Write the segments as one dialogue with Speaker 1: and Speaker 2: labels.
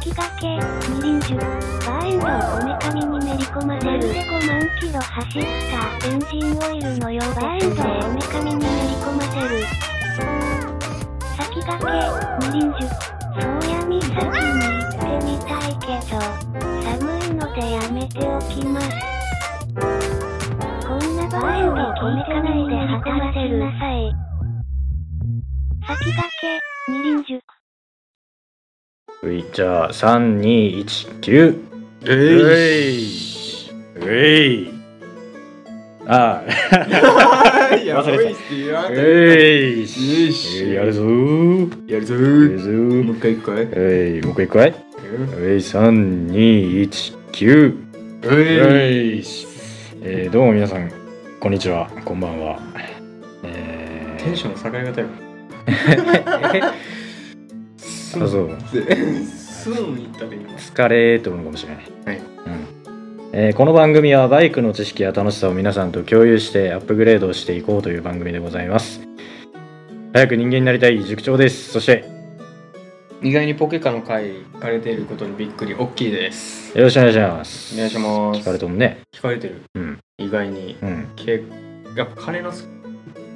Speaker 1: きがけ、みりんジュバーエンドをこめかみに練り込ませる。まるで5万キロ走った、エンジンオイルのようバーエンドをこめかみに練り込ませる。先駆け、みりんじゅ。そうやみ先に行ってみたいけど、寒いのでやめておきます。こんなバーエンドをこめかみに練り込ませるなさい。先駆け、みりんじゅ。
Speaker 2: ういじゃあ3219
Speaker 3: え
Speaker 2: ういあ
Speaker 3: ーいや
Speaker 2: 忘れてた
Speaker 3: ばいって言わ
Speaker 2: あ
Speaker 3: ん
Speaker 2: う
Speaker 3: とい
Speaker 2: い
Speaker 3: よいし
Speaker 2: ういやるぞー
Speaker 3: やるぞ
Speaker 2: や
Speaker 3: ー
Speaker 2: るぞー
Speaker 3: もう一回行くかいう
Speaker 2: いもう一回いくかいえい3219
Speaker 3: えい
Speaker 2: いえーどうも皆さんこんにちはこんばんはえ
Speaker 3: テンション下がり方よ
Speaker 2: ーあそう
Speaker 3: スンに行ったで今
Speaker 2: 疲れーって思うかもしれない、
Speaker 3: はい
Speaker 2: うんえーこの番組はバイクの知識や楽しさを皆さんと共有してアップグレードをしていこうという番組でございます早く人間になりたい塾長ですそして
Speaker 3: 意外にポケカの回聞かれていることにびっくり大きいです
Speaker 2: よろしくお願いします
Speaker 3: お願いします
Speaker 2: 聞かれてもね
Speaker 3: 聞かれてる
Speaker 2: うん
Speaker 3: 意外に
Speaker 2: うん
Speaker 3: けやっぱ金のす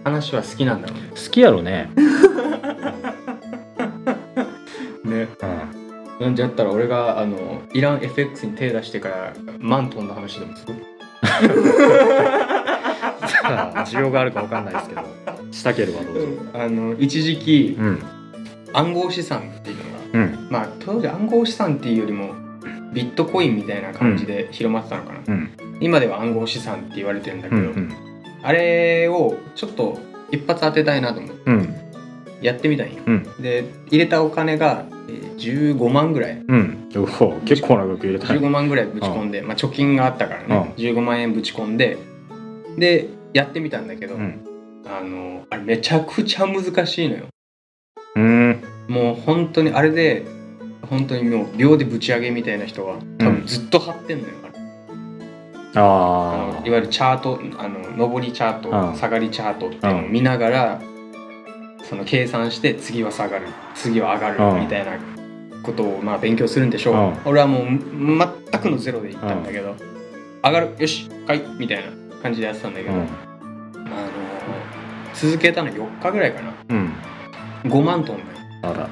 Speaker 3: 話は好きなんだろ
Speaker 2: 好きやろね、
Speaker 3: うねね
Speaker 2: うん、
Speaker 3: なんじゃったら俺があのイラン FX に手出してからマントンの話でもする
Speaker 2: さあ需要があるか分かんないですけどしたければどうぞ
Speaker 3: あの一時期
Speaker 2: うん
Speaker 3: 暗号資産っていうのが
Speaker 2: うん
Speaker 3: まあ当時暗号資産っていうよりもビットコインみたいな感じで広まってたのかな、
Speaker 2: うん
Speaker 3: 今では暗号資産って言われてるんだけ
Speaker 2: う
Speaker 3: ど、
Speaker 2: ん
Speaker 3: あれをちょっと一発当てたいなと思って
Speaker 2: うん
Speaker 3: やってみたんよ、
Speaker 2: うん
Speaker 3: で入れたお金がえー15万ぐらい
Speaker 2: うんうお結構な額入れたね
Speaker 3: 15万ぐらいぶち込んで、まあ、貯金があったからね、15万円ぶち込んででやってみたんだけど、
Speaker 2: うん
Speaker 3: あのあれめちゃくちゃ難しいのよ
Speaker 2: うん
Speaker 3: もう本当にあれで本当にもう秒でぶち上げみたいな人は多分ずっと張ってんのよ、あれあ
Speaker 2: あ
Speaker 3: のいわ
Speaker 2: あ
Speaker 3: ゆるチャートあの上りチャート、
Speaker 2: うん
Speaker 3: 下がりチャートっていうのを見ながら、その計算して次は下がる次は上が
Speaker 2: う
Speaker 3: る
Speaker 2: ん
Speaker 3: みたいなことをまあ勉強するんでしょう、
Speaker 2: うん
Speaker 3: 俺はもう全くのゼロで行ったんだけど、上がるよしはいみたいな感じでやってたんだけ
Speaker 2: う
Speaker 3: ど、
Speaker 2: ん
Speaker 3: あの続けたの4日ぐらいかな
Speaker 2: うん
Speaker 3: 5万トンだよ
Speaker 2: あ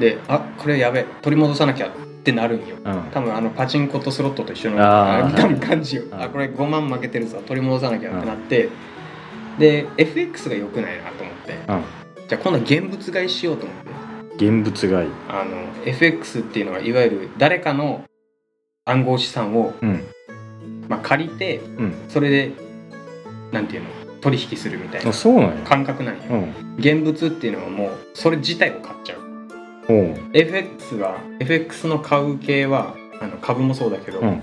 Speaker 3: であこれやべ取り戻さなきゃってなるんよ
Speaker 2: らうん
Speaker 3: 多分あのパチンコとスロットと一緒の
Speaker 2: あー
Speaker 3: あ多分感じよ
Speaker 2: はい
Speaker 3: あこれ5万負けてるぞ取り戻さなきゃってなってで FX が良くないなと思って
Speaker 2: うん
Speaker 3: じゃあ今度は現物買いしようと思って
Speaker 2: 現物買い
Speaker 3: あの FX っていうのはいわゆる誰かの暗号資産を、
Speaker 2: うん
Speaker 3: まあ、借りて
Speaker 2: うん
Speaker 3: それでなんていうの取引するみたいな
Speaker 2: あそうなんや
Speaker 3: 感覚なんよ
Speaker 2: うん
Speaker 3: 現物っていうのはもうそれ自体を買っちゃう
Speaker 2: おう
Speaker 3: FX は FX の買う系はあの株もそうだけど、
Speaker 2: うん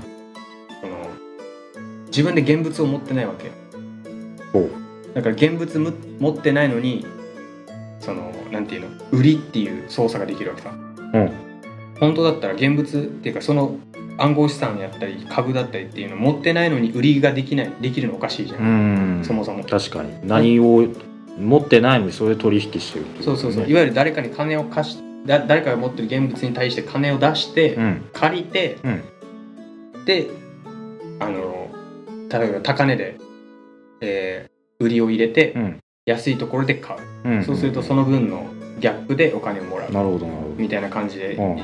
Speaker 3: その自分で現物を持ってないわけよ
Speaker 2: ほう
Speaker 3: だから現物む持ってないのにそのなんていうの売りっていう操作ができるわけさ、
Speaker 2: うん
Speaker 3: 本当だったら現物っていうかその暗号資産やったり株だったりっていうの持ってないのに売りができないできるのおかしいじゃ、
Speaker 2: うんん
Speaker 3: そもそも
Speaker 2: 確かに何を持ってないのにそれ取引してるって
Speaker 3: そうそうそう、い
Speaker 2: わ
Speaker 3: わゆる誰かに金を貸しだ誰かが持ってる現物に対して金を出して、
Speaker 2: うん
Speaker 3: 借りて、であの例えば高値で、えー売りを入れて、
Speaker 2: うん
Speaker 3: 安いところで買う、
Speaker 2: うん
Speaker 3: そうするとその分のギャップでお金をもらう、
Speaker 2: なるほどなるほ
Speaker 3: みたいな感じで、
Speaker 2: どうん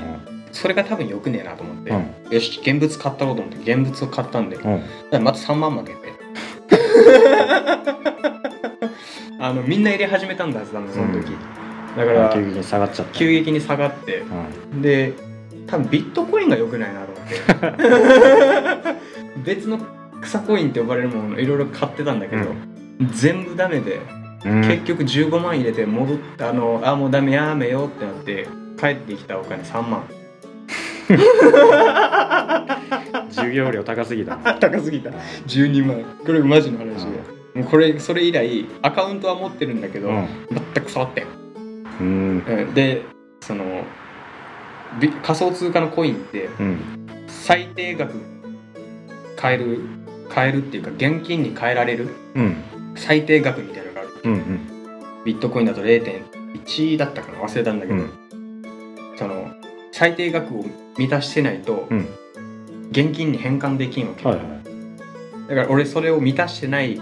Speaker 3: それが多分よくねえなと思って、
Speaker 2: うん
Speaker 3: よし現物買ったろうと思って現物を買ったんで、だか
Speaker 2: うんうん
Speaker 3: らまた3万負け てあのみんな入れ始めたんだはずなんだその時、
Speaker 2: うんだ
Speaker 3: だか
Speaker 2: から
Speaker 3: ら
Speaker 2: 急激に下がっちゃった
Speaker 3: 急激に下がって
Speaker 2: うん
Speaker 3: で多分ビットコインが良くないなと思って 別の草コインって呼ばれるものいろいろ買ってたんだけど、
Speaker 2: う
Speaker 3: 全部ダメで、
Speaker 2: うん
Speaker 3: 結局15万入れて戻ってあのあもうダメやめようってなって帰ってきたお金3万
Speaker 2: 授業料高す ぎたな
Speaker 3: 高すぎた12万これマジの話で、もうこれそれ以来アカウントは持ってるんだけど、
Speaker 2: うん
Speaker 3: 全く触ってん
Speaker 2: うん
Speaker 3: うんでそのビ仮想通貨のコインって
Speaker 2: うん
Speaker 3: 最低額変える変えるっていうか現金に変えられる
Speaker 2: うん
Speaker 3: 最低額みたいなのがある
Speaker 2: うんうん
Speaker 3: ビットコインだと0.1だったかな忘れたんだけ
Speaker 2: う
Speaker 3: ど、
Speaker 2: ん
Speaker 3: その最低額を満たしてないと、
Speaker 4: うん
Speaker 3: 現金に変換できんわけ、
Speaker 4: はいはい
Speaker 3: だから俺それを満たしてない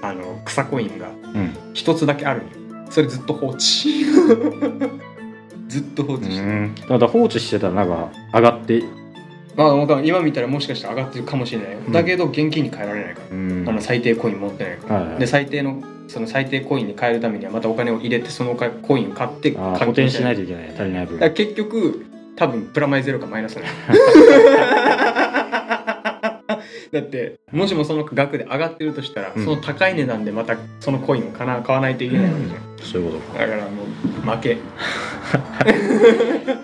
Speaker 3: あの草コインが
Speaker 4: うん
Speaker 3: 一つだけあるんよそれずっと放置 ずっと
Speaker 4: う
Speaker 3: 放置してる、
Speaker 4: んだから放置してたらなんか上がって
Speaker 3: まあわかんない今見たらもしかしたら上がってるかもしれないよ、
Speaker 4: うん
Speaker 3: だけど現金に変えられないか
Speaker 4: う
Speaker 3: ら、
Speaker 4: ん
Speaker 3: あの最低コイン持ってないから
Speaker 4: はいはい
Speaker 3: で最低のその最低コインに変えるためにはまたお金を入れてそのお金コインを買って
Speaker 4: あー
Speaker 3: 換
Speaker 4: 補
Speaker 3: 金
Speaker 4: 填しないといけない足りない分
Speaker 3: だから結局多分プラマイゼロかマイ ナスなのだってもしもその額で上がってるとしたら、
Speaker 4: うん
Speaker 3: その高い値段でまたそのコインを買わ買わないといけないわけじゃん、
Speaker 4: そういうこ
Speaker 3: だからもう負け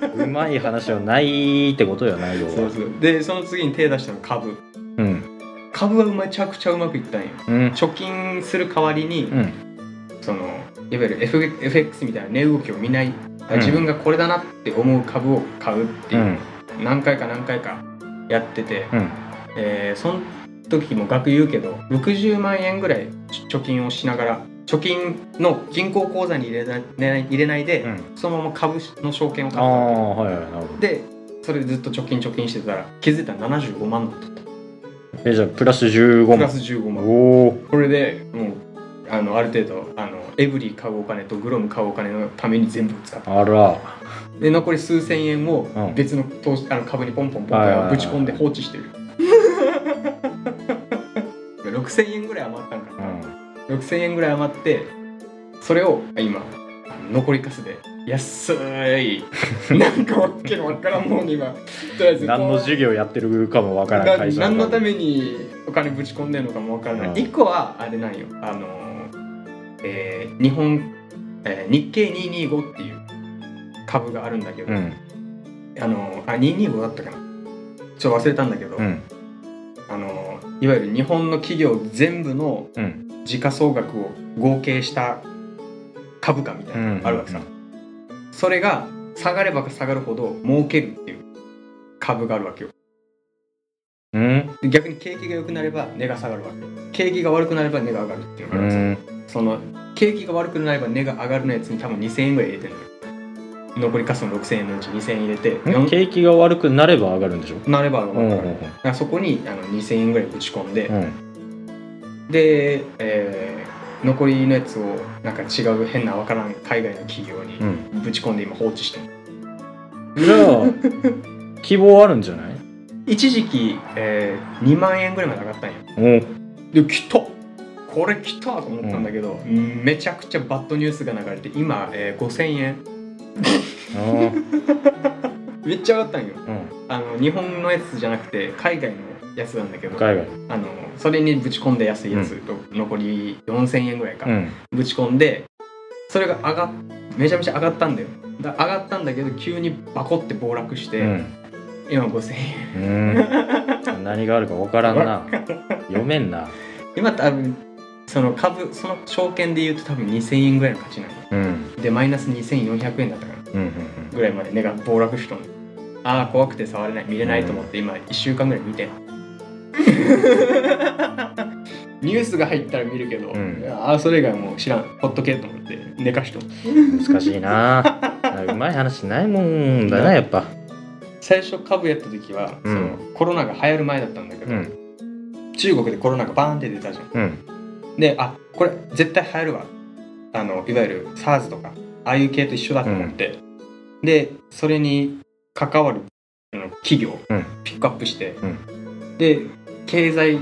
Speaker 4: とかうまい話はないってことよな要は
Speaker 3: そうそうでその次に手出したの株
Speaker 4: うん
Speaker 3: 株はうまいめちゃくちゃうまくいったんよ
Speaker 4: うん
Speaker 3: 貯金する代わりに、
Speaker 4: うん
Speaker 3: そのいわゆる F FX みたいな値動きを見ない、自分がこれだなって思う株を買うって
Speaker 4: う
Speaker 3: い
Speaker 4: ん
Speaker 3: う、何回か何回かやってて、
Speaker 4: うん
Speaker 3: えーその時も額言うけど60万円ぐらい貯金をしながら貯金の銀行口座に入れない入れない入れないで、
Speaker 4: うん
Speaker 3: そのまま株の証券を買
Speaker 4: あ
Speaker 3: った
Speaker 4: あ
Speaker 3: わ
Speaker 4: はいはいなるほ
Speaker 3: けでそれでずっと貯金貯金してたら気づいたら75万だった
Speaker 4: どえじゃあプラス15
Speaker 3: プ
Speaker 4: 万
Speaker 3: ラス15
Speaker 4: お
Speaker 3: 万
Speaker 4: お
Speaker 3: これでもうあのある程度あのエブリィ買うお金とグロム買うお金のために全部使った
Speaker 4: あら
Speaker 3: で残り数千円を
Speaker 4: うん
Speaker 3: 別の投資あの株にポンポンポン
Speaker 4: はいはいはい
Speaker 3: ポンぶち込んで放置してる 6000円ぐらい余ったんかな
Speaker 4: うん
Speaker 3: 6000円ぐらい余ってそれを今残りカスで安 いなんかわけのわからんもんに今とりあえず
Speaker 4: 何の授業やってるかもわからない会社
Speaker 3: な何のた
Speaker 4: め
Speaker 3: めにお金ぶち込んでるのかもわからない、
Speaker 4: うん
Speaker 3: 一個はあれなんよあのえー日本、えー日経225っていう株があるんだけど、
Speaker 4: うん
Speaker 3: あのあ225だったかなちょっと忘れたんだけど、
Speaker 4: うん
Speaker 3: あのいわゆる日本の企業全部の
Speaker 4: うん
Speaker 3: 時価総額を合計した株価みたいなのがあるわけさ、
Speaker 4: うん
Speaker 3: それが下がれば下がるほど儲けるっていう株があるわけよ
Speaker 4: うん
Speaker 3: で逆に景気が良くなれば値が下がるわけ景気が悪くなれば値が上がるっていうの
Speaker 4: う
Speaker 3: があるわけさ、
Speaker 4: ん
Speaker 3: その景気が悪くなれば値が上がるのやつに多分2000円ぐらい入れてるのよ残りかその6000円のうち2000円入れて
Speaker 4: ん景気が悪くなれば上がるんでしょ
Speaker 3: 4なれば上が
Speaker 4: う
Speaker 3: る
Speaker 4: んうん
Speaker 3: からだからそこにあの2000円ぐらいぶち込んで、
Speaker 4: うん
Speaker 3: で、えー残りのやつをなんか違う変なわからん海外の企業に
Speaker 4: うん
Speaker 3: ぶち込んで今放置してる
Speaker 4: じゃあ 希望あるんじゃない
Speaker 3: 一時期、えー2万円ぐらいまで上がったんよ
Speaker 4: お
Speaker 3: で来たこれ来たと思ったんだけど、めちゃくちゃバッドニュースが流れて今、えー5000円
Speaker 4: あ
Speaker 3: めっちゃ上がったんよ
Speaker 4: あうん
Speaker 3: あの日本のやつじゃなくて海外のやつなんだけど
Speaker 4: 海外
Speaker 3: あのそれにぶち込んで安いやつ、残り4000円ぐらいか、
Speaker 4: うん
Speaker 3: ぶち込んでそれが上がっめちゃめちゃ上がったんだよだ上がったんだけど急にバコって暴落して、
Speaker 4: うん
Speaker 3: 今5000円
Speaker 4: うーん何があるか分からんな読めんな
Speaker 3: 今多分その株その証券で言うと多分2000円ぐらいの価値なの
Speaker 4: うん
Speaker 3: でマイナス2400円だったから
Speaker 4: うんうん
Speaker 3: ぐらいまで値が暴落したのああ怖くて触れない見れないと思って今1週間ぐらい 見てんニュースが入ったら見るけど、
Speaker 4: うん
Speaker 3: ああそれ以外もう知らんほっとけと思って寝かしとん
Speaker 4: うん難しいななんかうまい話ないもんだなやっぱ
Speaker 3: 最初株やった時は、
Speaker 4: うん
Speaker 3: そのコロナが流行る前だったんだけ
Speaker 4: う
Speaker 3: ど、
Speaker 4: ん
Speaker 3: 中国でコロナがバーンって出たじゃん
Speaker 4: うん
Speaker 3: であこれ絶対流行るわあのいわゆる SARS とかああいう系と一緒だと思って、でそれに関わるあの企業を
Speaker 4: うん
Speaker 3: ピックアップして、で経済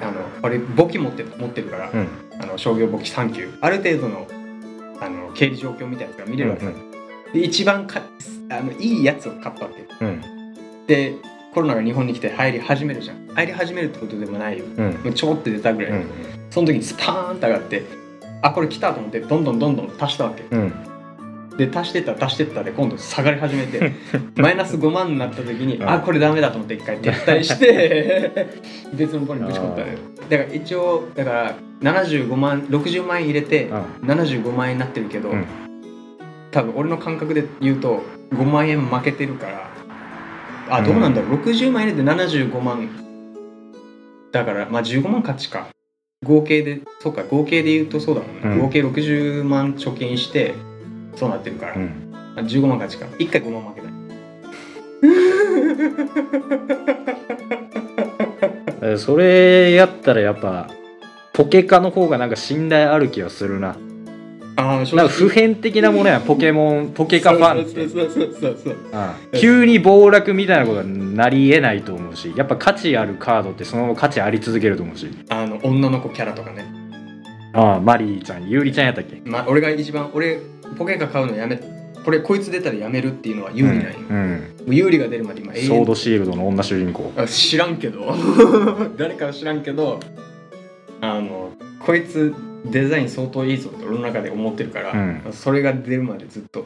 Speaker 3: あの俺簿記持って持ってるから、
Speaker 4: うん
Speaker 3: あの商業簿記3級ある程度のあの経理状況みたいなやつが見れるわけ
Speaker 4: う
Speaker 3: さ、
Speaker 4: ん
Speaker 3: で一番かあのいいやつを買ったわけ
Speaker 4: うん
Speaker 3: でコロナが日本に来て入り始めるじゃん入り始めるってことでもないよ
Speaker 4: うん
Speaker 3: もうちょこって出たぐらい、
Speaker 4: うん
Speaker 3: その時にスパーンと上がってあこれ来たと思ってどんどんどんどん足したわけ
Speaker 4: うん
Speaker 3: で足してった足してったで今度下がり始 めてマイナス5万になった時に、
Speaker 4: うん
Speaker 3: あこれダメだと思って一回撤退して 別の方にぶち込んだのよだから一応だから75万60万円入れて
Speaker 4: あ
Speaker 3: 75万円になってるけど、
Speaker 4: うん
Speaker 3: 多分俺の感覚で言うと5万円負けてるからあどうなんだろう、60万円入れて75万だからまあ15万勝ちか合計でそうか合計で言うとそうだもんね、
Speaker 4: うん
Speaker 3: 合計60万貯金してそうなってるから、
Speaker 4: うん
Speaker 3: あ15万勝ちか1回5万負けた
Speaker 2: えそれやったらやっぱポケカの方がなんか信頼ある気はするな
Speaker 3: ああ、正
Speaker 2: なんか
Speaker 3: 直
Speaker 2: 普遍的なものやポケモンポケカファンって
Speaker 3: そうそうそうそうそ
Speaker 2: う
Speaker 3: う。
Speaker 2: ん急に暴落みたいなことになりえないと思うしやっぱ価値あるカードってそのまま価値あり続けると思うし
Speaker 3: あの、女の子キャラとかね。
Speaker 2: ああマリーちゃんゆうりちゃんやったっけ
Speaker 3: ま、俺が一番、俺、ポケカ買うのやめ、これ、こいつ出たらやめるっていうのは有利なんよ。
Speaker 2: うんうん
Speaker 3: もう有利が出るまで今、永遠
Speaker 2: ソードシールドの女主人公
Speaker 3: あ知らんけど 誰かは知らんけどあのこいつデザイン相当いいぞって俺の中で思ってるから、
Speaker 2: う
Speaker 3: それが出るまでずっと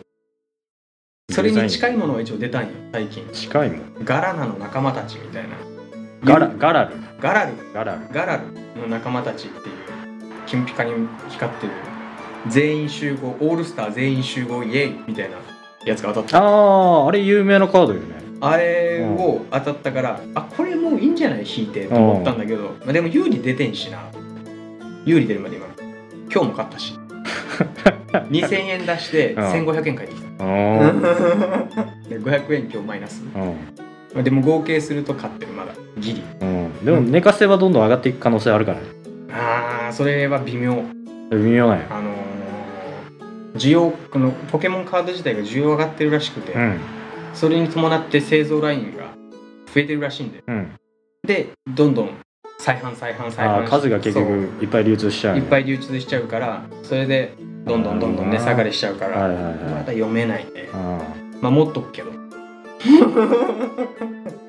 Speaker 3: それに近いものは一応出たんよ最近
Speaker 2: 近いもん
Speaker 3: ガラナの仲間たちみたいな
Speaker 2: ガラガラル
Speaker 3: ガラル
Speaker 2: ガラル
Speaker 3: ガラルの仲間たちっていう金ピカに光ってる全員集合オールスター全員集合イエイみたいなやつが当たった
Speaker 2: あああれ有名なカードよね
Speaker 3: あれを当たったから、あこれもういいんじゃない引いてと思ったんだけど、まあ、でも有利出てんしな有利出るまで今今日も買っ たし2000円出して
Speaker 2: うん
Speaker 3: 1500円返ってきた、
Speaker 2: うん
Speaker 3: で500円今日マイナス
Speaker 2: うん
Speaker 3: まあでも合計すると勝ってるまだギリ
Speaker 2: うんでも寝かせばどんどん上がっていく可能性あるからね
Speaker 3: あーそれは微妙
Speaker 2: 微妙なんや
Speaker 3: あのー需要このポケモンカード自体が需要上がってるらしくて、
Speaker 2: うん
Speaker 3: それに伴って製造ラインが増えてるらしいんで
Speaker 2: うん
Speaker 3: でどんどん再販再販再
Speaker 2: ああ
Speaker 3: 販
Speaker 2: 数が結
Speaker 3: そう
Speaker 2: 局いっぱい流通しちゃう
Speaker 3: い
Speaker 2: ね
Speaker 3: っぱい流通しちゃうからそれでどんどんどんどん値下がりしちゃうか
Speaker 2: はい
Speaker 3: ら
Speaker 2: はいはい
Speaker 3: まだ読めないね
Speaker 2: あ
Speaker 3: まあ持っとくけど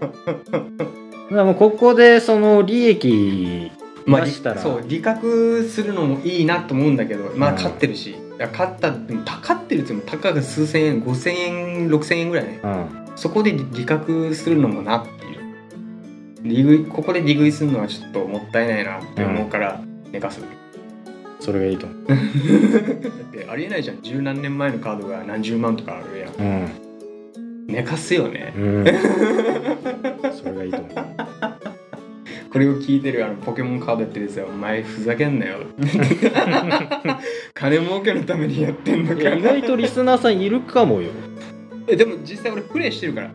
Speaker 2: あでもここでその利益
Speaker 3: まあ
Speaker 2: 出したら
Speaker 3: そう利確するのもいいなと思うんだけどまあ
Speaker 2: うん
Speaker 3: 勝ってるしいや勝ったでも勝ってるって言ってもたかが数千円5000円6000円ぐらいね
Speaker 2: うん
Speaker 3: そこで利利確するのもなっていう利食いここで利食いするのはちょっともったいないなって思うから寝かす、
Speaker 2: それがいいと思う
Speaker 3: だってありえないじゃん十何年前のカードが何十万とかあるやん
Speaker 2: うん
Speaker 3: 寝かすよね
Speaker 2: うんそれがいいと思う
Speaker 3: これを聞いてるあのポケモンカードやってるやつはお前ふざけんな よ金儲けのためにやってんの
Speaker 2: いや
Speaker 3: か
Speaker 2: 意外とリスナーさんいるかもよ
Speaker 3: えでも実際俺プレイしてるから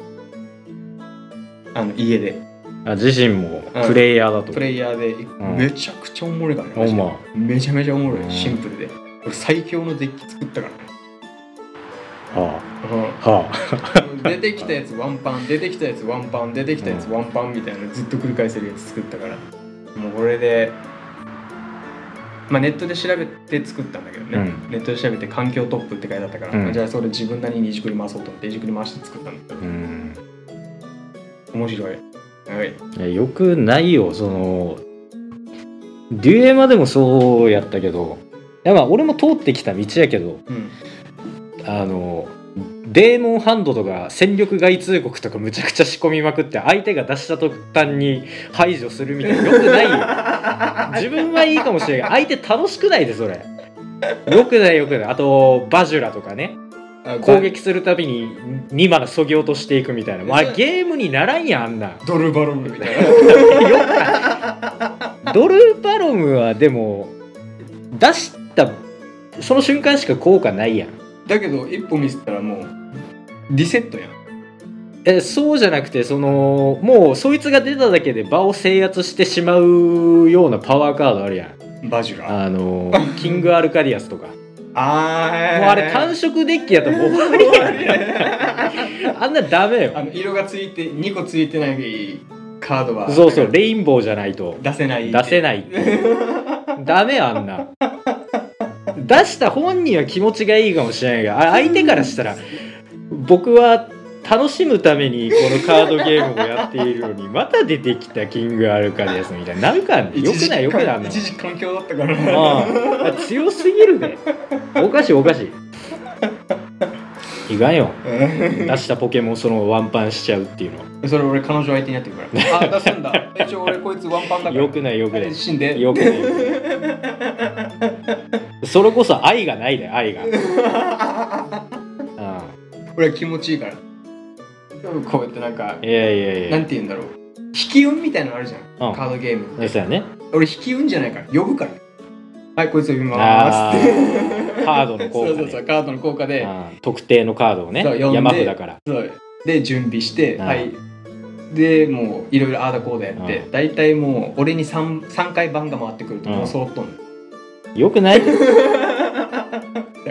Speaker 3: あの家で
Speaker 2: あ自身もプレイヤーだと
Speaker 3: プレイヤーで、
Speaker 2: ん
Speaker 3: めちゃくちゃおもろいからね
Speaker 2: ほんま
Speaker 3: マジでめちゃめちゃおもろ
Speaker 2: うん
Speaker 3: いシンプルで俺最強のデッキ作ったからね
Speaker 2: はあはあ
Speaker 3: うん出てきたやつワンパン出てきたやつワンパン出てきたやつワンパンみたいなずっと繰り返せるやつ作ったからもうこれでまあネットで調べて作ったんだけどね、
Speaker 2: うん
Speaker 3: ネットで調べて環境トップって書いてあったから、
Speaker 2: うん
Speaker 3: じゃあそれ自分なりにいじくり回そうと思っていじくり回して作ったんだけど
Speaker 2: うん
Speaker 3: 面白いはい
Speaker 2: いやよくないよそのデュエマでもそうやったけどいやまあ俺も通ってきた道やけど
Speaker 3: うん
Speaker 2: あのデーモンハンドとか戦力外通告とかむちゃくちゃ仕込みまくって相手が出した途端に排除するみたいなよくないよ 自分はいいかもしれない相手楽しくないでそれよくないよくないあとバジュラとかね
Speaker 3: あ
Speaker 2: 攻撃するたびに2マナそぎ落としていくみたいな、まあ、
Speaker 3: それ
Speaker 2: ゲームにならんやんあんなん
Speaker 3: ドルバロムみたいな
Speaker 2: よくないドルバロムはでも出したその瞬間しか効果ないやん
Speaker 3: だけど一歩ミスったらもうリセットやん
Speaker 2: えそうじゃなくてそのもうそいつが出ただけで場を制圧してしまうようなパワーカードあるやん
Speaker 3: バジュラ
Speaker 2: あの キングアルカディアスとかも
Speaker 3: あ
Speaker 2: う
Speaker 3: ー
Speaker 2: あれ単色デッキやったらもう終わり やんあんなダメ
Speaker 3: あ
Speaker 2: よ
Speaker 3: の色がついて2個ついてないカードは
Speaker 2: そうそうレインボーじゃないと
Speaker 3: 出せない
Speaker 2: 出せないってダメあんな出した本人は気持ちがいいかもしれないがあ相手からしたら僕は楽しむためにこのカードゲームをやっているのにまた出てきたキングアルカディアスみたいになるかんねよくないよくないあんな
Speaker 3: 一時環境だったから
Speaker 2: ああ強すぎるでおかしいおかしいいかんよ
Speaker 3: う
Speaker 2: 出したポケモンそのワンパンしちゃうっていうの
Speaker 3: んそれ俺彼女相手にやってるからあ出すんだ 一応俺こいつワンパ
Speaker 2: は
Speaker 3: ンだから
Speaker 2: よくないよくない
Speaker 3: 死んで
Speaker 2: よくないよそれこそ愛がないで愛が、う
Speaker 3: 俺は気持ちいいからこうやってなんか
Speaker 2: ん、いやいやい
Speaker 3: な
Speaker 2: や
Speaker 3: んて言うんだろう引き運みたいなのあるじゃん
Speaker 2: うん
Speaker 3: カードゲーム
Speaker 2: そうやね
Speaker 3: 俺引き運じゃないから呼ぶからはいこいつ呼びま
Speaker 2: あ
Speaker 3: すって
Speaker 2: ーカードの
Speaker 3: そ
Speaker 2: 効果
Speaker 3: うそうそ
Speaker 2: ね
Speaker 3: うカードの効果で
Speaker 2: うん特定のカードをね
Speaker 3: そう呼んで
Speaker 2: 山札から
Speaker 3: そうで準備して、
Speaker 2: うん
Speaker 3: はいでもういろいろああだこうだやって、
Speaker 2: う
Speaker 3: 大体もう俺に 3, 三回番が回ってくると
Speaker 2: うん
Speaker 3: もう揃っとんの、
Speaker 2: よくない
Speaker 3: いや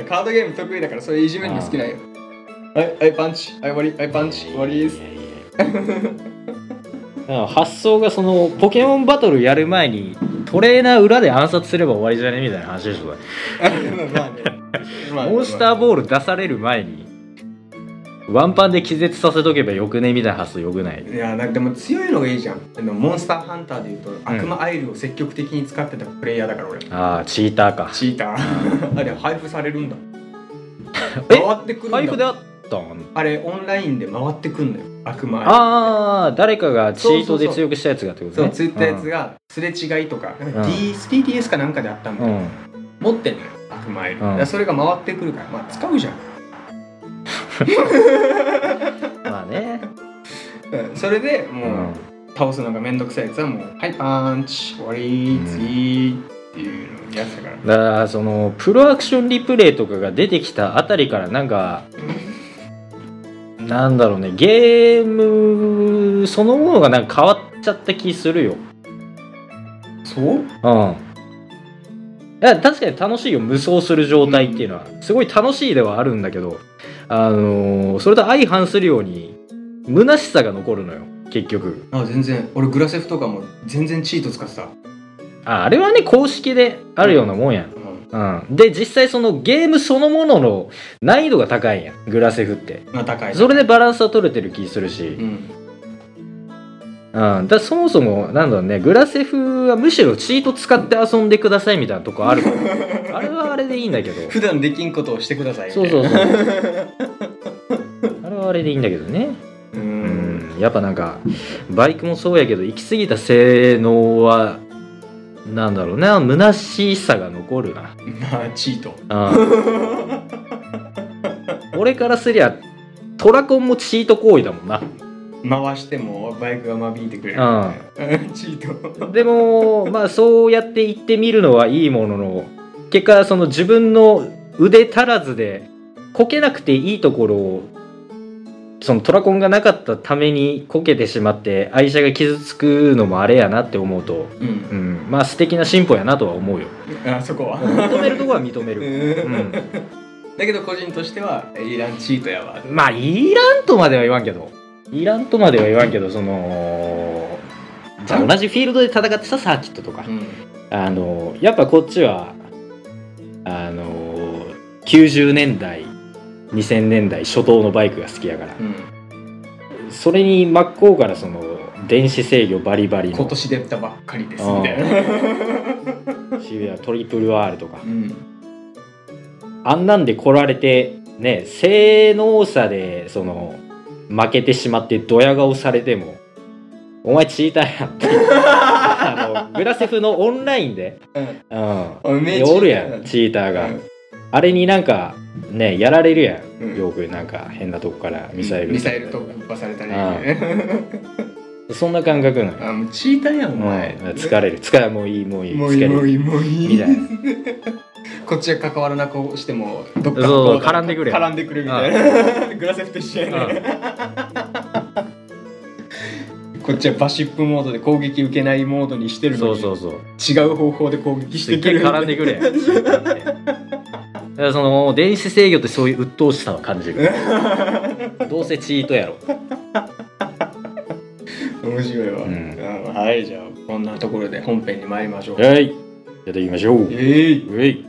Speaker 3: カードゲーム得意だからそれいじめるの好きなんよはいはいパンチはい終わりはいパンチ終わりです
Speaker 2: うん発想がそのポケモンバトルやる前にトレーナー裏で暗殺すれば終わりじゃねみたいな話でしょこれ
Speaker 3: まあねまあね
Speaker 2: モンスターボール出される前にワンパンで気絶させとけばよくねみたいな発想よくない
Speaker 3: いやなんかでも強いのがいいじゃんでもモンスターハンターでいうと悪魔アイルを積極的に使ってたプレイヤーだから俺
Speaker 2: ああチーターか
Speaker 3: チーター あれ配布されるんだ
Speaker 2: え
Speaker 3: 回ってくるんだ
Speaker 2: 配布であったん
Speaker 3: あれオンラインで回ってくんだよ悪魔アイル
Speaker 2: ああ誰かがチートで強くしたやつがってこと
Speaker 3: そう
Speaker 2: ね
Speaker 3: ついたやつがすれ違いとか、なんか D TDS かなんかであったんだ
Speaker 2: う
Speaker 3: よ、
Speaker 2: ん、うん
Speaker 3: 持ってんのよ悪魔アイ
Speaker 2: う
Speaker 3: ル、
Speaker 2: ん
Speaker 3: だからそれが回ってくるからまあ使うじゃん
Speaker 2: まあね、
Speaker 3: うんそれで
Speaker 2: う
Speaker 3: も
Speaker 2: ん
Speaker 3: う、倒すのがめんどくさいやつはもう「はいパンチ終わり
Speaker 2: うん
Speaker 3: 次」っていうのやつだから
Speaker 2: だからそのプロアクションリプレイとかが出てきたあたりからなんかなんだろうねゲームそのものがなんか変わっちゃった気するよ
Speaker 3: そう
Speaker 2: うんいや確かに楽しいよ無双する状態っていうのは、すごい楽しいではあるんだけどあのーそれと相反するように虚しさが残るのよ結局
Speaker 3: あ全然俺グラセフとかも全然チート使ってた、
Speaker 2: ああれはね公式であるようなもんや
Speaker 3: うん
Speaker 2: ん、うん、で実際そのゲームそのものの難易度が高いやんグラセフって
Speaker 3: まあ、高い
Speaker 2: それでバランスは取れてる気するし、
Speaker 3: う
Speaker 2: うん
Speaker 3: ん
Speaker 2: だからそもそもなんだろうねグラセフはむしろチート使って遊んでくださいみたいなとこあるからあれはあれでいいんだけど
Speaker 3: 普段できんことをしてください
Speaker 2: そうそうそう あれはあれでいいんだけどね
Speaker 3: う
Speaker 2: うんんやっぱなんかバイクもそうやけど行き過ぎた性能はなんだろうな虚しさが残るな
Speaker 3: まあチート
Speaker 2: うん俺からすりゃトラコンもチート行為だもんな
Speaker 3: 回してもバイクが間引いてくれる、うん チート
Speaker 2: でもまあそうやって行ってみるのはいいものの結果その自分の腕足らずでこけなくていいところをそのトラコンがなかったためにこけてしまって愛車が傷つくのもあれやなって思うと、
Speaker 3: うん
Speaker 2: うん、まあ素敵な進歩やなとは思うよ
Speaker 3: あそこは
Speaker 2: 認めるとこは認め
Speaker 3: う
Speaker 2: る、うんん、
Speaker 3: だけど個人としてはいらんチートやわ
Speaker 2: まあいらんとまでは言わんけどいらんとまでは言わんけどそのじゃあ同じフィールドで戦ってさサーキットとか、
Speaker 3: うん
Speaker 2: あのやっぱこっちはあの90年代2000年代初頭のバイクが好きやから
Speaker 3: うん
Speaker 2: それに真っ向からその電子制御バリバリ
Speaker 3: 今
Speaker 2: の
Speaker 3: 年出たばっかりです
Speaker 2: うん
Speaker 3: みたいな
Speaker 2: 渋谷トリプル R とか
Speaker 3: うん
Speaker 2: あんなんで来られてね性能差でその負けてしまってドヤ顔されても「お前チーターや」 ってあのグラセフのオンラインで、
Speaker 3: うん
Speaker 2: うん、
Speaker 3: おめえチート
Speaker 2: おるやんチーターが、
Speaker 3: うん
Speaker 2: あれになんかねやられるやん、
Speaker 3: うん
Speaker 2: よくなんか変なとこからミサイル、
Speaker 3: ミサイルとぶっぱされたり
Speaker 2: あ
Speaker 3: ね
Speaker 2: そんな感覚なのよ
Speaker 3: あもうチーターやんお前
Speaker 2: うん疲れる疲れもういいもういい
Speaker 3: もう
Speaker 2: 疲
Speaker 3: い
Speaker 2: れ
Speaker 3: い
Speaker 2: る
Speaker 3: もういいもういい
Speaker 2: みたいな
Speaker 3: こっちが関わらなくしてもどっか
Speaker 2: そう絡んでくるやん
Speaker 3: 絡んでくるみたいな グラセフと一緒やねこっちはバシップモードで攻撃受けないモードにしてる
Speaker 2: そ
Speaker 3: の
Speaker 2: う
Speaker 3: に
Speaker 2: そうそう
Speaker 3: 違う方法で攻撃し
Speaker 2: す
Speaker 3: て
Speaker 2: っ
Speaker 3: く
Speaker 2: げえ
Speaker 3: る
Speaker 2: 絡んでくれだからその電子制御ってそういう鬱陶しさは感じ るどうせチートやろ
Speaker 3: 面白いわ、
Speaker 2: うん
Speaker 3: うんはいじゃあこんなところで本編に参りましょう
Speaker 2: はいやっていきましょう
Speaker 3: えー
Speaker 2: うい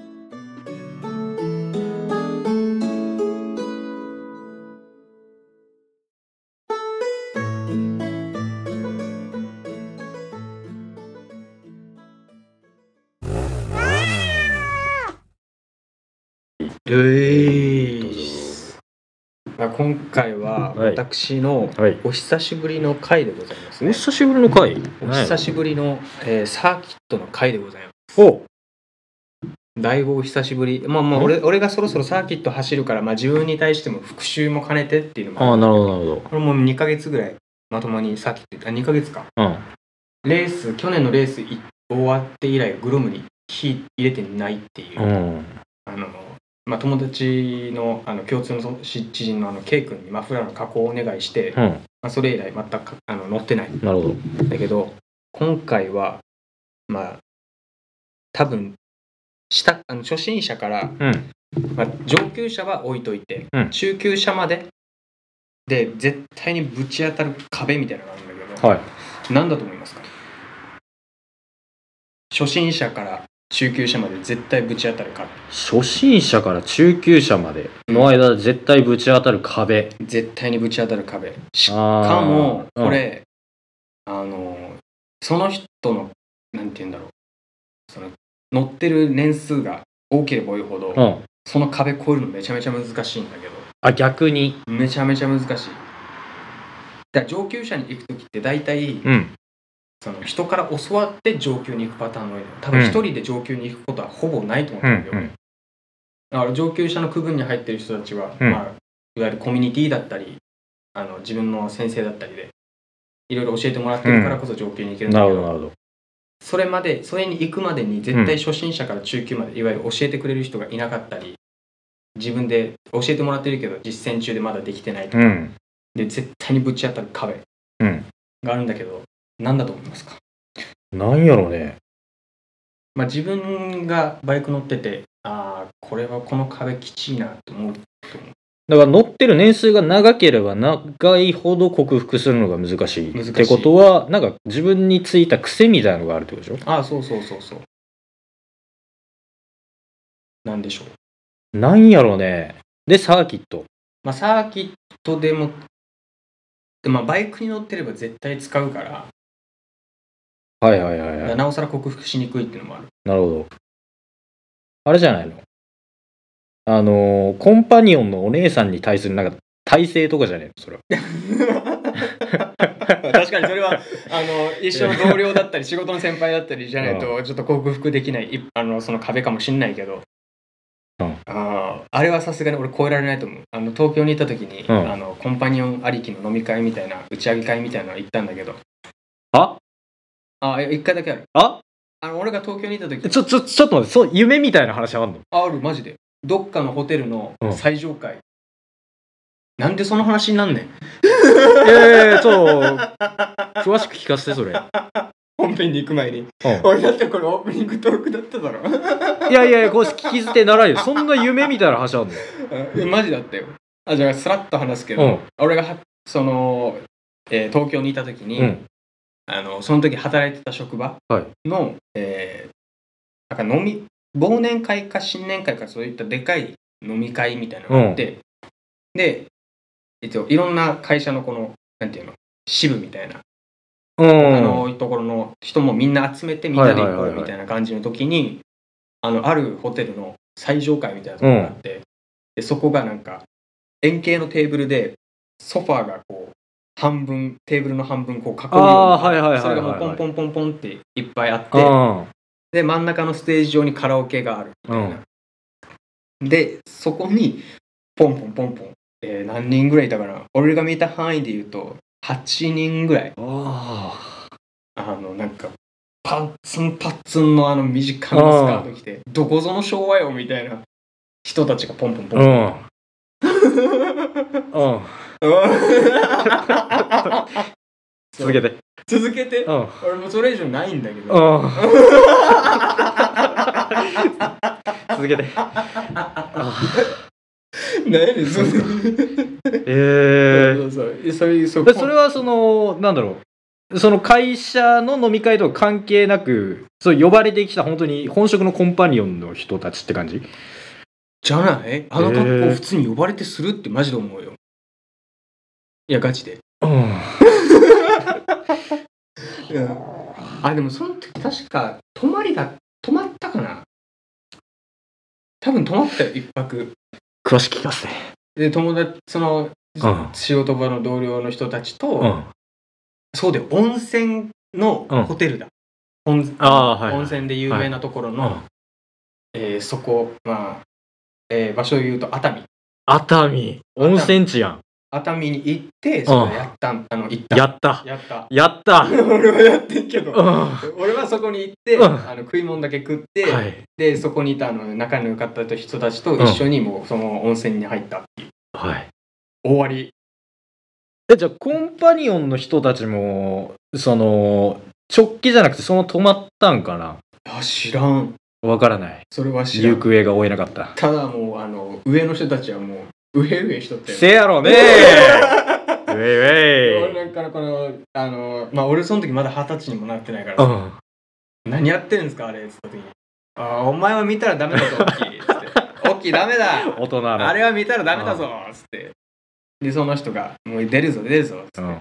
Speaker 3: えー
Speaker 2: どうぞ
Speaker 3: まあ、今回は
Speaker 2: はい
Speaker 3: 私の
Speaker 2: はい
Speaker 3: お久しぶりの回でございます
Speaker 2: お
Speaker 3: ね、
Speaker 2: 久しぶりの回
Speaker 3: お久しぶりの、えーサーキットの回でございます
Speaker 2: お
Speaker 3: だいぶお久しぶりまあまあ俺俺がそろそろサーキット走るから、まあ、自分に対しても復習も兼ねてっていうのも
Speaker 2: ああ
Speaker 3: る
Speaker 2: なるほどなるほ
Speaker 3: これもう2ヶ月ぐらいまともにサーキットあ2ヶ月か
Speaker 2: ど
Speaker 3: レース去年のレースい終わって以来グロムに火入れてないっていう、
Speaker 2: うんうん
Speaker 3: あのまあ、友達のあの共通のそ知知人のあの K 君にマフラーの加工をお願いして、
Speaker 2: う
Speaker 3: ま
Speaker 2: ん
Speaker 3: あ、それ以来全くかあの乗ってない
Speaker 2: なるほど
Speaker 3: だけど今回はまあ多分下あの初心者から、
Speaker 2: うん
Speaker 3: まあ、上級者は置いといて、
Speaker 2: うん
Speaker 3: 中級者までで絶対にぶち当たる壁みたいなのがあるんだけど、
Speaker 2: はい
Speaker 3: 何だと思いますか初心者から中級者まで絶対ぶち当たる壁
Speaker 2: 初心者から中級者までの間絶対ぶち当たる壁
Speaker 3: 絶対にぶち当たる壁しか
Speaker 2: あー
Speaker 3: も
Speaker 2: うん
Speaker 3: これ、あのその人のなんて言うんだろうその乗ってる年数が多ければ多いほど、
Speaker 2: うん
Speaker 3: その壁越えるのめちゃめちゃ難しいんだけど
Speaker 2: あ逆に
Speaker 3: めちゃめちゃ難しいだから上級者に行く時って大体、
Speaker 2: うん
Speaker 3: その人から教わって上級に行くパターンが多いの多分
Speaker 2: うん
Speaker 3: 一人で上級に行くことはほぼないと思う
Speaker 2: うんん
Speaker 3: だけど、だから上級者の区分に入ってる人たちは、
Speaker 2: うん
Speaker 3: まあ、いわゆるコミュニティだったりあの自分の先生だったりでいろいろ教えてもらってるからこそ上級に行け
Speaker 2: う
Speaker 3: る
Speaker 2: ん
Speaker 3: んだ
Speaker 2: な
Speaker 3: け
Speaker 2: る
Speaker 3: ど,、
Speaker 2: ほどなるほど
Speaker 3: それまでそれに行くまでに絶対初心者から中級まで、いわゆる教えてくれる人がいなかったり自分で教えてもらってるけど実践中でまだできてないとか、
Speaker 2: うん
Speaker 3: で絶対にぶち当たる壁
Speaker 2: うん
Speaker 3: があるんだけど何だと思いますか、
Speaker 2: なんやろね
Speaker 3: まあ、自分がバイク乗っててああこれはこの壁きちいなと思う
Speaker 2: だから乗ってる年数が長ければ長いほど克服するのが難しい
Speaker 3: 難しい
Speaker 2: ってことはなんか自分についた癖みたいなのがあるってことでし
Speaker 3: ああそうそうそうそうなんでしょう
Speaker 2: ょなんやろねでサーキット
Speaker 3: まあサーキットでもでまあバイクに乗ってれば絶対使うから,、
Speaker 2: はいはいはいはい
Speaker 3: なおさら克服しにくいっていうのもある
Speaker 2: なるほど。あれじゃないのあのーコンパニオンのお姉さんに対するなんか体勢とかじゃねえのそれは。
Speaker 3: 確かにそれはあの一緒の同僚だったり仕事の先輩だったりじゃないとちょっと克服できないいあのその壁かもしんないけど、
Speaker 2: うん
Speaker 3: あーあれはさすがに俺超えられないと思うあの東京に行った時に、
Speaker 2: うん
Speaker 3: あのコンパニオンありきの飲み会みたいな打ち上げ会みたいなの行ったんだけど
Speaker 2: あ
Speaker 3: あえ一回だけある
Speaker 2: あ
Speaker 3: あの俺が東京にいた時
Speaker 2: ちょ、ちょ、ちょっと待って、そう、夢みたいな話あんの
Speaker 3: あるマジでどっかのホテルの
Speaker 2: うん
Speaker 3: 最上階、なんでその話になんねん
Speaker 2: いやいやいや、ちょっと、詳しく聞かせて、それ。う
Speaker 3: 本編に行く前に
Speaker 2: ん
Speaker 3: 俺だってこれオープニングトークだっただろ
Speaker 2: いやいやいや、こう聞き捨てならんよ。そんな夢みたいな話あんの
Speaker 3: うんマジだったよあじゃあスラッと話すけど、
Speaker 2: うん。
Speaker 3: 俺がはその、えー東京にいた時に、
Speaker 2: うん。
Speaker 3: あのその時働いてた職場
Speaker 2: はい
Speaker 3: の、えーなんか飲み忘年会か新年会かそういったでかい飲み会みたいなのがあって、で、えっと、いろんな会社のこのなんていうの支部みたいな、
Speaker 2: う
Speaker 3: あ
Speaker 2: ん。
Speaker 3: のところの人もみんな集めてみんなで行こ
Speaker 2: はいはいはいうはい
Speaker 3: みたいな感じの時にあのあるホテルの最上階みたいなところがあって、でそこがなんか円形のテーブルでソファーがこう半分テーブルの半分こう囲むように
Speaker 2: あーはいはいはいはい
Speaker 3: それがもうポンポンポンポンっていっぱいあって、
Speaker 2: うん。
Speaker 3: で真ん中のステージ上にカラオケがあるみたいな、でそこにポンポンポンポン、えー何人ぐらいいたかな俺が見た範囲で言うと8人ぐらい
Speaker 2: あ
Speaker 3: あのなんかパッツンパッツンのあの短いスカート着てどこぞの昭和よみたいな人たちがポンポンポ
Speaker 2: あ。
Speaker 3: ン
Speaker 2: う
Speaker 3: ポン、
Speaker 2: ん。 う ん。続けて。
Speaker 3: 続けて
Speaker 2: うん。
Speaker 3: 俺もそれ以上ないんだけ
Speaker 2: う
Speaker 3: ど
Speaker 2: ん。続けて。あ
Speaker 3: 何やねんそれ
Speaker 2: ーえー
Speaker 3: そうそうそれそ
Speaker 2: でそれはそのなんだろうその会社の飲み会とか関係なくそう呼ばれてきた本当に本職のコンパニオンの人たちって感じ
Speaker 3: じゃないあの格
Speaker 2: へ
Speaker 3: 好
Speaker 2: ー
Speaker 3: 普通に呼ばれてするってマジで思うよいやガチで
Speaker 2: うん
Speaker 3: あでもその時確か泊まりだ泊まったかな多分泊まったよ一泊
Speaker 2: 詳しく聞かせて
Speaker 3: で友達その
Speaker 2: うん
Speaker 3: 仕事場の同僚の人たちと、
Speaker 2: うん
Speaker 3: そうだよ温泉の
Speaker 2: うん
Speaker 3: ホテルだ、温
Speaker 2: あーはいはい
Speaker 3: 温泉で有名なところの、
Speaker 2: うん
Speaker 3: えーそこまあ、えー場所を言うと熱海
Speaker 2: 熱海温泉地やん
Speaker 3: 熱海に行ってそれやったんあの行った
Speaker 2: やった
Speaker 3: やった
Speaker 2: やった
Speaker 3: 俺はやってんけ
Speaker 2: うん
Speaker 3: ど
Speaker 2: は
Speaker 3: 俺はそこに行って、
Speaker 2: うん
Speaker 3: あの食い物だけ食って、
Speaker 2: い
Speaker 3: でそこにいたあの仲の良かった人たちと一緒にもうその温泉に入った、
Speaker 2: はい
Speaker 3: 終わり
Speaker 2: えじゃあコンパニオンの人たちもその直帰じゃなくてその止まったんかな
Speaker 3: あ知らん
Speaker 2: わからない
Speaker 3: それは知ら
Speaker 2: 行
Speaker 3: ん
Speaker 2: 方が追えなかった
Speaker 3: ただもうあの上の人たちはもう上上しとって
Speaker 2: せやろ ねウェイウェイ
Speaker 3: 俺なんかこのあのまあ俺その時まだ二十歳にもなってないから
Speaker 2: う
Speaker 3: さ
Speaker 2: ん
Speaker 3: 何やってんすかあれっつった時に「あーお前は見たらダメだぞオッキー」っつ って「オッキーダメだ
Speaker 2: 大人の
Speaker 3: あれは見たらダメだぞ」っつってでその人が「もう出るぞ出るぞ」っつって
Speaker 2: うん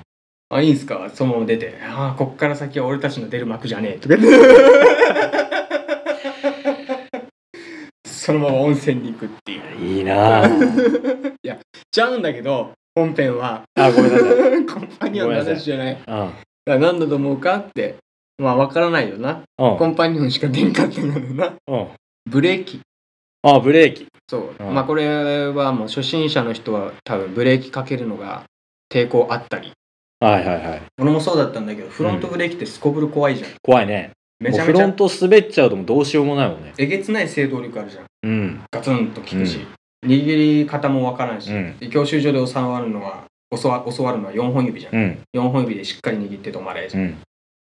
Speaker 3: あいいんすかそのまま出て「ああこっから先は俺たちの出る幕じゃねえ」 とかそのまま温泉に行くっていう
Speaker 2: いいなぁ
Speaker 3: ちゃうんだけど本編は
Speaker 2: あごめんなさい
Speaker 3: コンパニオンの話じゃない
Speaker 2: うん
Speaker 3: だから何だと思うかってまあ分からないよな
Speaker 2: う
Speaker 3: コ
Speaker 2: ん
Speaker 3: ンパニオンしか出んかったんだろうな
Speaker 2: うん
Speaker 3: ブレーキ
Speaker 2: あブレーキ
Speaker 3: そう、
Speaker 2: うん
Speaker 3: まあこれはもう初心者の人は多分ブレーキかけるのが抵抗あったり
Speaker 2: はいはいはい
Speaker 3: 俺もそうだったんだけどフロントブレーキってすこぶる怖いじゃん、
Speaker 2: 怖いね
Speaker 3: めちゃ
Speaker 2: もうフ
Speaker 3: めち
Speaker 2: ロ
Speaker 3: ゃ
Speaker 2: ント滑っちゃうともうどうしようもないもんね
Speaker 3: えげつない制動力あるじゃん
Speaker 2: うん
Speaker 3: ガツンと効くし、握り方もわからんし、
Speaker 2: うん
Speaker 3: で教習所で教わるのは教わ教わるのは4本指じゃん、
Speaker 2: うん
Speaker 3: 4本指でしっかり握って止まれじ
Speaker 2: う
Speaker 3: ゃん、
Speaker 2: ん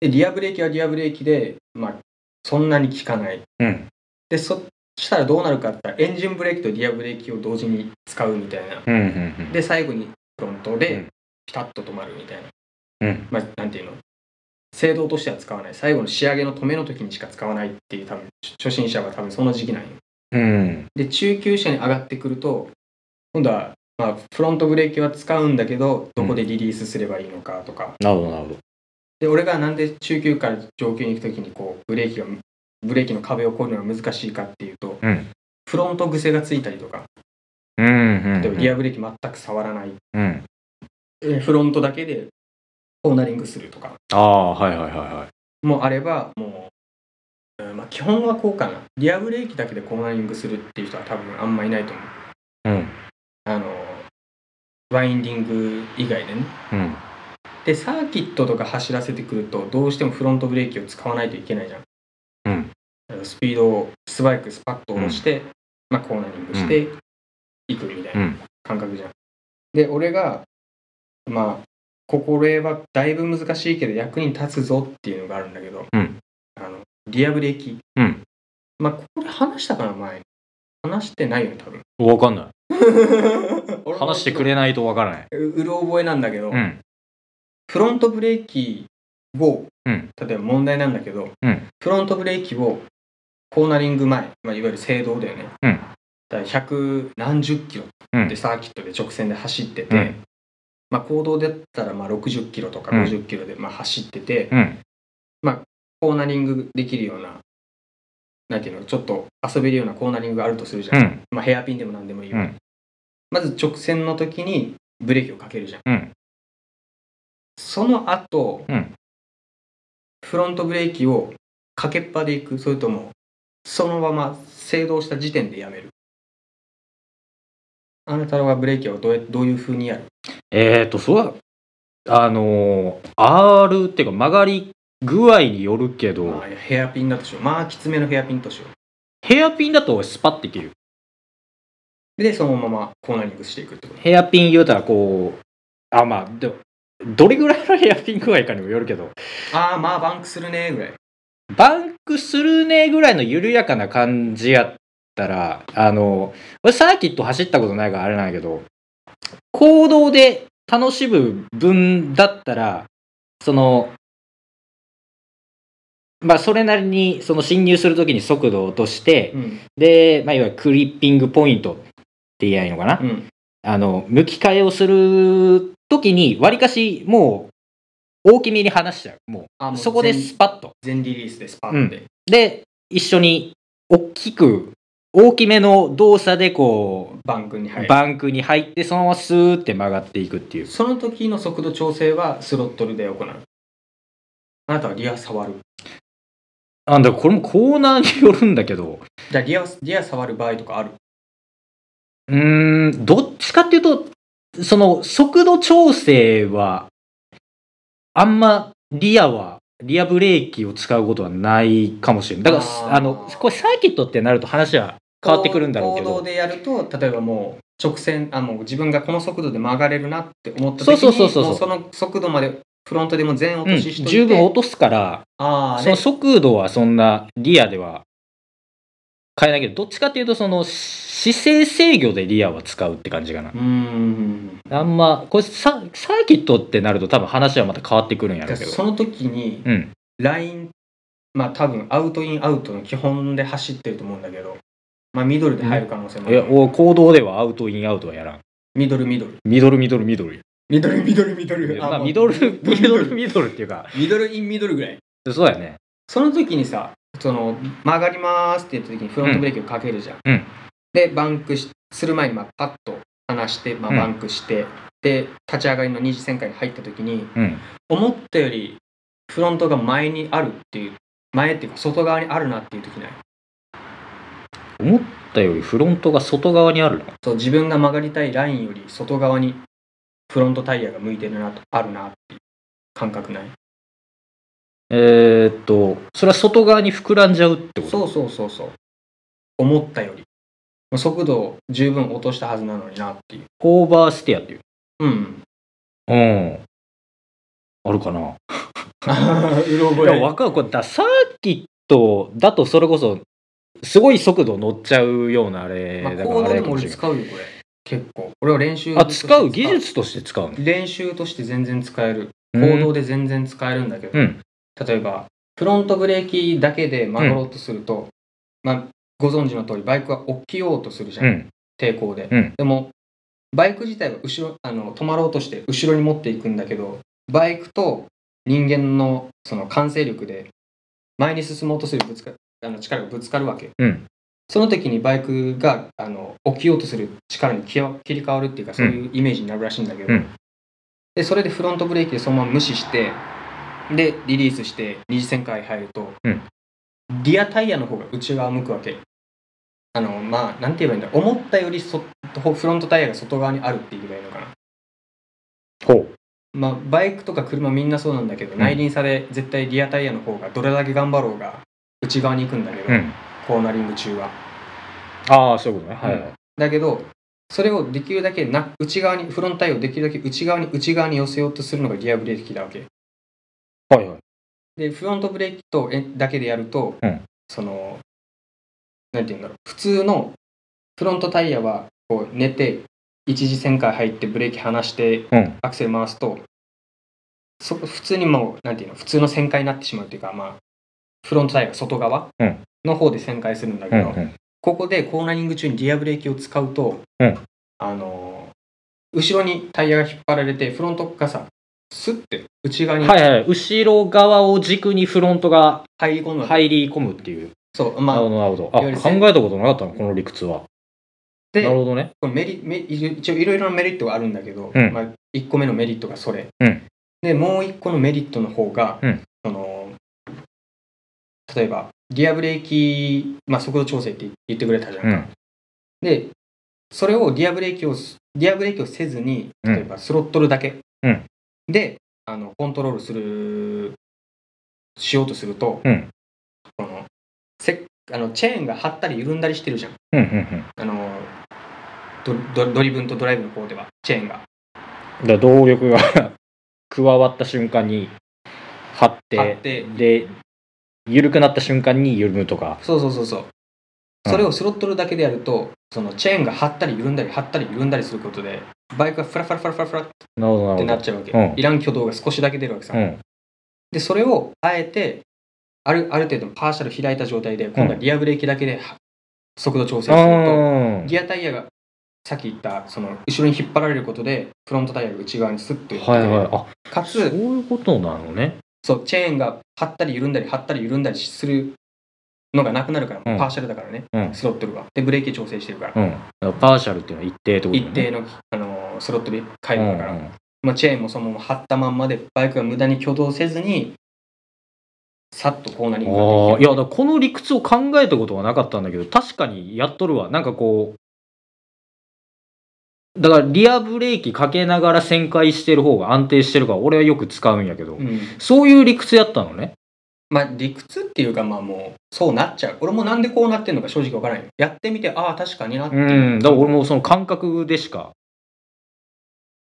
Speaker 3: でリアブレーキはリアブレーキでまあそんなに効かない
Speaker 2: うん
Speaker 3: でそしたらどうなるかって言ったらエンジンブレーキとリアブレーキを同時に使うみたいな
Speaker 2: うんうん
Speaker 3: で最後にフロント
Speaker 2: う
Speaker 3: で
Speaker 2: ん
Speaker 3: ピタッと止まるみたいな、
Speaker 2: うん
Speaker 3: まあなんていうの制動としては使わない最後の仕上げの止めの時にしか使わないっていう多分初心者は多分その時期なんよ
Speaker 2: うん
Speaker 3: で中級者に上がってくると今度は、まあ、フロントブレーキは使うんだけどどこでリリースすればいいのかとか、
Speaker 2: なるほどなるほど
Speaker 3: で俺がなんで中級から上級に行く時にこうブレーキがブレーキの壁を越えるのが難しいかっていうと
Speaker 2: うん
Speaker 3: フロント癖がついたりとか
Speaker 2: うんうん
Speaker 3: 例えばリアブレーキ全く触らない、
Speaker 2: うん
Speaker 3: えーフロントだけでコーナリングするとか
Speaker 2: ああはいはいはいはい
Speaker 3: もあればもう、うんまあ、基本はこうかなリアブレーキだけでコーナリングするっていう人は多分あんまいないと思う
Speaker 2: うん
Speaker 3: あのワインディング以外でね
Speaker 2: うん
Speaker 3: でサーキットとか走らせてくるとどうしてもフロントブレーキを使わないといけないじゃん、
Speaker 2: うん
Speaker 3: あのスピードを素早くスパッと下ろして、まあ、コーナリングしていくみたい
Speaker 2: うん
Speaker 3: な感覚じゃん、で俺がまあこれはだいぶ難しいけど役に立つぞっていうのがあるんだけど、
Speaker 2: うん
Speaker 3: あのリアブレーキ、
Speaker 2: うん
Speaker 3: まあこれ話したから前に話してないよね多 分
Speaker 2: わかんない
Speaker 3: 俺も
Speaker 2: 話してくれないとわからないう
Speaker 3: うろ覚えなんだけど、
Speaker 2: うん
Speaker 3: フロントブレーキを、
Speaker 2: うん
Speaker 3: 例えば問題なんだけど、
Speaker 2: うん
Speaker 3: フロントブレーキをコーナリング前、まあ、いわゆる制動だよね、
Speaker 2: うん
Speaker 3: だから100何十キロ
Speaker 2: うん
Speaker 3: ってサーキットで直線で走ってて、
Speaker 2: うん
Speaker 3: まあ、行動だったらまあ60キロとか
Speaker 2: うん
Speaker 3: 50キロでまあ走ってて、
Speaker 2: うん
Speaker 3: コーナリングできるような。なんていうのちょっと遊べるようなコーナリングがあるとするじゃ、
Speaker 2: うんん
Speaker 3: まあ、ヘアピンでも何でもいいよ、
Speaker 2: うん
Speaker 3: まず直線の時にブレーキをかけるじゃん
Speaker 2: うん
Speaker 3: その後、
Speaker 2: うん
Speaker 3: フロントブレーキをかけっぱでいくそれともそのまま制動した時点でやめるあなたはブレーキをどうやどういうふうにやる
Speaker 2: えーとそうだあのー R っていうか曲がり具合によるけど
Speaker 3: まあ、ヘアピンだとしようまあきつめのヘアピンとしよ
Speaker 2: ヘアピンだとスパッて切る
Speaker 3: うでそのままコーナリングしていくってこと
Speaker 2: ヘアピン言うたらこうあまあでもどれぐらいのヘアピン具合かにもよるけど
Speaker 3: ああまあバンクするねーぐらい
Speaker 2: バンクするねぐらいの緩やかな感じやったら、あの、俺サーキット走ったことないからあれなんやけど、行動で楽しむ分だったら、その、まあそれなりにその進入するときに速度を落として
Speaker 3: う、ん
Speaker 2: で、まあいわゆるクリッピングポイントって言えばいいのかな
Speaker 3: う。ん
Speaker 2: あの、向き替えをするときに、わりかしもう大きめに離しちゃう。も
Speaker 3: あも
Speaker 2: う、
Speaker 3: う
Speaker 2: そこでスパッと。
Speaker 3: 全リリースでスパッて、
Speaker 2: で、一緒に大きく、大きめの動作でこ
Speaker 3: バンクに入
Speaker 2: う、
Speaker 3: る
Speaker 2: バンクに入って、そのままスーって曲がっていくっていう。
Speaker 3: その時の速度調整はスロットルで行うあなたはリア触る
Speaker 2: あ、だからこれもコーナーによるんだけど、
Speaker 3: じゃあリアリア触る場合とかある
Speaker 2: うーん、どっちかっていうと、その速度調整は、あんまリアは、リアブレーキを使うことはないかもしれない。だからす、
Speaker 3: あー
Speaker 2: あの、これサーキットってなると話は変わってくるんだろうけ
Speaker 3: 行動
Speaker 2: ど。
Speaker 3: でやると例えばもう直線あもう自分がこの速度で曲がれるなって思った時
Speaker 2: そう
Speaker 3: に
Speaker 2: そうそうそう
Speaker 3: もうその速度までフロントでも全落
Speaker 2: うん、
Speaker 3: とししといて、
Speaker 2: 十分落とすから、
Speaker 3: ああ
Speaker 2: そ
Speaker 3: ね
Speaker 2: の速度はそんなリアでは変えないけど、どっちかっていうと、その姿勢制御でリアは使うって感じかな
Speaker 3: う。ーん
Speaker 2: あんま、これササーキットってなると多分話はまた変わってくるんや
Speaker 3: だ
Speaker 2: ろ
Speaker 3: から
Speaker 2: うけど。
Speaker 3: その時に
Speaker 2: うん。
Speaker 3: ラインまあ多分アウトインアウトの基本で走ってると思うんだけどまあミドルで入る可能性もあ
Speaker 2: いや、
Speaker 3: る
Speaker 2: お行動ではアウトインアウトはやらん。
Speaker 3: ミドルミドル
Speaker 2: ミドルミドルミドル。
Speaker 3: ミドルミドルミドル
Speaker 2: まあ、
Speaker 3: もう
Speaker 2: ミドル、ミドル、
Speaker 3: ミ
Speaker 2: ミドルっていうか、
Speaker 3: ミドルインミドルぐらい
Speaker 2: そうやね。
Speaker 3: その時にさその曲がりますって言った時にフロントブレーキをかけるじゃん。
Speaker 2: うん
Speaker 3: でバンクしする前にまあパッと離して、まあ、
Speaker 2: うん
Speaker 3: バンクして、で立ち上がりの二次旋回に入った時に
Speaker 2: うん。
Speaker 3: 思ったよりフロントが前にあるっていう前っていうか外側にあるなっていう時ない
Speaker 2: 思ったよりフロントが外側にあるな。
Speaker 3: そう自分が曲がりたいラインより外側にフロントタイヤが向いてるなとあるなっていう感覚ない
Speaker 2: えーっと、それは外側に膨らんじゃうってこと
Speaker 3: そうそうそうそう思ったより速度を十分落としたはずなのになっていう
Speaker 2: オーバーステアっていう。
Speaker 3: うん
Speaker 2: うん。あるかな。
Speaker 3: うろ
Speaker 2: い
Speaker 3: 覚
Speaker 2: や、
Speaker 3: え。
Speaker 2: わかる。これだ、サーキットだとそれこそ、すごい速度乗っちゃうようなあれ
Speaker 3: まあ、
Speaker 2: だか
Speaker 3: 行
Speaker 2: らあ
Speaker 3: 動
Speaker 2: れ
Speaker 3: で
Speaker 2: か
Speaker 3: も
Speaker 2: もし
Speaker 3: 俺
Speaker 2: れない。
Speaker 3: 使うよ、これ。結構。俺は練習
Speaker 2: あ、使う
Speaker 3: として
Speaker 2: 技術として使うの
Speaker 3: 練習として全然使える。行動
Speaker 2: 動
Speaker 3: で全然使えるんだけど、
Speaker 2: うん
Speaker 3: 例えば、フロントブレーキだけで曲がろうとすると、まあ、ご存知の通り、バイクは起きようとするじゃ、
Speaker 2: うんん。
Speaker 3: 抵抗で。
Speaker 2: うん
Speaker 3: でも、バイク自体は後ろあの止まろうとして後ろに持っていくんだけど、バイクと人間のその感性力で、前に進もうとするぶつかあの力がぶつかるわけ。
Speaker 2: うん。
Speaker 3: その時にバイクがあの起きようとする力に切り切り替わるっていうかそういうイメージになるらしいんだけど、
Speaker 2: うん
Speaker 3: でそれでフロントブレーキでそのまま無視してでリリースして二次旋回入ると、
Speaker 2: うん
Speaker 3: リアタイヤの方が内側向くわけあのまあなんて言えばいいんだろう思ったよりそフロントタイヤが外側にあるって言えばいいのかな
Speaker 2: ほう。
Speaker 3: まあ、バイクとか車みんなそうなんだけど、
Speaker 2: うん
Speaker 3: 内輪差で絶対リアタイヤの方がどれだけ頑張ろうが内側に行くんだけど、
Speaker 2: うん。
Speaker 3: コーナリング中は
Speaker 2: ああ、そういうことね。はい。
Speaker 3: うんだけどそれをできるだけな内側にフロントタイヤをできるだけ内側に内側に寄せようとするのがリアブレーキだわけ
Speaker 2: はいはい。
Speaker 3: でフロントブレーキとえだけでやると、
Speaker 2: うん
Speaker 3: そのなんて言うんだろう普通のフロントタイヤはこう寝て一時旋回入ってブレーキ離して
Speaker 2: うん。
Speaker 3: アクセル回すとそ普通にもうなんていうの普通の旋回になってしまうっていうかまあフロントタイヤが外側
Speaker 2: うん
Speaker 3: の方で旋回するんだ
Speaker 2: う
Speaker 3: けど、
Speaker 2: ん。うん。
Speaker 3: ここでコーナリング中にリアブレーキを使うと、
Speaker 2: うん
Speaker 3: あのー後ろにタイヤが引っ張られてフロントがさスッて内側に
Speaker 2: はいはい。後ろ側を軸にフロントが
Speaker 3: 入り込む、
Speaker 2: 入り込むっていう。
Speaker 3: そう
Speaker 2: な
Speaker 3: ま
Speaker 2: るほ
Speaker 3: あ
Speaker 2: ど、なるほど。あ、
Speaker 3: いわゆる
Speaker 2: 考
Speaker 3: 線
Speaker 2: えたことなかったの、この理屈は。な
Speaker 3: で
Speaker 2: るほどね。
Speaker 3: これメリメ一応いろいろなメリットがあるんだけど、
Speaker 2: うん
Speaker 3: まあ、1個目のメリットがそれ、
Speaker 2: うん
Speaker 3: でもう1個のメリットの方が、
Speaker 2: うん
Speaker 3: その例えばリアブレーキ、まあ、速度調整って言ってくれたじゃん
Speaker 2: う
Speaker 3: か、
Speaker 2: ん。
Speaker 3: でそれをリアブレーキをすリアブレーキをせずに
Speaker 2: うん
Speaker 3: 例えばスロットルだけ、
Speaker 2: うん
Speaker 3: であのコントロールするしようとすると、
Speaker 2: うん
Speaker 3: このせあのチェーンが張ったり緩んだりしてるじゃん
Speaker 2: うん。うん。
Speaker 3: あのドドドリブンとドライブの方ではチェーンが
Speaker 2: うん。だ動力が 加わった瞬間に張って、
Speaker 3: 張って
Speaker 2: で、緩くなった瞬間に緩むとか。
Speaker 3: そうそうそうそう
Speaker 2: うん
Speaker 3: それをスロットルだけでやるとそのチェーンが張ったり緩んだり張ったり緩んだりすることでバイクがフラフラフラフラフラっ
Speaker 2: なるほど、
Speaker 3: て
Speaker 2: な
Speaker 3: な
Speaker 2: る
Speaker 3: っちゃうわけ、
Speaker 2: うん
Speaker 3: いらん挙動が少しだけ出るわけさ、
Speaker 2: ほど。うん。
Speaker 3: でそれをあえてあるある程度のパーシャル開いた状態で今度はリアブレーキだけでは速度調整すると、
Speaker 2: あ
Speaker 3: リアタイヤがさっき言ったその後ろに引っ張られることでフロントタイヤが内側にスッと寄って
Speaker 2: あ。はいはい。あ、
Speaker 3: か
Speaker 2: そう
Speaker 3: つ
Speaker 2: いうことなのね。
Speaker 3: そうチェーンが張ったり緩んだり張ったり緩んだりするのがなくなるから、
Speaker 2: うん
Speaker 3: パーシャルだからね
Speaker 2: うん。
Speaker 3: スロットルがでブレーキ調整してるから、
Speaker 2: うん。だからパーシャルっていうのは一定ってことだよ
Speaker 3: 一定
Speaker 2: ね。
Speaker 3: の、あのースロットル回路だから、
Speaker 2: うんうん
Speaker 3: まあ、チェーンもそのまま張ったまんまでバイクが無駄に挙動せずにさっとコーナリングができる
Speaker 2: ああいやだからこの理屈を考えたことはなかったんだけど確かにやっとるわなんかこうだからリアブレーキかけながら旋回してる方が安定してるから俺はよく使うんやけど、
Speaker 3: うん、
Speaker 2: そういう理屈やったのね
Speaker 3: まあ理屈っていうかまあもうそうなっちゃう俺もなんでこうなってんのか正直わからないやってみてああ確かになっていううん
Speaker 2: だから俺もその感覚でしか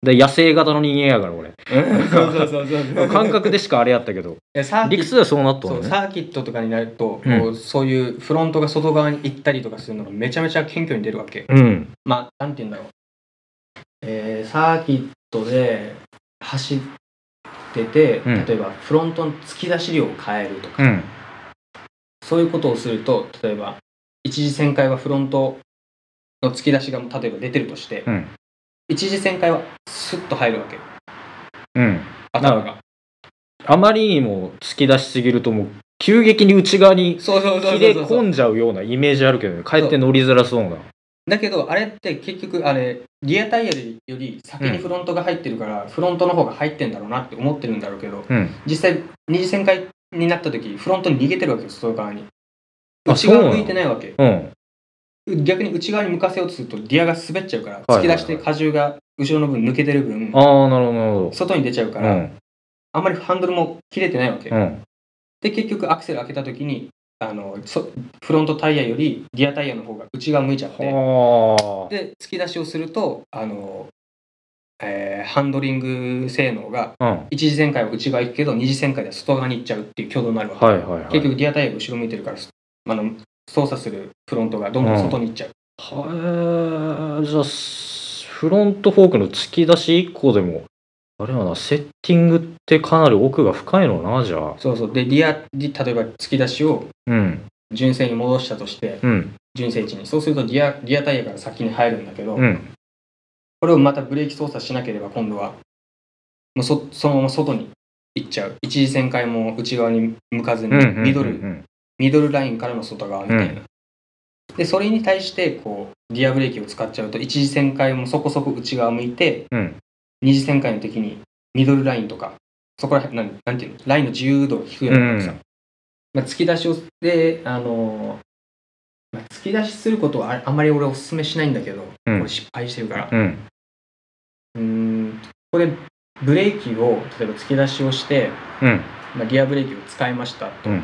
Speaker 2: だから野生型の人間やから俺
Speaker 3: うん そうそうそうそう
Speaker 2: 感覚でしかあれやった けど
Speaker 3: いやサーキ
Speaker 2: 理
Speaker 3: ット
Speaker 2: 屈ではそうなっと
Speaker 3: そ
Speaker 2: ん
Speaker 3: う
Speaker 2: ね
Speaker 3: サーキットとかになると、
Speaker 2: うん
Speaker 3: こうそういうフロントが外側に行ったりとかするのがめちゃめちゃ謙虚に出るわけ
Speaker 2: うん
Speaker 3: まあなんて言うんだろう、えーサーキットで走ってて、
Speaker 2: うん
Speaker 3: 例えばフロントの突き出し量を変えるとか、
Speaker 2: うん
Speaker 3: そういうことをすると例えば一次旋回はフロントの突き出しが例えば出てるとして、
Speaker 2: うん
Speaker 3: 一次旋回はスッと入るわけ
Speaker 2: うん
Speaker 3: 頭が
Speaker 2: あまりにも突き出しすぎるともう急激に内側に
Speaker 3: そうそうそう
Speaker 2: 切
Speaker 3: そ
Speaker 2: れ
Speaker 3: うそう
Speaker 2: 込んじゃうようなイメージあるけどねかえって乗りづらそうな
Speaker 3: だけどあれって結局あれリアタイヤより先にフロントが入ってるから、フロントの方が入ってんだろうなって思ってるんだろうけど
Speaker 2: うん
Speaker 3: 実際二次旋回になった時フロントに逃げてるわけよ外側に
Speaker 2: あ
Speaker 3: 内側向いてないわけ
Speaker 2: うん
Speaker 3: 逆に内側に向かせようとするとリアが滑っちゃうから
Speaker 2: はい
Speaker 3: 突き出して荷重が後ろの分抜けてる分、
Speaker 2: ああなるほどなるほ
Speaker 3: 外に出ちゃう
Speaker 2: ど
Speaker 3: か
Speaker 2: う
Speaker 3: ら、
Speaker 2: ん
Speaker 3: あんまりハンドルも切れてないわけ、
Speaker 2: うん
Speaker 3: で結局アクセル開けた時にあのそフロントタイヤよりリアタイヤの方が内側向いちゃって
Speaker 2: はあ
Speaker 3: で突き出しをするとあの、えーハンドリング性能が
Speaker 2: うん
Speaker 3: 一次旋回は内側行くけど二次旋回では外側に行っちゃうっていう挙動になるわけ、
Speaker 2: はいはいはい
Speaker 3: 結局リアタイヤが後ろ向いてるからあの操作するフロントがどんどん外に行っちゃう、
Speaker 2: はえじゃあすフロントフォークの突き出し1個でもあれはなセッティングってかなり奥が深いのなじゃあ
Speaker 3: そうそうでリアリ例えば突き出しを
Speaker 2: うん
Speaker 3: 純正に戻したとして
Speaker 2: うん
Speaker 3: 純正値にそうするとリアリアタイヤから先に入るんだけど、
Speaker 2: うん
Speaker 3: これをまたブレーキ操作しなければ今度はもうそそのまま外に行っちゃう一次旋回も内側に向かずに
Speaker 2: うんうん
Speaker 3: ミドル、
Speaker 2: うん
Speaker 3: ミドルラインからの外側みたいな、でそれに対してこうリアブレーキを使っちゃうと一次旋回もそこそこ内側向いて
Speaker 2: うん
Speaker 3: 二次旋回の時にミドルラインとかそこら辺なんなんていうのラインの自由度が低いようになってさ、
Speaker 2: うん
Speaker 3: まあ、突き出しをであのーまあ突き出しすることはああんまり俺おすすめしないんだけど、
Speaker 2: うん
Speaker 3: 俺失敗してるから、
Speaker 2: うん
Speaker 3: うーんここでブレーキを例えば突き出しをして、
Speaker 2: うん
Speaker 3: まあ、リアブレーキを使いましたと、
Speaker 2: うん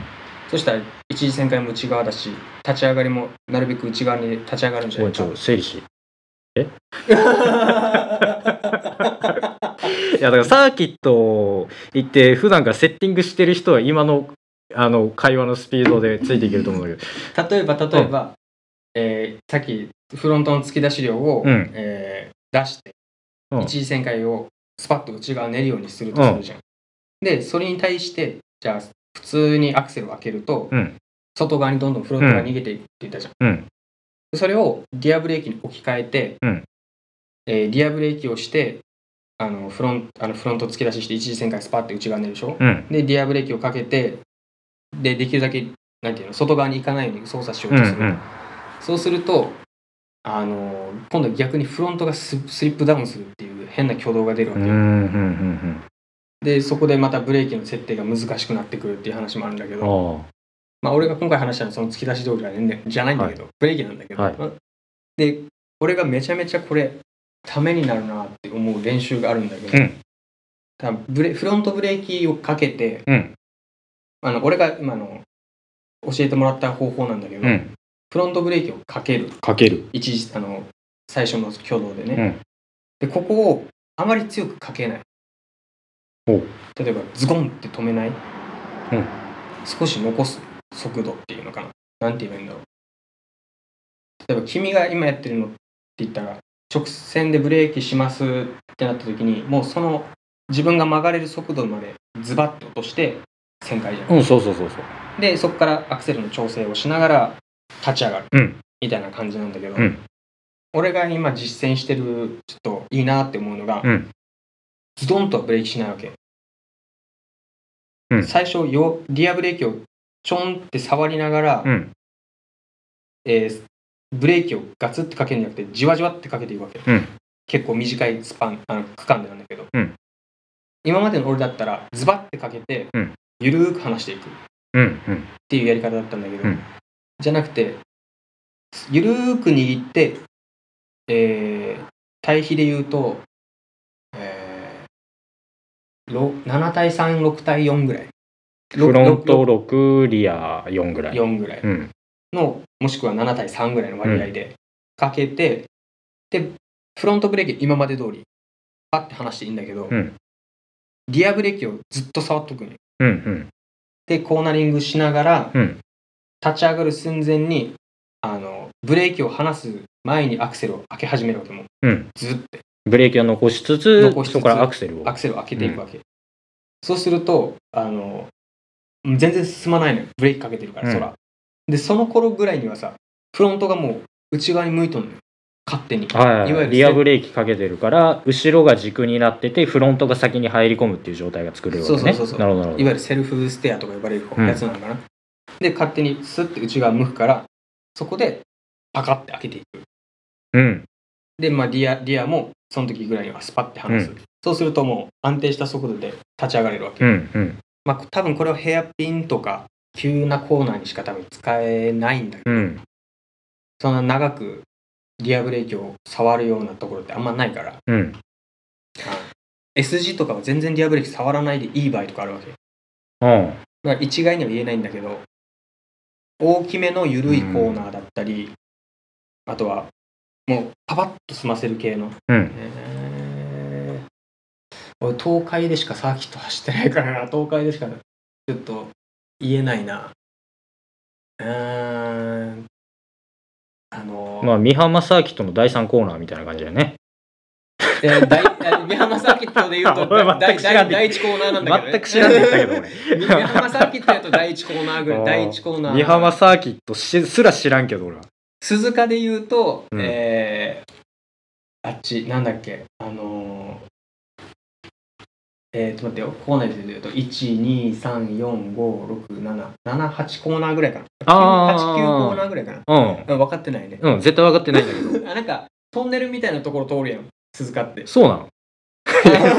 Speaker 3: そしたら一次旋回も内側だし立ち上がりもなるべく内側に立ち上がるんじゃ
Speaker 2: ごめ
Speaker 3: ない
Speaker 2: んち
Speaker 3: か
Speaker 2: ょっと整理しいやだからサーキット行って普段からセッティングしてる人は今のあの会話のスピードでついていけると思うんだけど
Speaker 3: 例えば例えば、えーさっきフロントの突き出し量を、
Speaker 2: うん
Speaker 3: えー出して、
Speaker 2: うん
Speaker 3: 一次旋回をスパッと内側練るようにするとするじゃん、でそれに対してじゃあ普通にアクセルを開けると、
Speaker 2: うん
Speaker 3: 外側にどんどんフロントが逃げていくって言ったじゃん、
Speaker 2: うん
Speaker 3: それをリアブレーキに置き換えて、
Speaker 2: うん
Speaker 3: えーリアブレーキをしてあのフロンあのフロント突き出しして一次旋回スパッて内側に練るでしょ、
Speaker 2: うん
Speaker 3: でリアブレーキをかけてでできるだけなんていうの外側に行かないように操作しよ
Speaker 2: う
Speaker 3: うんと
Speaker 2: う
Speaker 3: する、
Speaker 2: ん
Speaker 3: そうするとあのー今度は逆にフロントがススリップダウンするっていう変な挙動が出るわ
Speaker 2: う
Speaker 3: け
Speaker 2: んう
Speaker 3: よ、
Speaker 2: んうん
Speaker 3: でそこでまたブレーキの設定が難しくなってくるっていう話もあるんだけ
Speaker 2: う
Speaker 3: ど、
Speaker 2: んあ
Speaker 3: まあ、俺が今回話したのはその突き出し通りじゃないんだじゃないんだけど、ブレーキなんだけど、
Speaker 2: はい
Speaker 3: で俺がめちゃめちゃこれためになるなって思う練習があるんだけど、
Speaker 2: うん
Speaker 3: ただブレフロントブレーキをかけて、
Speaker 2: うん
Speaker 3: あの俺が今の教えてもらった方法なんだけど、
Speaker 2: あうん
Speaker 3: フロントブレーキをかける
Speaker 2: かける
Speaker 3: 一時あの最初の挙動で
Speaker 2: う
Speaker 3: ね、
Speaker 2: ん
Speaker 3: でここをあまり強くかけない
Speaker 2: おう
Speaker 3: 例えばズゴンって止めない、
Speaker 2: ん
Speaker 3: 少し残す速度っていうのかななんて言えばいいんだろう例えば君が今やってるのって言ったら直線でブレーキしますってなった時にもうその自分が曲がれる速度までズバッと落として旋回じゃん、
Speaker 2: うんそうそうそうそう
Speaker 3: でそこからアクセルの調整をしながら立ち上がる、
Speaker 2: うん
Speaker 3: みたいな感じなんだけど、
Speaker 2: うん
Speaker 3: 俺が今実践してるちょっといいなって思うのが、
Speaker 2: うん
Speaker 3: ズドンとはブレーキしないわけ、
Speaker 2: うん
Speaker 3: 最初よリアブレーキをちょんって触りながら、
Speaker 2: うん
Speaker 3: えーブレーキをガツってかけるんじゃなくてじわじわってかけていくわけ、
Speaker 2: うん
Speaker 3: 結構短いスパンあの区間でなんだけど、
Speaker 2: うん
Speaker 3: 今までの俺だったらズバッてかけて、
Speaker 2: うん
Speaker 3: ゆるーく離していく
Speaker 2: うんうん
Speaker 3: っていうやり方だったんだけど、
Speaker 2: うん
Speaker 3: じゃなくてゆるーく握って、えー対比で言うと、えー、ろ7対36対4ぐらい
Speaker 2: フロント6リア4ぐらい、
Speaker 3: 4ぐらい
Speaker 2: うん、
Speaker 3: のもしくは7対3ぐらいの割合でかけて、でフロントブレーキ今まで通りパッて離していいんだけど、
Speaker 2: うん
Speaker 3: リアブレーキをずっと触っとくんよ
Speaker 2: うんうん
Speaker 3: でコーナリングしながら、
Speaker 2: うん
Speaker 3: 立ち上がる寸前にあのブレーキを離す前にアクセルを開け始めるわけも
Speaker 2: うん
Speaker 3: ずっと
Speaker 2: ブレーキを残しつつ
Speaker 3: 残しつつ
Speaker 2: そこからアクセルを
Speaker 3: アクセルを開けていくわけ、そうするとあの全然進まないのよブレーキかけてるから
Speaker 2: うん
Speaker 3: 空、でその頃ぐらいにはさフロントがもう内側に向いとんのよ勝手に、
Speaker 2: はい
Speaker 3: いわゆる
Speaker 2: リアブレーキかけてるから後ろが軸になっててフロントが先に入り込むっていう状態が作れるわけね
Speaker 3: そうそうそうそう
Speaker 2: なるほどなるほ
Speaker 3: い
Speaker 2: ど
Speaker 3: わゆるセルフステアとか呼ばれる
Speaker 2: うん
Speaker 3: やつなのかな、で勝手にスッて内側向くからそこでパカッて開けていく
Speaker 2: うん
Speaker 3: で、まあ、リアリアもその時ぐらいにはスパッて離す、
Speaker 2: う
Speaker 3: そうするともう安定した速度で立ち上がれるわけ、
Speaker 2: うんうん
Speaker 3: まあ、多分これはヘアピンとか急なコーナーにしか多分使えないんだけど、
Speaker 2: うん
Speaker 3: そんな長くリアブレーキを触るようなところってあんまないから、
Speaker 2: うん、
Speaker 3: S 字とかは全然リアブレーキ触らないでいい場合とかあるわけ
Speaker 2: うん
Speaker 3: まあ、一概には言えないんだけど大きめの緩いコーナーだったり、あとはもうパパッと済ませる系の、
Speaker 2: うん
Speaker 3: えー俺東海でしかサーキット走ってないからな東海でしかちょっと言えないなうーんあの
Speaker 2: まあ、美浜サーキットの第3コーナーみたいな感じだよね。
Speaker 3: えー大え美浜サーキットで言うと
Speaker 2: 俺全く
Speaker 3: 第
Speaker 2: 知らん
Speaker 3: 第
Speaker 2: で
Speaker 3: 第1コーナーなんだけど、ね、
Speaker 2: 全く知らんでたけど、
Speaker 3: 美
Speaker 2: 俺。
Speaker 3: 浜サーキットやと第1コーナーぐらい第1コーナー
Speaker 2: 美浜サーキットしすら知らんけど、俺は。
Speaker 3: 鈴鹿で言うと、
Speaker 2: うん
Speaker 3: えーあっちなんだっけあのーえー、と待ってよコーナーで言うと123456778コーナーぐらいかな
Speaker 2: あー
Speaker 3: 89コーナーぐらいかな
Speaker 2: うん。
Speaker 3: うん分かってないね、
Speaker 2: うん、絶対分かってないんだけど。
Speaker 3: あなんかトンネルみたいなところ通るやん鈴鹿っ て
Speaker 2: そうなのいやそれ知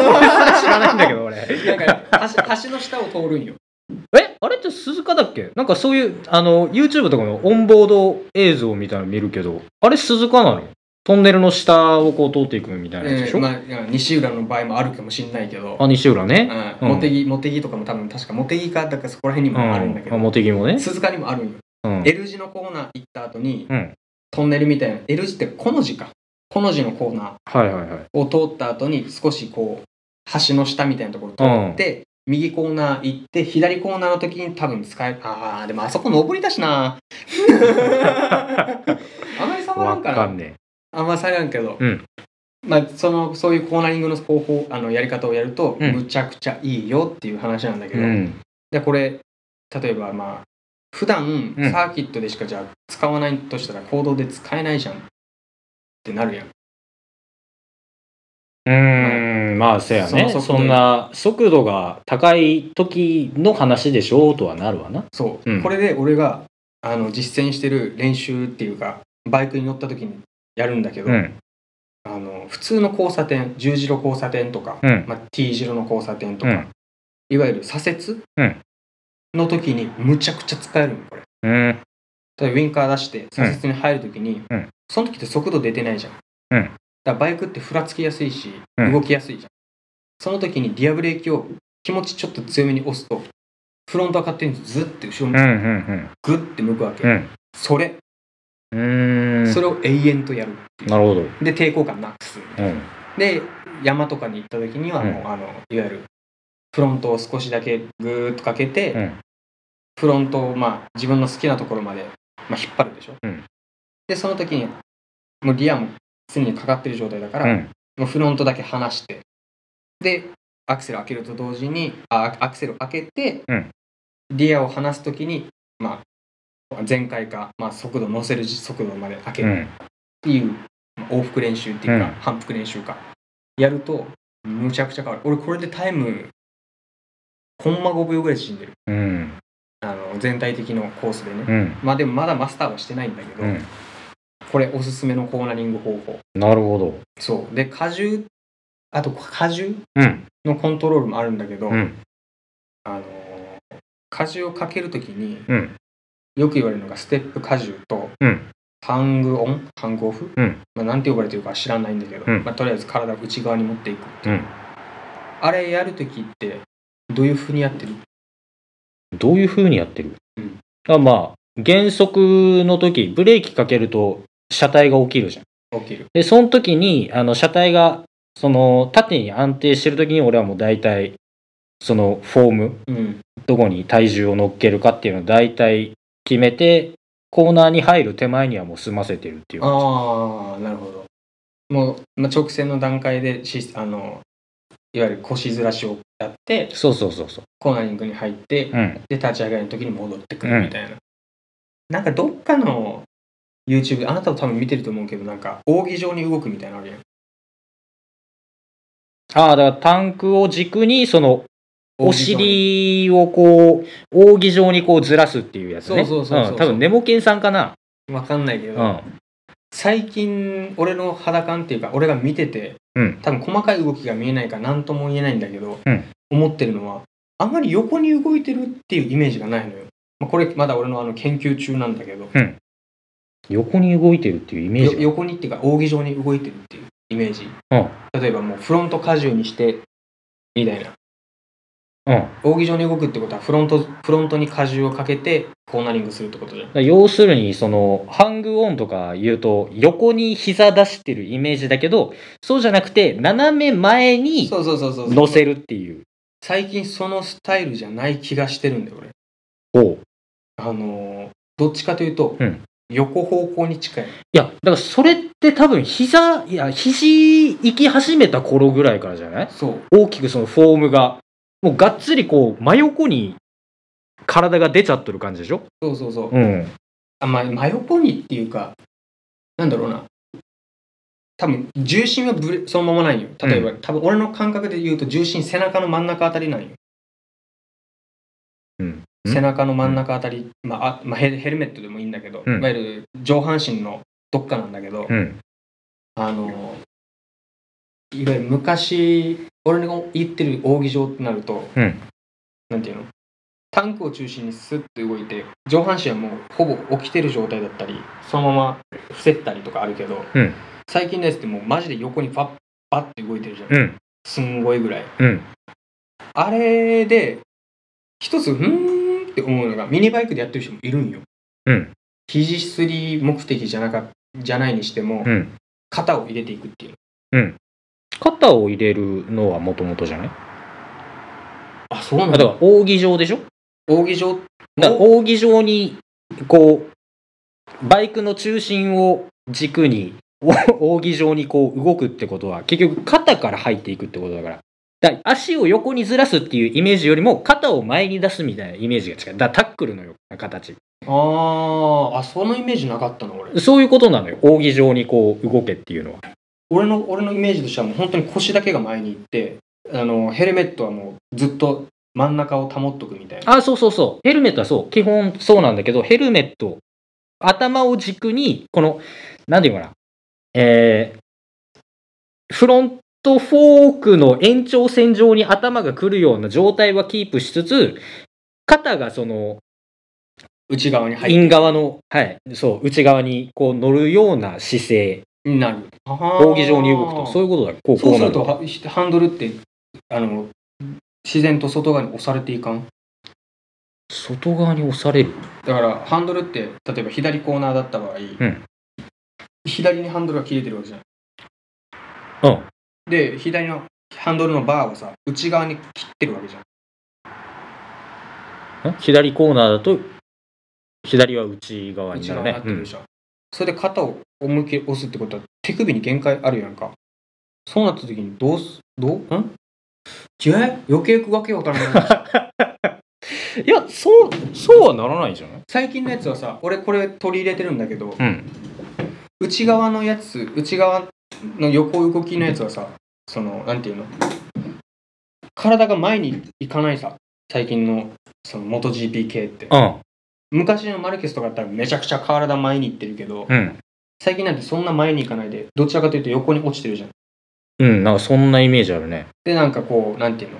Speaker 2: らないんだけど、俺。
Speaker 3: なんか橋橋の下を通るんよ
Speaker 2: えあれって鈴鹿だっけなんかそういう、あの、YouTube とかのオンボード映像みたいなの見るけど、あれ鈴鹿なのトンネルの下をこう通っていくみたいなやつでし
Speaker 3: う
Speaker 2: ょ、
Speaker 3: んまあいや西浦の場合もあるかもしれないけど
Speaker 2: あ、西浦ね。
Speaker 3: うん
Speaker 2: うん
Speaker 3: 茂木茂木とかも多分確か茂木かだからそこら辺に
Speaker 2: うん。
Speaker 3: もあるんだけど、
Speaker 2: あ茂木もね。
Speaker 3: 鈴鹿にもあるんよ
Speaker 2: うん。
Speaker 3: L 字のコーナー行った後に
Speaker 2: うん。
Speaker 3: トンネルみたいな L 字ってコの字かコの字のコーナ
Speaker 2: はいはいはい。
Speaker 3: ーを通った後に少しこう橋の下みたいなところ通って、右コーナー行って左コーナーの時に多分使えああでもあそこ登りだ しなあまり触ら
Speaker 2: わ
Speaker 3: んか
Speaker 2: か
Speaker 3: なん
Speaker 2: ね
Speaker 3: あんまり触らんけど、
Speaker 2: うん
Speaker 3: まあ、そのそういうコーナリングの方法あのやり方をやると、
Speaker 2: うん
Speaker 3: むちゃくちゃいいよっていう話なんだけ
Speaker 2: え。
Speaker 3: ど、
Speaker 2: うん。
Speaker 3: でこれ例えばまあ普段
Speaker 2: うん
Speaker 3: サーキットでしかじゃあ使わないとしたら行動で使えないじゃんってなるやん、
Speaker 2: うーん、まあせやね
Speaker 3: そ
Speaker 2: そ
Speaker 3: の速度
Speaker 2: んな速度が高い時の話でしょうとはなるわな
Speaker 3: そう、
Speaker 2: うん
Speaker 3: これで俺があの実践してる練習っていうかバイクに乗った時にやるんだけど、
Speaker 2: うん
Speaker 3: あの普通の交差点十字路交差点とか、
Speaker 2: うん
Speaker 3: まあ、T 字路の交差点と
Speaker 2: う
Speaker 3: か、
Speaker 2: ん
Speaker 3: いわゆる左折、
Speaker 2: うん
Speaker 3: の時にむちゃくちゃ使えるのこれ
Speaker 2: うん
Speaker 3: 例えばウインカー出して左折に入るときに、
Speaker 2: うん
Speaker 3: その時って速度出てないじゃん、
Speaker 2: うん
Speaker 3: だからバイクってふらつきやすいし、
Speaker 2: うん
Speaker 3: 動きやすいじゃんその時にリアブレーキを気持ちちょっと強めに押すとフロントは勝手にずって後ろ
Speaker 2: うんう
Speaker 3: に
Speaker 2: ん
Speaker 3: グッて向くわけ、
Speaker 2: うん
Speaker 3: それ、
Speaker 2: うんうーん
Speaker 3: それを永遠とやる
Speaker 2: なるほどうん
Speaker 3: で抵抗感なくすで山とかに行った時にはもう、
Speaker 2: う
Speaker 3: あのいわゆるフロントを少しだけグーッとかけて、
Speaker 2: うん
Speaker 3: フロントをまあ自分の好きなところまで、まあ、引っ張るでしょ、
Speaker 2: うん
Speaker 3: でその時にもうリアも常にかかってる状態だか
Speaker 2: う
Speaker 3: ら、
Speaker 2: ん
Speaker 3: もうフロントだけ離してでアクセル開けると同時にあアクセルを開けて、
Speaker 2: うん
Speaker 3: リアを離す時に、まあ、前回か、まあ、速度乗せる速度まで開け
Speaker 2: う
Speaker 3: る、
Speaker 2: ん
Speaker 3: っていうまあ往復練習っていうか、
Speaker 2: うん
Speaker 3: 反復練習かやるとむちゃくちゃ変わる俺これでタイムコンマ5秒ぐらい縮んでる
Speaker 2: うん
Speaker 3: あの全体的のコースでね、
Speaker 2: うん
Speaker 3: まあでもまだマスターはしてないんだけど、
Speaker 2: うん
Speaker 3: これおすすめのコーナリング方法
Speaker 2: なるほど
Speaker 3: そうで荷重あと荷重
Speaker 2: うん
Speaker 3: のコントロールもあるんだけど、
Speaker 2: うん
Speaker 3: あのー荷重をかけるときに
Speaker 2: うん
Speaker 3: よく言われるのがステップ荷重と、
Speaker 2: うん
Speaker 3: ハングオンハングオフ、
Speaker 2: うん
Speaker 3: まあ、なんて呼ばれてるか知らないんだけど、
Speaker 2: うん
Speaker 3: まあ、とりあえず体を内側に持っていくって
Speaker 2: うん
Speaker 3: あれやるときってどういうふうにやってる
Speaker 2: どういう風にやってる、
Speaker 3: うん
Speaker 2: あまあ、減速の時、ブレーキかけると車体が起きるじゃん。
Speaker 3: 起きる
Speaker 2: で、その時に、あの、車体が、その、縦に安定してる時に俺はもう大体、その、フォーム、
Speaker 3: うん
Speaker 2: どこに体重を乗っけるかっていうのを大体決めて、コーナーに入る手前にはもう済ませてるっていう感
Speaker 3: ああなるほどもう、まあ、直線の段階でしあのいわゆる腰ずらしをやって
Speaker 2: じ。そうそうそうそう。
Speaker 3: コーナリングに入って、
Speaker 2: うん。
Speaker 3: で立ち上がりの時に戻ってく
Speaker 2: う
Speaker 3: る
Speaker 2: ん
Speaker 3: みたいな、なんかどっかの YouTube あなたも多分見てると思うけどなんか扇状に動くみたいなのあるやん
Speaker 2: ああ、だからタンクを軸に、その、お尻をこう、扇状にこうずらすっていうやつね。
Speaker 3: そうそうそうそうん
Speaker 2: 多分ネモケンさんかな。
Speaker 3: わかんないけ
Speaker 2: う
Speaker 3: ど、
Speaker 2: ん。
Speaker 3: 最近俺の肌感っていうか俺が見てて、
Speaker 2: うん
Speaker 3: 多分細かい動きが見えないから何とも言えないんだけど、
Speaker 2: うん
Speaker 3: 思ってるのはあんまり横に動いてるっていうイメージがないのよ、まあ、これまだ俺のあの研究中なんだけど、
Speaker 2: 横に動いてるっていうイメー
Speaker 3: よ
Speaker 2: ジが
Speaker 3: 横にっていうか扇状に動いてるっていうイメージ、
Speaker 2: う
Speaker 3: 例えばもうフロント荷重にしてみたいな
Speaker 2: うん。だか
Speaker 3: 扇状に動くってことはフロントフロントに荷重をかけてコーナリングするってことじゃん
Speaker 2: ら要するに、その、ハングオンとか言うと、横に膝出してるイメージだけど、そうじゃなくて、斜め前に
Speaker 3: そうそうそうそう
Speaker 2: 乗せるっていう。
Speaker 3: 最近そのスタイルじゃない気がしてるんだよ俺
Speaker 2: ほう。
Speaker 3: あのーどっちかというと、
Speaker 2: うん
Speaker 3: 横方向に近い
Speaker 2: いや、だからそれって多分膝、いや、肘行き始めた頃ぐらいからじゃない
Speaker 3: そう
Speaker 2: 大きくそのフォームが、もうがっつりこう、真横に体が出ちゃってる感じでしょ
Speaker 3: そうそうそう、
Speaker 2: うん。
Speaker 3: あまあ真横にっていうかなんだろうな多分重心はぶれそのままないよ例えば、多分俺の感覚で言うと重心背中の真ん中あたりなんよ、
Speaker 2: うん
Speaker 3: 背中の真ん中あたり、まああまあ、ヘルヘルメットでもいいんだけど、
Speaker 2: うん
Speaker 3: いわゆる上半身のどっかなんだけど、
Speaker 2: うん。
Speaker 3: あのいわゆる昔俺の言ってる扇状ってなると、
Speaker 2: うん
Speaker 3: なんていうのタンクを中心にスッと動いて上半身はもうほぼ起きてる状態だったりそのまま伏せったりとかあるけど、
Speaker 2: うん
Speaker 3: 最近のやつってもうマジで横にパッパッて動いてるじゃん、
Speaker 2: うん。
Speaker 3: すんごいぐらい
Speaker 2: うん。
Speaker 3: あれで一つうーんって思うのがミニバイクでやってる人もいるんよ、
Speaker 2: うん
Speaker 3: 肘すり目的じゃなかじゃないにしても、
Speaker 2: うん。
Speaker 3: 肩を入れていくっていう
Speaker 2: 肩を入れるのはもともとじゃない
Speaker 3: あそうな
Speaker 2: あだから扇状でしょ
Speaker 3: 扇状
Speaker 2: だから扇状にこうバイクの中心を軸に お扇状にこう動くってことは結局肩から入っていくってことだからだから足を横にずらすっていうイメージよりも肩を前に出すみたいなイメージが近いだからタックルのような形
Speaker 3: あーあそのイメージなかったの俺
Speaker 2: そういうことなのよ扇状にこう動けっていうのは
Speaker 3: 俺の俺のイメージとしてはもう本当に腰だけが前に行ってあのヘルメットはもうずっと真ん中を保っとくみたいな
Speaker 2: あそうそうそうヘルメットはそう基本そうなんだけどヘルメット頭を軸にこの何て言うかなえーフロントフォークの延長線上に頭が来るような状態はキープしつつ肩がその
Speaker 3: 内側に入って
Speaker 2: イン側の、はい、そう内側にこう乗るような姿勢
Speaker 3: なる
Speaker 2: 扇状に動くとそう
Speaker 3: う
Speaker 2: いうことだこう
Speaker 3: そう
Speaker 2: こう
Speaker 3: す
Speaker 2: なる
Speaker 3: ると
Speaker 2: と
Speaker 3: はハンドルってあの自然と外側に押されていかん
Speaker 2: 外側に押される
Speaker 3: だからハンドルって例えば左コーナーだった場合、
Speaker 2: ん
Speaker 3: 左にハンドルが切れてるわけじゃん
Speaker 2: うん
Speaker 3: で左のハンドルのバーをさ内側に切ってるわけじゃん
Speaker 2: ん左コーナーだと左は内側に
Speaker 3: 内
Speaker 2: なる
Speaker 3: 側
Speaker 2: ね
Speaker 3: になっ、て
Speaker 2: う
Speaker 3: るで
Speaker 2: ん
Speaker 3: しょ、それで肩を思いっきり押すってことは手首に限界あるやんかそうなった時にどうすどうんえ余計わけわからない
Speaker 2: いや、そう、そうはならないじゃない
Speaker 3: 最近のやつはさ俺これ取り入れてるんだけど
Speaker 2: うん。
Speaker 3: 内側のやつ内側の横動きのやつはさそのなんていうの体が前に行かないさ最近のその元 GP 系って
Speaker 2: うん。
Speaker 3: 昔のマルケスとかだったらめちゃくちゃ体前に行ってるけど、
Speaker 2: うん。
Speaker 3: 最近なんてそんな前に行かないでどちらかというと横に落ちてるじゃん
Speaker 2: うん、なんかそんなイメージあるね。
Speaker 3: でなんかこうなんていうの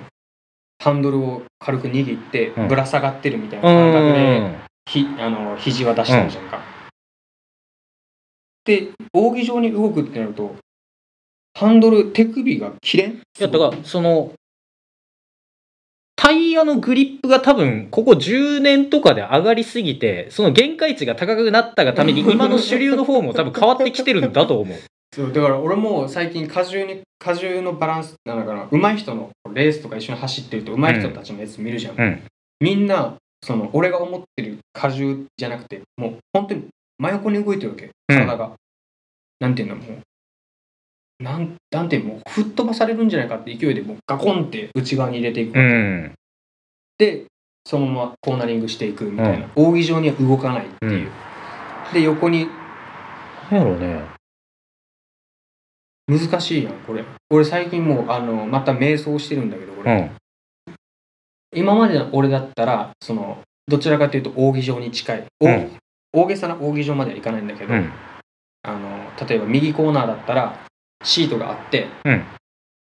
Speaker 3: ハンドルを軽く握って
Speaker 2: うん
Speaker 3: ぶら下がってるみたいな
Speaker 2: う
Speaker 3: 感覚で、
Speaker 2: ん。
Speaker 3: ひあの肘は出してるじゃんか、で扇状に動くってなるとハンドル手首が切れん
Speaker 2: いやだからそのタイヤのグリップが多分ここ10年とかで上がりすぎてその限界値が高くなったがために今の主流の方も多分変わってきてるんだと思う
Speaker 3: そうだから俺も最近荷重に荷重のバランスなのかな上手い人のレースとか一緒に走ってると上手い人たちのやつ見るじゃん、
Speaker 2: うん
Speaker 3: みんなその俺が思ってる荷重じゃなくてもう本当に真横に動いてるわけ
Speaker 2: うん
Speaker 3: 体が、なんていうんだもうなんなんていうのもう吹っ飛ばされるんじゃないかって勢いでもうガコンって内側に入れていくわけ、
Speaker 2: うん
Speaker 3: でそのままコーナリングしていくみたいな、扇状には動かないっていう、で横に
Speaker 2: なんやろうね
Speaker 3: 難しいやんこれ俺最近もうあのまた瞑想してるんだけど
Speaker 2: う
Speaker 3: 俺、
Speaker 2: ん
Speaker 3: 今までの俺だったらそのどちらかというと扇状に近い、お
Speaker 2: うん
Speaker 3: 大げさな扇状まではいかないんだけど、
Speaker 2: うん
Speaker 3: あの例えば右コーナーだったらシートがあって、
Speaker 2: うん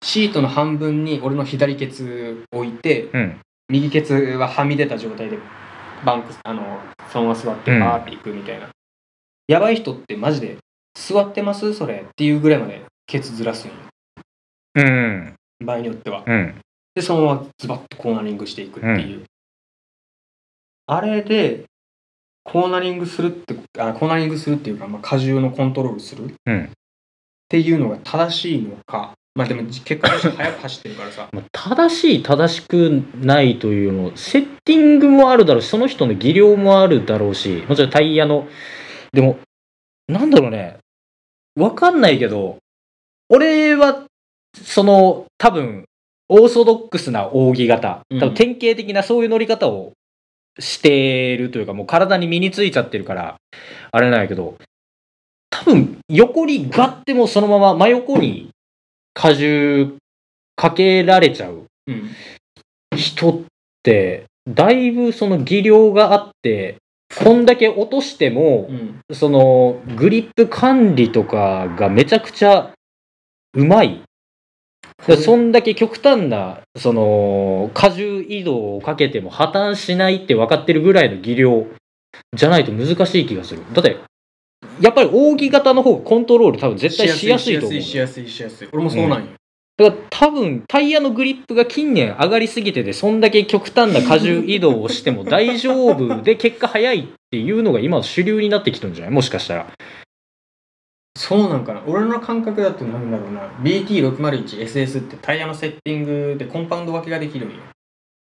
Speaker 3: シートの半分に俺の左ケツ置いて
Speaker 2: うん
Speaker 3: 右ケツははみ出た状態でバンクあのそのまま座って
Speaker 2: うん
Speaker 3: バーっていくみたいな、やばい人ってマジで「座ってますそれ」っていうぐらいまでケツずらすんよ
Speaker 2: うん
Speaker 3: 場合によっては
Speaker 2: うん
Speaker 3: でそのままズバッとコーナリングしていくっていう、あれでコーナリングするってあコーナリングするっていうか、まあ、荷重のコントロールするっ
Speaker 2: うん
Speaker 3: ていうのが正しいのかまあでも結果として速く走ってるからさ
Speaker 2: まあ正しい正しくないというのセッティングもあるだろうしその人の技量もあるだろうしもちろんタイヤのでもなんだろうねわかんないけど俺はその多分オーソドックスな扇形
Speaker 3: うん
Speaker 2: 多分典型的なそういう乗り方をしてるというかもう体に身についちゃってるからあれなんやけど多分横にガッてもうそのまま真横に荷重かけられちゃう
Speaker 3: うん
Speaker 2: 人ってだいぶその技量があってこんだけ落としても
Speaker 3: うん
Speaker 2: そのグリップ管理とかがめちゃくちゃうまい。でそんだけ極端なその荷重移動をかけても破綻しないって分かってるぐらいの技量じゃないと難しい気がする。だってやっぱり扇形の方がコントロール多分絶対しやすいと思うのよ。
Speaker 3: しやすいしやすいしやすい俺もそうなんよ、
Speaker 2: だから多分タイヤのグリップが近年上がりすぎててそんだけ極端な荷重移動をしても大丈夫で結果早いっていうのが今の主流になってきてるんじゃないもしかしたら
Speaker 3: そうなんかな俺の感覚だとなんだろうな BT601SS ってタイヤのセッティングでコンパウンド分けができるんよ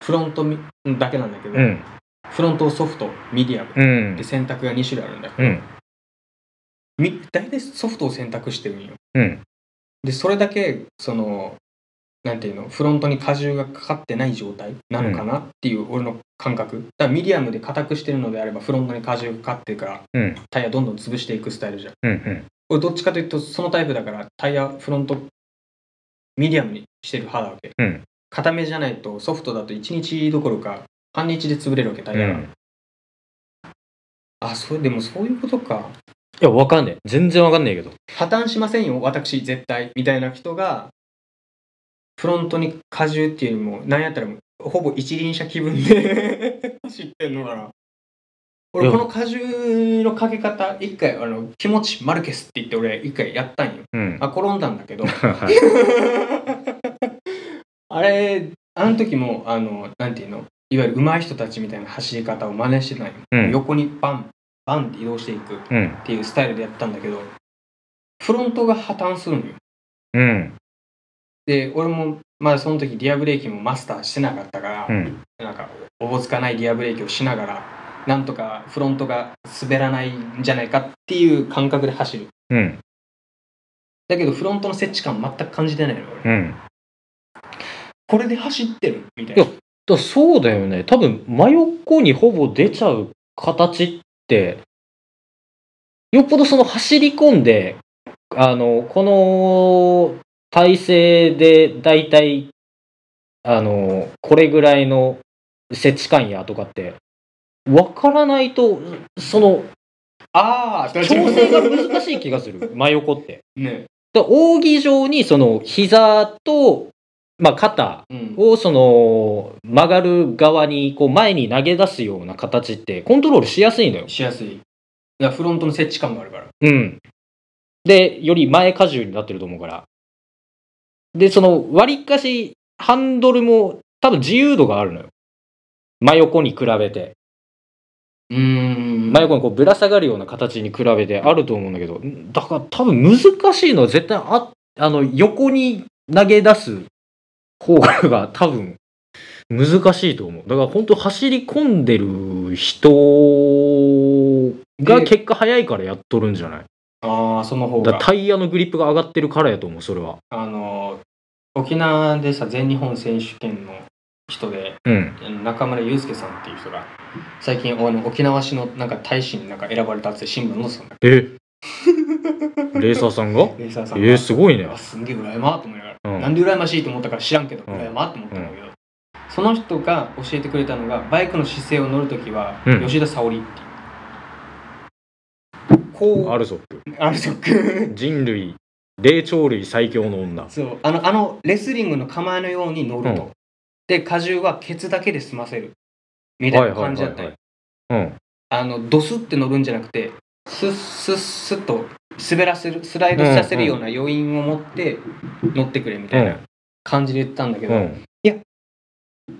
Speaker 3: フロントみだけなんだけど、
Speaker 2: うん
Speaker 3: フロントをソフトミディアム
Speaker 2: うん
Speaker 3: で選択が2種類あるんだけど、
Speaker 2: うん
Speaker 3: み大体ソフトを選択してるんよ
Speaker 2: うん
Speaker 3: でそれだけそのなんていうのフロントに荷重がかかってない状態なのかなっていう俺の感覚だからミディアムで硬くしてるのであればフロントに荷重がかかってるから
Speaker 2: うん
Speaker 3: タイヤどんどん潰していくスタイルじゃん
Speaker 2: うんうん
Speaker 3: 俺どっちかというとそのタイプだからタイヤフロントミディアムにしてる派だわけ、
Speaker 2: うん
Speaker 3: 硬めじゃないとソフトだと1日どころか半日で潰れるわけタイ
Speaker 2: う
Speaker 3: ヤが、
Speaker 2: ん
Speaker 3: あそれでもそういうことか
Speaker 2: いやわかんねえ全然わかんねえけど
Speaker 3: 破綻しませんよ私絶対みたいな人がフロントに荷重っていうよりも何やったらもうほぼ一輪車気分で 走ってんのかな俺
Speaker 2: い
Speaker 3: こ
Speaker 2: や
Speaker 3: の荷重のかけ方一回あの気持ちマルケスって言って俺一回やったんよ
Speaker 2: うん
Speaker 3: あ転んだんだけど
Speaker 2: はい
Speaker 3: あれあの時もあのなんていうのいわゆる上手い人たちみたいな走り方を真似してない、
Speaker 2: うん
Speaker 3: 横にバンバンって移動していくっ
Speaker 2: うん
Speaker 3: ていうスタイルでやったんだけどフロントが破綻するのよ
Speaker 2: うん
Speaker 3: で俺もまだその時リアブレーキもマスターしてなかったから、
Speaker 2: うん
Speaker 3: なんかおぼつかないリアブレーキをしながらなんとかフロントが滑らないんじゃないかっていう感覚で走る
Speaker 2: うん
Speaker 3: だけどフロントの設置感全く感じてないのよ俺
Speaker 2: うん
Speaker 3: これで走ってるみたいな
Speaker 2: よだそうだよね多分真横にほぼ出ちゃう形ってよっぽどその走り込んであのこの体勢でだいたいあのこれぐらいの設置感やとかって分からないとその
Speaker 3: ああ調
Speaker 2: 調整が難しい気がする真横って。
Speaker 3: ね
Speaker 2: だ扇状にその膝と、まあ、肩
Speaker 3: うん
Speaker 2: をその曲がる側にこう前に投げ出すような形ってコントロールしやすいのよ。
Speaker 3: しやすいいやフロントの設置感があるから
Speaker 2: うん。で、より前荷重になってると思うから。で、その、割りかし、ハンドルも多分自由度があるのよ。真横に比べて。
Speaker 3: うーん
Speaker 2: 真横にこうぶら下がるような形に比べてあると思うんだけど、だから多分難しいのは絶対あ、あの、横に投げ出す方が多分難しいと思う。だから本当走り込んでる人が
Speaker 3: で
Speaker 2: 結果早いからやっとるんじゃない
Speaker 3: ああその方
Speaker 2: だ
Speaker 3: が
Speaker 2: からタイヤのグリップが上がってるからやと思う、それは。
Speaker 3: あの沖縄でさ全日本選手権の人で
Speaker 2: うん。
Speaker 3: あの中村祐介さんっていう人が最近あの沖縄市のなんか大使になんか選ばれたって新聞載ってたんだ
Speaker 2: えレーサーさんが
Speaker 3: レーサーさんが
Speaker 2: えー、すごいね
Speaker 3: あ。すんげえ羨まと思いながら、
Speaker 2: うん
Speaker 3: なんで羨ましいと思ったか知らんけど
Speaker 2: うん
Speaker 3: 羨まと思ったんだけど、その人が教えてくれたのがバイクの姿勢を乗るときは、
Speaker 2: うん
Speaker 3: 吉田沙保里っていうこう
Speaker 2: アルソップ。
Speaker 3: あ るぞく
Speaker 2: 人類、霊長類最強の女。
Speaker 3: そうあのあのレスリングの構えのように乗ると、
Speaker 2: うん
Speaker 3: で荷重はケツだけで済ませるみたいな感じだったり、
Speaker 2: はいはいはいはい
Speaker 3: あのドスって乗るんじゃなくてスッスッスッと滑らせるスライドさせるような余韻を持って乗ってくれみたいな感じで言ったんだけ
Speaker 2: う
Speaker 3: ど、
Speaker 2: ん。うん。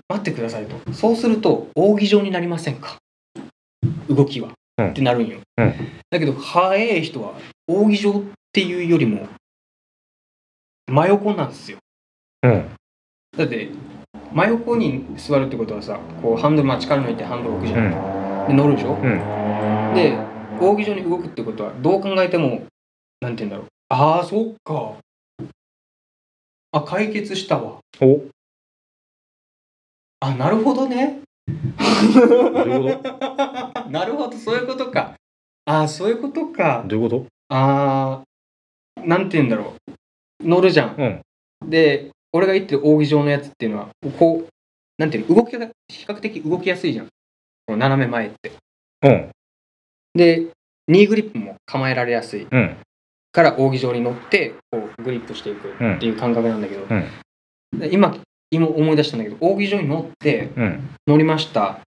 Speaker 3: 待ってくださいとそうすると扇状になりませんか動きは、
Speaker 2: うん
Speaker 3: ってなるんよ、
Speaker 2: うん
Speaker 3: だけど速い人は扇状っていうよりも真横なんですよ
Speaker 2: うん。
Speaker 3: だって真横に座るってことはさこうハンドル、まあ、力抜いてハンドル置くじゃ、
Speaker 2: うんん。
Speaker 3: で乗るでしょ、
Speaker 2: うん
Speaker 3: で扇状に動くってことはどう考えてもなんて言うんだろうああそっかあ解決したわ
Speaker 2: お
Speaker 3: あなるほどね
Speaker 2: どういうこ
Speaker 3: なるほどそういうことかああそういうことか
Speaker 2: とどういうこ
Speaker 3: あーなんて言うんだろう乗るじゃん
Speaker 2: とうん。
Speaker 3: で俺が言ってる扇状のやつっていうのはこうなんていうの動きが比較的動きやすいじゃんこの斜め前って
Speaker 2: うん。
Speaker 3: でニーグリップも構えられやすい
Speaker 2: うん。
Speaker 3: から扇状に乗ってこうグリップしていくっていう感覚なんだけど、で今今思い出したんだけど扇状に乗って
Speaker 2: うん。
Speaker 3: 乗りました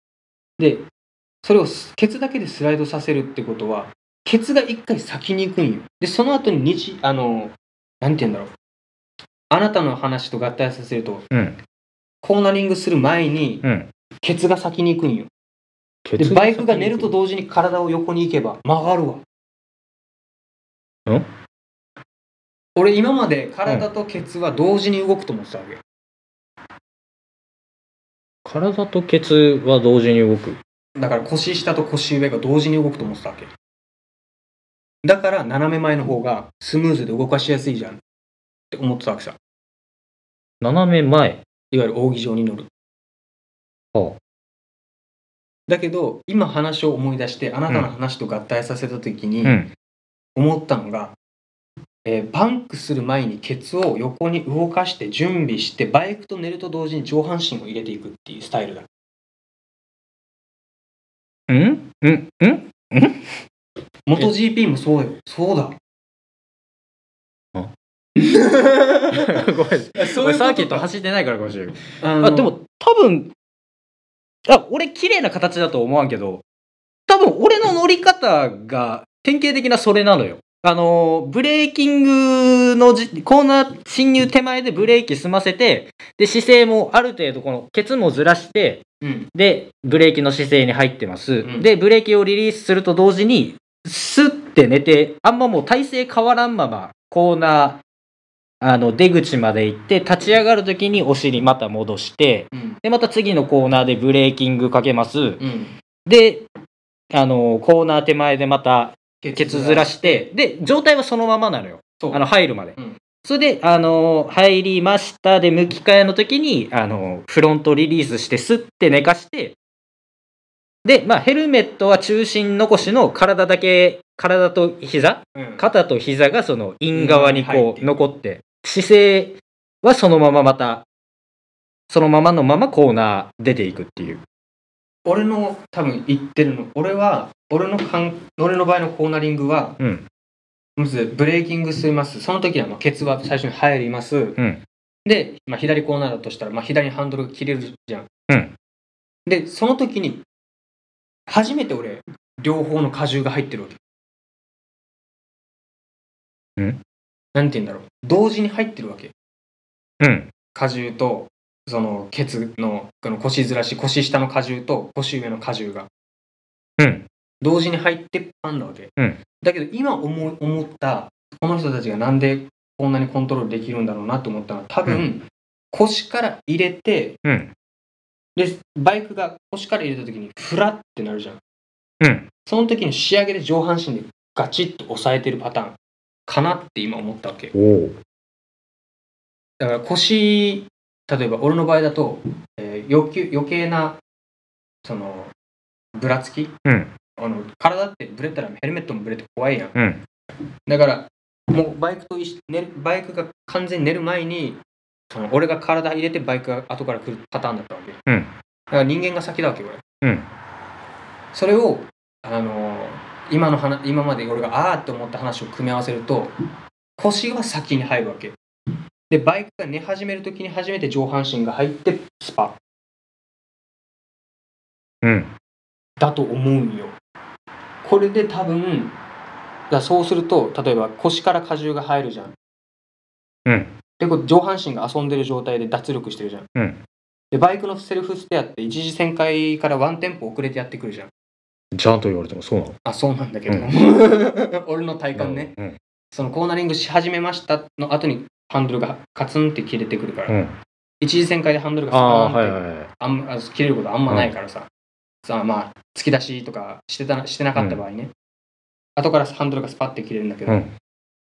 Speaker 3: でそれをすケツだけでスライドさせるってことはケツが一回先に行くんよでその後に日あのなんて言うんだろうあなたの話と合体させると
Speaker 2: うん。
Speaker 3: コーナリングする前に
Speaker 2: うん。
Speaker 3: ケツが先に行くんよ
Speaker 2: ケ
Speaker 3: で
Speaker 2: ツ
Speaker 3: バイクが寝ると同時に体を横に行けば曲がるわ
Speaker 2: ん
Speaker 3: 俺今まで体とケツは同時に動くと思ってたわけよ、
Speaker 2: 体とケツは同時に動く。
Speaker 3: だから腰下と腰上が同時に動くと思ってたわけだから斜め前の方がスムーズで動かしやすいじゃんって思ってたわけさ
Speaker 2: 斜め前。
Speaker 3: いわゆる扇状に乗る
Speaker 2: は
Speaker 3: だけど今話を思い出してあなたの話と合体させた時
Speaker 2: あ
Speaker 3: に
Speaker 2: うん。
Speaker 3: 思ったのが、えーバンクする前にケツを横に動かして準備してバイクと寝ると同時に上半身を入れていくっていうスタイルだ
Speaker 2: うんうんうん
Speaker 3: 元 GP もそうよそうだ
Speaker 2: あ ご
Speaker 3: ご
Speaker 2: めん。
Speaker 3: そう
Speaker 2: 俺
Speaker 3: いうことか
Speaker 2: サーキット走ってないからかもしれない。
Speaker 3: あの
Speaker 2: あ、でも多分、あ、俺綺麗な形だと思わんけど、多分俺の乗り方が典型的なそれなのよ。あの、ブレーキングのじ、コーナー進入手前でブレーキ済ませて、で、姿勢もある程度この、ケツもずらして、
Speaker 3: うん
Speaker 2: で、ブレーキの姿勢に入ってます。
Speaker 3: ん
Speaker 2: で、ブレーキをリリースすると同時に、スッて寝て、あんまもう体勢変わらんまま、コーナー、あの、出口まで行って、立ち上がるときにお尻また戻して、
Speaker 3: うん
Speaker 2: で、また次のコーナーでブレーキングかけます。
Speaker 3: うん
Speaker 2: で、あの、コーナー手前でまた、ケツずら
Speaker 3: し
Speaker 2: して、で、状態はそのままなのよ。
Speaker 3: そう
Speaker 2: あの、入るまで。
Speaker 3: うん
Speaker 2: それで、あの、入りましたで、向き替えの時に、あの、フロントリリースして、スッて寝かして、で、まあ、ヘルメットは中心残しの体だけ、体と膝
Speaker 3: うん
Speaker 2: 肩と膝がその陰側に
Speaker 3: うん入っ
Speaker 2: こ
Speaker 3: て
Speaker 2: う残って、姿勢はそのまままた、そのままのままコーナー出ていくっていう。
Speaker 3: 俺の多分言ってるの俺は俺のかん俺の場合のコーナリングは
Speaker 2: うん。
Speaker 3: まずブレーキングしますその時はまあケツは最初に入ります、
Speaker 2: ん
Speaker 3: で、まあ、左コーナーだとしたら、まあ、左にハンドルが切れるじゃん、
Speaker 2: うん
Speaker 3: でその時に初めて俺両方の荷重が入ってるわけ
Speaker 2: うん
Speaker 3: なんて言うんだろう同時に入ってるわけ
Speaker 2: うん。
Speaker 3: 荷重とそのケツのこの腰ずらし腰下の荷重と腰上の荷重が
Speaker 2: うん。
Speaker 3: 同時に入ってパンなわけ、
Speaker 2: うん
Speaker 3: だけど今思う思ったこの人たちがなんでこんなにコントロールできるんだろうなと思ったのは多分、
Speaker 2: う
Speaker 3: 腰から入れて
Speaker 2: うん。
Speaker 3: でバイクが腰から入れた時にフラってなるじゃん
Speaker 2: うん。
Speaker 3: その時に仕上げで上半身でガチッと押さえてるパターンかなって今思ったわけ
Speaker 2: おお。
Speaker 3: だから腰例えば俺の場合だと、えー余計余計なそのぶらつき
Speaker 2: うん。
Speaker 3: あの体ってぶれたらヘルメットもぶれて怖いやん
Speaker 2: うん。
Speaker 3: だからもうバイクと一緒寝るバイクが完全に寝る前にその俺が体入れてバイクが後から来るパターンだったわけ、
Speaker 2: うん
Speaker 3: だから人間が先だわけ俺、
Speaker 2: うん
Speaker 3: それをあのー今の話今まで俺があーって思った話を組み合わせると腰が先に入るわけでバイクが寝始めるときに初めて上半身が入ってスパ
Speaker 2: うん。
Speaker 3: だと思うんよこれで多分だからそうすると例えば腰から荷重が入るじゃん
Speaker 2: うん。
Speaker 3: でこう上半身が遊んでる状態で脱力してるじゃん、
Speaker 2: うん
Speaker 3: でバイクのセルフステアって一次旋回からワンテンポ遅れてやってくるじゃん
Speaker 2: ちゃんと言われてもそうなの。
Speaker 3: あそうなんだけど、
Speaker 2: う
Speaker 3: 俺の体感ね、
Speaker 2: うん。
Speaker 3: そのコーナリングし始めましたの後にハンドルがカツンって切れてくるから、
Speaker 2: うん。
Speaker 3: 一次旋回でハンドルがス
Speaker 2: あ
Speaker 3: パ
Speaker 2: あ、
Speaker 3: ーンって
Speaker 2: はいはいはい。
Speaker 3: あんまあ切れることあんまないからさ、さあまあ突き出しとかしてたしてなかった場合ね、後からハンドルがスパッて切れるんだけど、
Speaker 2: うん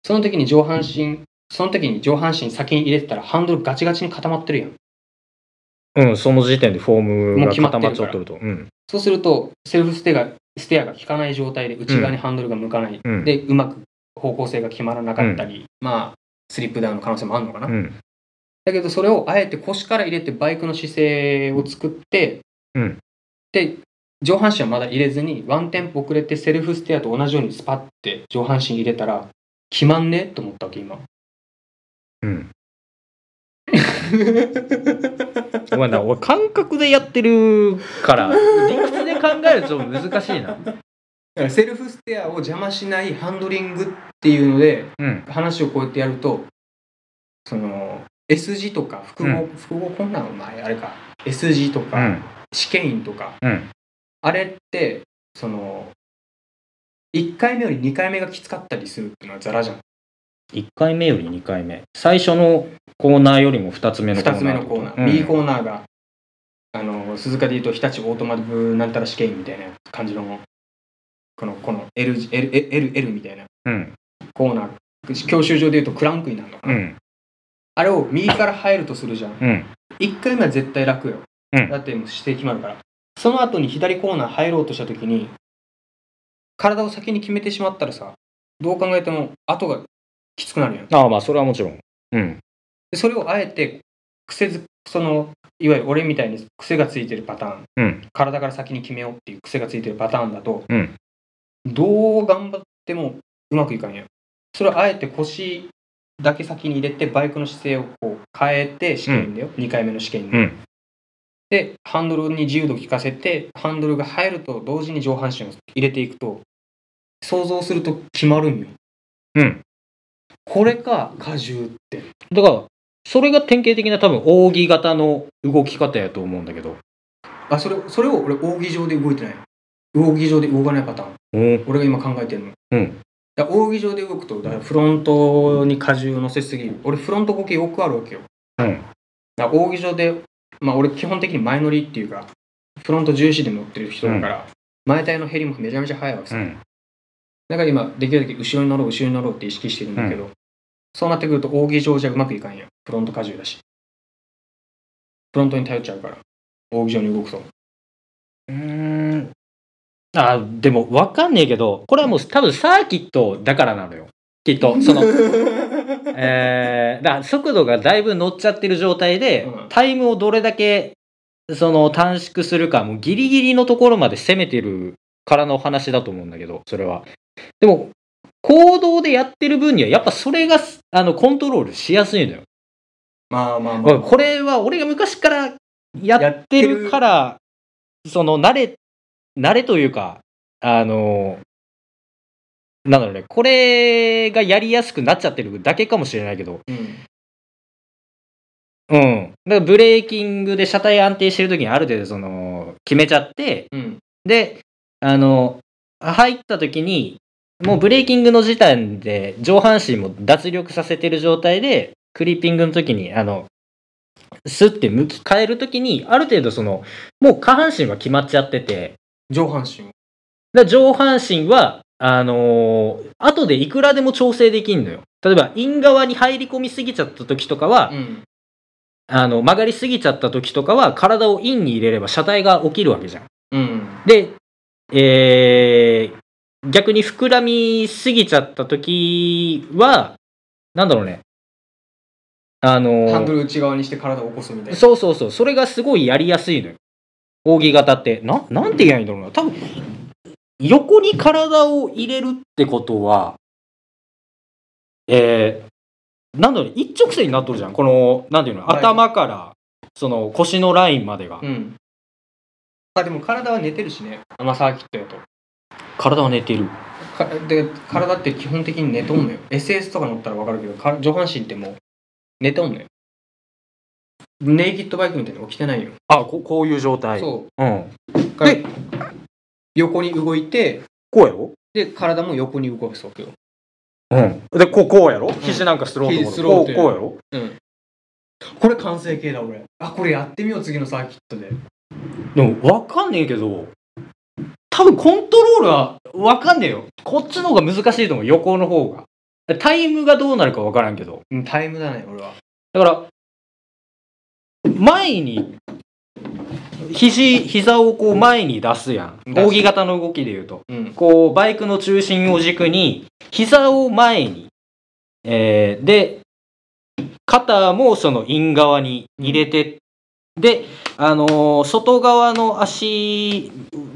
Speaker 3: その時に上半身その時に上半身先に入れてたらハンドルガチガチに固まってるやん
Speaker 2: うん、その時点でフォーム
Speaker 3: もう
Speaker 2: が
Speaker 3: 決まって
Speaker 2: 固
Speaker 3: るか
Speaker 2: まっち
Speaker 3: ら
Speaker 2: ゃってると。うん。
Speaker 3: そうすると、セルフステアがステアが効かない状態で内側にハンドルが向かない、
Speaker 2: うん
Speaker 3: で、うまく方向性が決まらなかったり、まあ、スリップダウンの可能性もあるのかな。
Speaker 2: うん。
Speaker 3: だけど、それをあえて腰から入れて、バイクの姿勢を作って、
Speaker 2: うん
Speaker 3: で、上半身はまだ入れずに、ワンテンポ遅れて、セルフステアと同じようにスパッて上半身入れたら、決まんねと思ったわけ、今。
Speaker 2: うん。お前な、俺感覚でやってるから、理屈で考えると難しいな。
Speaker 3: だからセルフステアを邪魔しないハンドリングっていうので、
Speaker 2: うん。
Speaker 3: 話をこうやってやるとその S 字とか複合、複合こんなの前あれか S 字と
Speaker 2: う
Speaker 3: か、
Speaker 2: ん。
Speaker 3: 試験員とか
Speaker 2: うん。
Speaker 3: あれってその1回目より2回目がきつかったりするっていうのはザラじゃん
Speaker 2: 1回目より2回目。最初のコーナーよりも2つ目のコー
Speaker 3: 2
Speaker 2: ナー。
Speaker 3: つ目のコーナー、
Speaker 2: うん
Speaker 3: 右コーナーがあの鈴鹿でいうと日立オートマティブなんたら試験員みたいな感じのこのこの L, L, L, L みたいな
Speaker 2: うん。
Speaker 3: コーナー教習所でいうとクランクになるのかな、
Speaker 2: うん。
Speaker 3: あれを右から入るとするじゃん
Speaker 2: うん。
Speaker 3: 1回目は絶対楽よ、
Speaker 2: うん
Speaker 3: だってもう指定決まるからその後に左コーナー入ろうとした時に体を先に決めてしまったらさどう考えても後がきつくなるやん
Speaker 2: ああ、まあ、それはもちろん。うん。
Speaker 3: でそれをあえて癖づそのいわゆる俺みたいに癖がついてるパターン
Speaker 2: うん。
Speaker 3: 体から先に決めようっていう癖がついてるパターンだと、
Speaker 2: うん
Speaker 3: どう頑張ってもうまくいかんやんそれをあえて腰だけ先に入れてバイクの姿勢をこう変えて試験だよ、2回目の試験に、
Speaker 2: うん
Speaker 3: でハンドルに自由度効かせてハンドルが入ると同時に上半身を入れていくと想像すると決まるんよ
Speaker 2: うん。
Speaker 3: これか荷重って
Speaker 2: だから、それが典型的な多分、扇形の動き方やと思うんだけど。
Speaker 3: あそれそれを俺扇状で動いてないの扇状で動かないパターン
Speaker 2: うん。
Speaker 3: 俺が今考えてるの
Speaker 2: うん。
Speaker 3: だから扇状で動くとだからフロントに荷重を乗せすぎる俺フロント動きよくあるわけよ
Speaker 2: うん。
Speaker 3: だから扇状でまあ俺基本的に前乗りっていうかフロント重視で乗ってる人だから、前体の減りもめちゃめちゃ速いわけ
Speaker 2: う
Speaker 3: さ、
Speaker 2: ん。
Speaker 3: だから今できるだけ後ろに乗ろう後ろに乗ろうって意識してるんだけど、そうなってくると扇状じゃうまくいかんやフロント荷重だしフロントに頼っちゃうから扇状に動くと
Speaker 2: うーん。あ、でも分かんねえけど、これはもう多分サーキットだからなのよ。きっと、そ の、えー、だから速度がだいぶ乗っちゃってる状態で
Speaker 3: うん、
Speaker 2: タイムをどれだけ、その短縮するか、もうギリギリのところまで攻めてるからの話だと思うんだけど、それは。でも、行動でやってる分には、やっぱそれが、あの、コントロールしやすいのよ。
Speaker 3: まあまあまあ
Speaker 2: これは俺が昔からやってるから、その慣れ、慣れというか、あの、なんだろうね、これがやりやすくなっちゃってるだけかもしれないけど、
Speaker 3: うん
Speaker 2: うん。だからブレーキングで車体安定してる時にある程度その、決めちゃって、
Speaker 3: うん
Speaker 2: で、あの、入った時に、もうブレーキングの時点で上半身も脱力させてる状態で、クリーピングの時に、あの、スッて向き変える時に、ある程度その、もう下半身は決まっちゃってて、
Speaker 3: 上半身を
Speaker 2: だから上半身は、あのー後でいくらでも調整できんのよ。例えば、イン側に入り込みすぎちゃった時とかは、
Speaker 3: うん
Speaker 2: あの、曲がりすぎちゃった時とかは、体をインに入れれば車体が起きるわけじゃん。
Speaker 3: うん
Speaker 2: で、えー逆に膨らみすぎちゃった時は、なんだろうね。あのー
Speaker 3: ハンドル内側にして体を起こすみたいな
Speaker 2: そうそうそう。それがすごいやりやすいのよ。扇形って。な、なんて言えばいいんだろうな。多分、横に体を入れるってことは、えー、なんだろうね、一直線になっとるじゃん。この、なんていうの、
Speaker 3: はい
Speaker 2: 頭から、その腰のラインまでが。
Speaker 3: うんあでも体は寝てるしねまあサーキットやと
Speaker 2: 体は寝てる。
Speaker 3: かで体って基本的に寝とんの よ SS とか乗ったら分かるけどか上半身ってもう寝とんのよネイキッドバイクみたいに起きてないよ、
Speaker 2: あ、ここういう状態。
Speaker 3: そ
Speaker 2: うん。
Speaker 3: うから
Speaker 2: で
Speaker 3: 横に動いて
Speaker 2: こうやろ
Speaker 3: で体も横に動かすわけよ
Speaker 2: うん。で、こう、こうやろ肘なんかスロー
Speaker 3: 肘
Speaker 2: とこ
Speaker 3: ス
Speaker 2: ろ。こ
Speaker 3: ローって
Speaker 2: う、こうやろ
Speaker 3: うんこれ完成形だ俺あこれやってみよう次のサーキットで
Speaker 2: でも、わかんねえけど、多分コントロールはわかんねえよ。こっちの方が難しいと思う。横の方が。タイムがどうなるかわからんけど。
Speaker 3: うんタイムだね俺は
Speaker 2: だから、前に、肘、膝をこう前に出すやん。
Speaker 3: 出す
Speaker 2: 扇形の動きで言うと。
Speaker 3: うん
Speaker 2: こう、バイクの中心を軸に、膝を前に、えーで、肩もそのイン側に入れて、で、あのー外側の足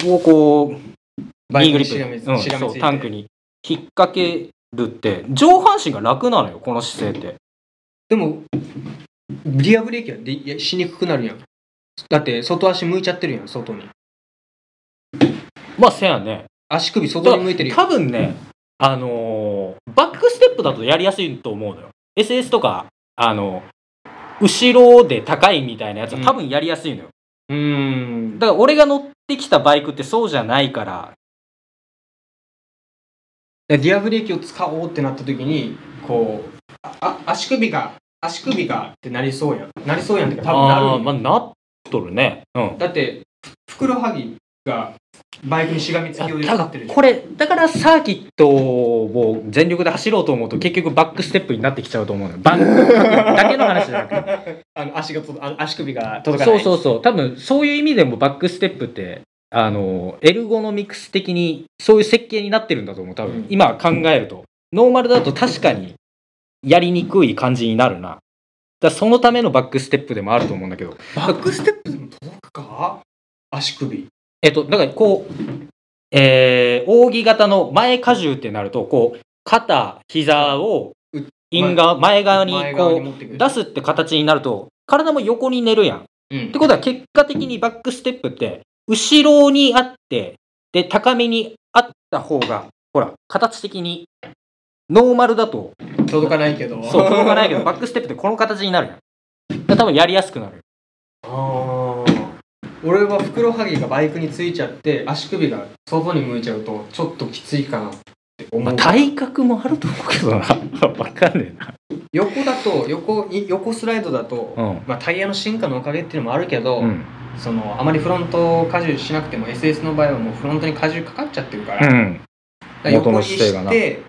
Speaker 2: をこう、
Speaker 3: バイクに
Speaker 2: リ
Speaker 3: しがみつ
Speaker 2: うん
Speaker 3: しが
Speaker 2: そ
Speaker 3: みつい
Speaker 2: う
Speaker 3: て
Speaker 2: タンクに引っ掛けるって、上半身が楽なのよ、この姿勢って。
Speaker 3: でもリアブレーキはでいやしにくくなるやんだって外足向いちゃってるやん外に
Speaker 2: まあ、せやね。
Speaker 3: 足首外に向いてるやん
Speaker 2: 多分ね、あのーバックステップだとやりやすいと思うのよ。SS とか、あの後ろで高いみたいなやつは多分やりやすいのよ。
Speaker 3: うーん
Speaker 2: だから俺が乗ってきたバイクってそうじゃないから、
Speaker 3: でディアブレーキを使おうってなった時にこうああ足首が足首がってなりそうやんなりそうやんってか多分なる
Speaker 2: あ
Speaker 3: よ
Speaker 2: ーまあ、なっとるね。うん。
Speaker 3: だってふくらはぎがバイクにしがみつきをで
Speaker 2: だ
Speaker 3: 使
Speaker 2: か
Speaker 3: ってる
Speaker 2: ら
Speaker 3: じゃん
Speaker 2: これだからサーキットを全力で走ろうと思うと結局バックステップになってきちゃうと思うのよ。 バンクだけの話じゃなくて。
Speaker 3: あの足がとあ足首が届か
Speaker 2: そ
Speaker 3: な
Speaker 2: う
Speaker 3: い
Speaker 2: そうそう多分そういう意味でもバックステップってあのエルゴノミクス的にそういう設計になってるんだと思う多分、
Speaker 3: うん
Speaker 2: 今考えるとノーマルだと確かにやりにくい感じになるなだからそのためのバックステップでもあると思うんだけど
Speaker 3: バックステップでも届くか足首
Speaker 2: えっとだからこうえー扇形の前荷重ってなるとこう肩膝を
Speaker 3: う
Speaker 2: イン側前側に
Speaker 3: 前側に
Speaker 2: こ
Speaker 3: 持ってく
Speaker 2: う
Speaker 3: る
Speaker 2: 出すって形になると体も横に寝るやん
Speaker 3: うん
Speaker 2: ってことは結果的にバックステップって後ろにあってで高めにあった方がほら形的にノーマルだと
Speaker 3: 届かないけど
Speaker 2: そう転がない けどバックステップってこの形になるやんだから多分やりやすくなる
Speaker 3: ああ俺はふくらはぎがバイクについちゃって足首が外に向いちゃうとちょっときついかなって思う、
Speaker 2: まあ体格もあると思うけどな わかんね
Speaker 3: 横だと横に横スライドだと、
Speaker 2: えなうん
Speaker 3: まあ、タイヤの進化のおかげっていうのもあるけど、
Speaker 2: うん
Speaker 3: そのあまりフロント荷重しなくても SS の場合はもうフロントに荷重かかっちゃってるから,、だから横にし
Speaker 2: 元の姿勢がな
Speaker 3: て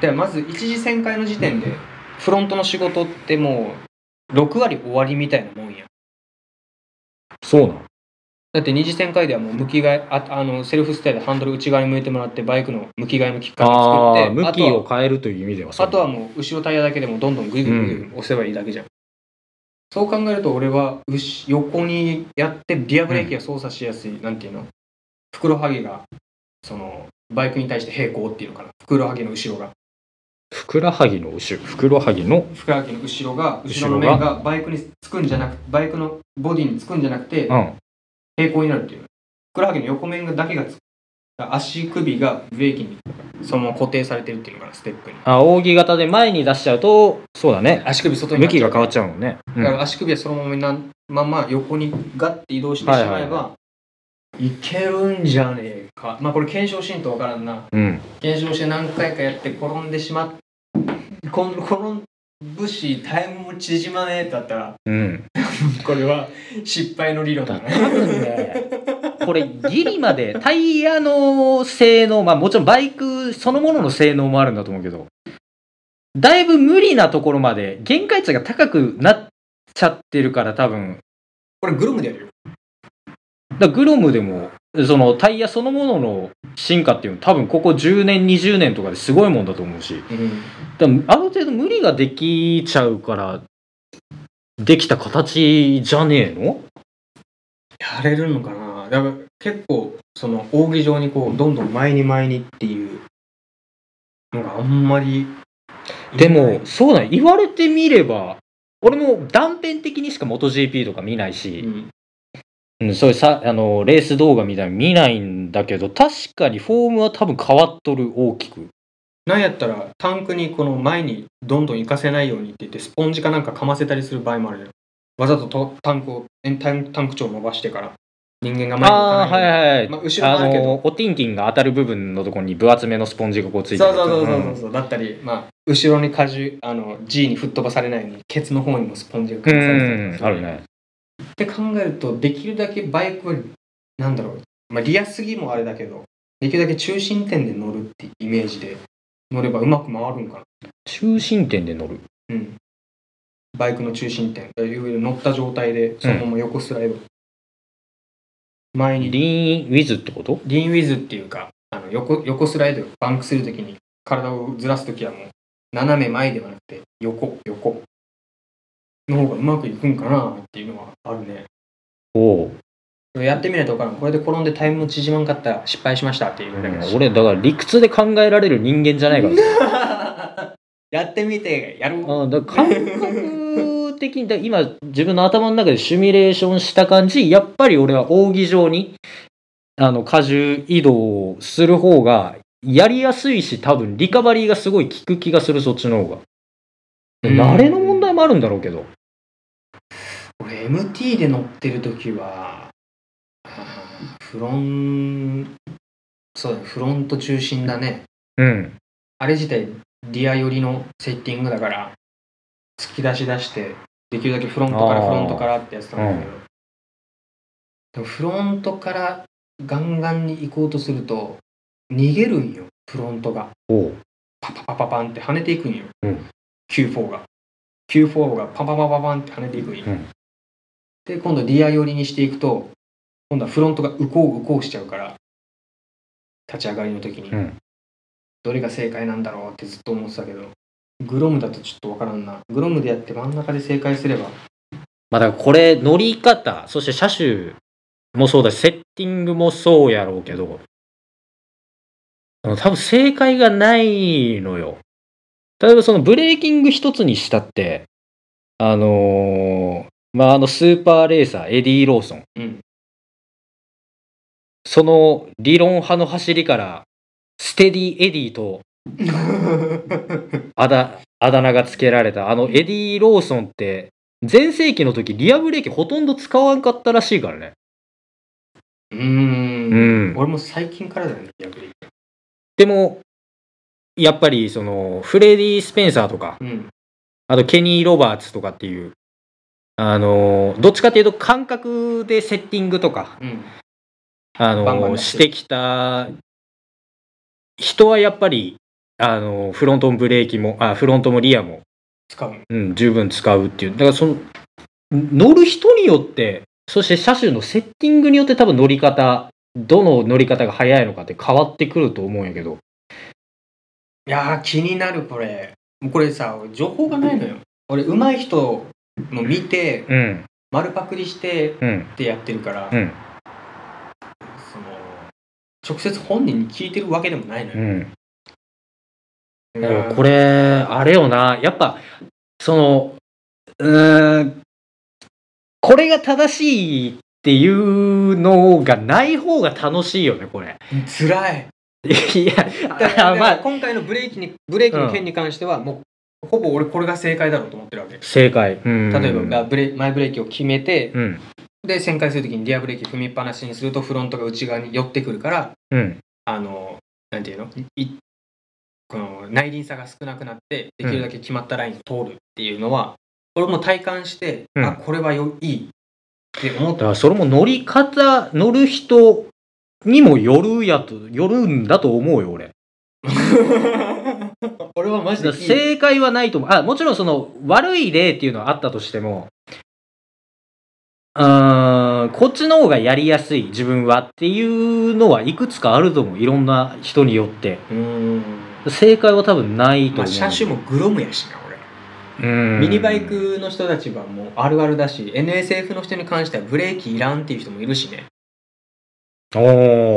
Speaker 3: でまず一次旋回の時点でフロントの仕事ってもう6割終わりみたいなもんや
Speaker 2: そうなの
Speaker 3: だって二次旋回ではもう向き替えああのセルフステアでハンドル内側に向いてもらってバイクの向き替えのきっかけを
Speaker 2: ああ
Speaker 3: 作って
Speaker 2: 向
Speaker 3: あ
Speaker 2: き
Speaker 3: とは
Speaker 2: を変えるという意味ではそう
Speaker 3: あとはもう後ろタイヤだけでもどんどんグイグイグイグイ押せばいいだけじゃん、そう考えると俺はうし横にやってリアブレーキが操作しやすい、なんていうのふくらはぎがそのバイクに対して平行っていうのかなふくらはぎの後ろが
Speaker 2: ふくらはぎの後ろふくらはぎの
Speaker 3: ふくらはぎの後ろが後ろの
Speaker 2: 後ろが
Speaker 3: 面がバイクにつくんじゃなくバイクのボディにつくんじゃなくて
Speaker 2: うん
Speaker 3: 平行になるっていうふくらはぎの横面だけがつ足首がブレーキにそのまま固定されてるっていうのかなステップに
Speaker 2: あ扇形で前に出しちゃうとそうだね
Speaker 3: 足首外に
Speaker 2: 向きが変わ
Speaker 3: っ
Speaker 2: っちゃうもんね、う
Speaker 3: だから
Speaker 2: ん、
Speaker 3: 足首はそのままになんまんま横にガッて移動してし
Speaker 2: はい
Speaker 3: まえば、いけるんじゃねえかまあこれ検証しんとわからんな
Speaker 2: うん、
Speaker 3: 検証して何回かやって転んでしまっこん転ぶしタイムも縮まねえだったら
Speaker 2: うん、
Speaker 3: これは失敗の理論だ
Speaker 2: 多
Speaker 3: な
Speaker 2: 分ねこれギリまでタイヤの性能まあもちろんバイクそのものの性能もあるんだと思うけどだいぶ無理なところまで限界値が高くなっちゃってるから多分
Speaker 3: これグルムでやるよ
Speaker 2: だからグロムでもそのタイヤそのものの進化っていうのは多分ここ10年20年とかですごいもんだと思うしだからある程度無理ができちゃうからできた形じゃねえの
Speaker 3: やれるのかなだから結構その扇状にこうどんどん前に前にっていうのがあんまり
Speaker 2: でもそうだね言われてみれば俺も断片的にしか MotoGP とか見ない
Speaker 3: うん
Speaker 2: し、うん、そういうさあのレース動画みたいなの見ないんだけど確かにフォームは多分変わっとる大きく
Speaker 3: なんやったらタンクにこの前にどんどん行かせないようにって言ってスポンジかなんかかませたりする場合もあるじゃんわざととタンクをえタンタンク長を伸ばしてから人間が前に行
Speaker 2: ああ
Speaker 3: かないように
Speaker 2: はいはい、
Speaker 3: まあ後ろもあるけど
Speaker 2: のおティンキンが当たる部分のところに分厚めのスポンジがこうついてる
Speaker 3: そうそうそうそうそう
Speaker 2: う
Speaker 3: そうだったり、まあ、後ろに荷重あの G に吹っ飛ばされないようにケツの方にもスポンジがか
Speaker 2: う
Speaker 3: ま
Speaker 2: ん
Speaker 3: されてたりす
Speaker 2: あるね
Speaker 3: って考えるとできるだけバイクはなんだろう、まあ、リアすぎもあれだけどできるだけ中心点で乗るってイメージで乗ればうまく回るんかな
Speaker 2: 中心点で乗る
Speaker 3: うんバイクの中心点いろいろ乗った状態でそのまま横スライド、前にリ
Speaker 2: リーンウィズってこと
Speaker 3: リーンウィズっていうかあの横横スライドバンクするときに体をずらすときはもう斜め前ではなくて横横の方がうまくいくんかなっていうのはあるね
Speaker 2: おお
Speaker 3: やってみないと分からん。これで転んでタイム縮まんかったら失敗しましたっていうだけだし。
Speaker 2: 俺だから理屈で考えられる人間じゃないから
Speaker 3: やってみてやる。
Speaker 2: あだから感覚的にだ今自分の頭の中でシミュレーションした感じやっぱり俺は扇状にあの荷重移動する方がやりやすいし多分リカバリーがすごい効く気がするそっちの方が、
Speaker 3: うん
Speaker 2: 慣れの問題もあるんだろうけど
Speaker 3: 俺 MT で乗ってる時は、あーフロン、そうだね、フロント中心だね。
Speaker 2: うん
Speaker 3: あれ自体、リア寄りのセッティングだから、突き出し出して、できるだけフロントから
Speaker 2: あー
Speaker 3: フロントからってやってたんだけど、でもフロントからガンガンに行こうとすると、逃げるんよ、フロントが。
Speaker 2: おう
Speaker 3: パパパパパンって跳ねていくんよ、
Speaker 2: うん
Speaker 3: Q4 が Q4 がパパパパパンって跳ねていくんよ、
Speaker 2: うん
Speaker 3: で今度リア寄りにしていくと今度はフロントがうこううこうしちゃうから立ち上がりの時に、
Speaker 2: うん
Speaker 3: どれが正解なんだろうってずっと思ってたけどグロムだとちょっとわからんなグロムでやって真ん中で正解すれば
Speaker 2: まあだからこれ乗り方そして車種もそうだしセッティングもそうやろうけどあの多分正解がないのよ例えばそのブレーキング一つにしたってあのーまああのスーパーレーサーエディ・ローソン、
Speaker 3: うん
Speaker 2: その理論派の走りからステディ・エディとあだあだ名が付けられたあのエディ・ローソンって全盛期の時リアブレーキほとんど使わんかったらしいからね
Speaker 3: うーん
Speaker 2: ん
Speaker 3: 俺も最近からだよね逆に
Speaker 2: でもやっぱりそのフレディ・スペンサーとか
Speaker 3: うん
Speaker 2: あとケニー・ロバーツとかっていうあのどっちかっていうと感覚でセッティングとか
Speaker 3: うん
Speaker 2: あの
Speaker 3: バンバン出して
Speaker 2: してきた人はやっぱりあのフロントもブレーキもあフロントもリアも
Speaker 3: 使う
Speaker 2: うん、十分使うっていう。だからその、乗る人によって、そして車種のセッティングによって多分乗り方、どの乗り方が速いのかって変わってくると思うんやけど。
Speaker 3: いやー気になるこれもうこれさ俺情報がないのよ俺上手い人の見て
Speaker 2: うん、
Speaker 3: 丸パクリして
Speaker 2: うん、
Speaker 3: ってやってるから、
Speaker 2: うん、
Speaker 3: その直接本人に聞いてるわけでもないの
Speaker 2: う
Speaker 3: よ、
Speaker 2: ん。
Speaker 3: うん
Speaker 2: だからこれ、あれよな、やっぱ、その、うーん、これが正しいっっていうのがない方が楽しいよねこれ
Speaker 3: つらい
Speaker 2: い
Speaker 3: だか
Speaker 2: や
Speaker 3: ら
Speaker 2: あまあ
Speaker 3: 今回のブレーキにブレーキの件に関しては、もうほぼ俺これが正解だろうと思ってるわけ
Speaker 2: 正解
Speaker 3: 例えば、
Speaker 2: ば
Speaker 3: ブレ前ブレーキを決めて、
Speaker 2: うん
Speaker 3: で旋回するときにリアブレーキ踏みっぱなしにするとフロントが内側に寄ってくるから
Speaker 2: うん
Speaker 3: あのなんていうのいこの内輪差が少なくなってできるだけ決まったラインを通るっていうのは、俺も体感して、
Speaker 2: うん
Speaker 3: あこれはよいいって思っ
Speaker 2: だ
Speaker 3: た
Speaker 2: からそれも乗り方乗る人にもよるやとよるんだと思うよ俺
Speaker 3: 俺はマジでいい
Speaker 2: 正解はないと思うあもちろんその悪い例っていうのはあったとしてもうーんこっちの方がやりやすい自分はっていうのはいくつかあると思ういろんな人によって
Speaker 3: うーん
Speaker 2: 正解は多分ないと思う、
Speaker 3: まあ車種もグロムやしな俺
Speaker 2: うん
Speaker 3: ミニバイクの人たちはもうあるあるだし NSF の人に関してはブレーキいらんっていう人もいるしね
Speaker 2: お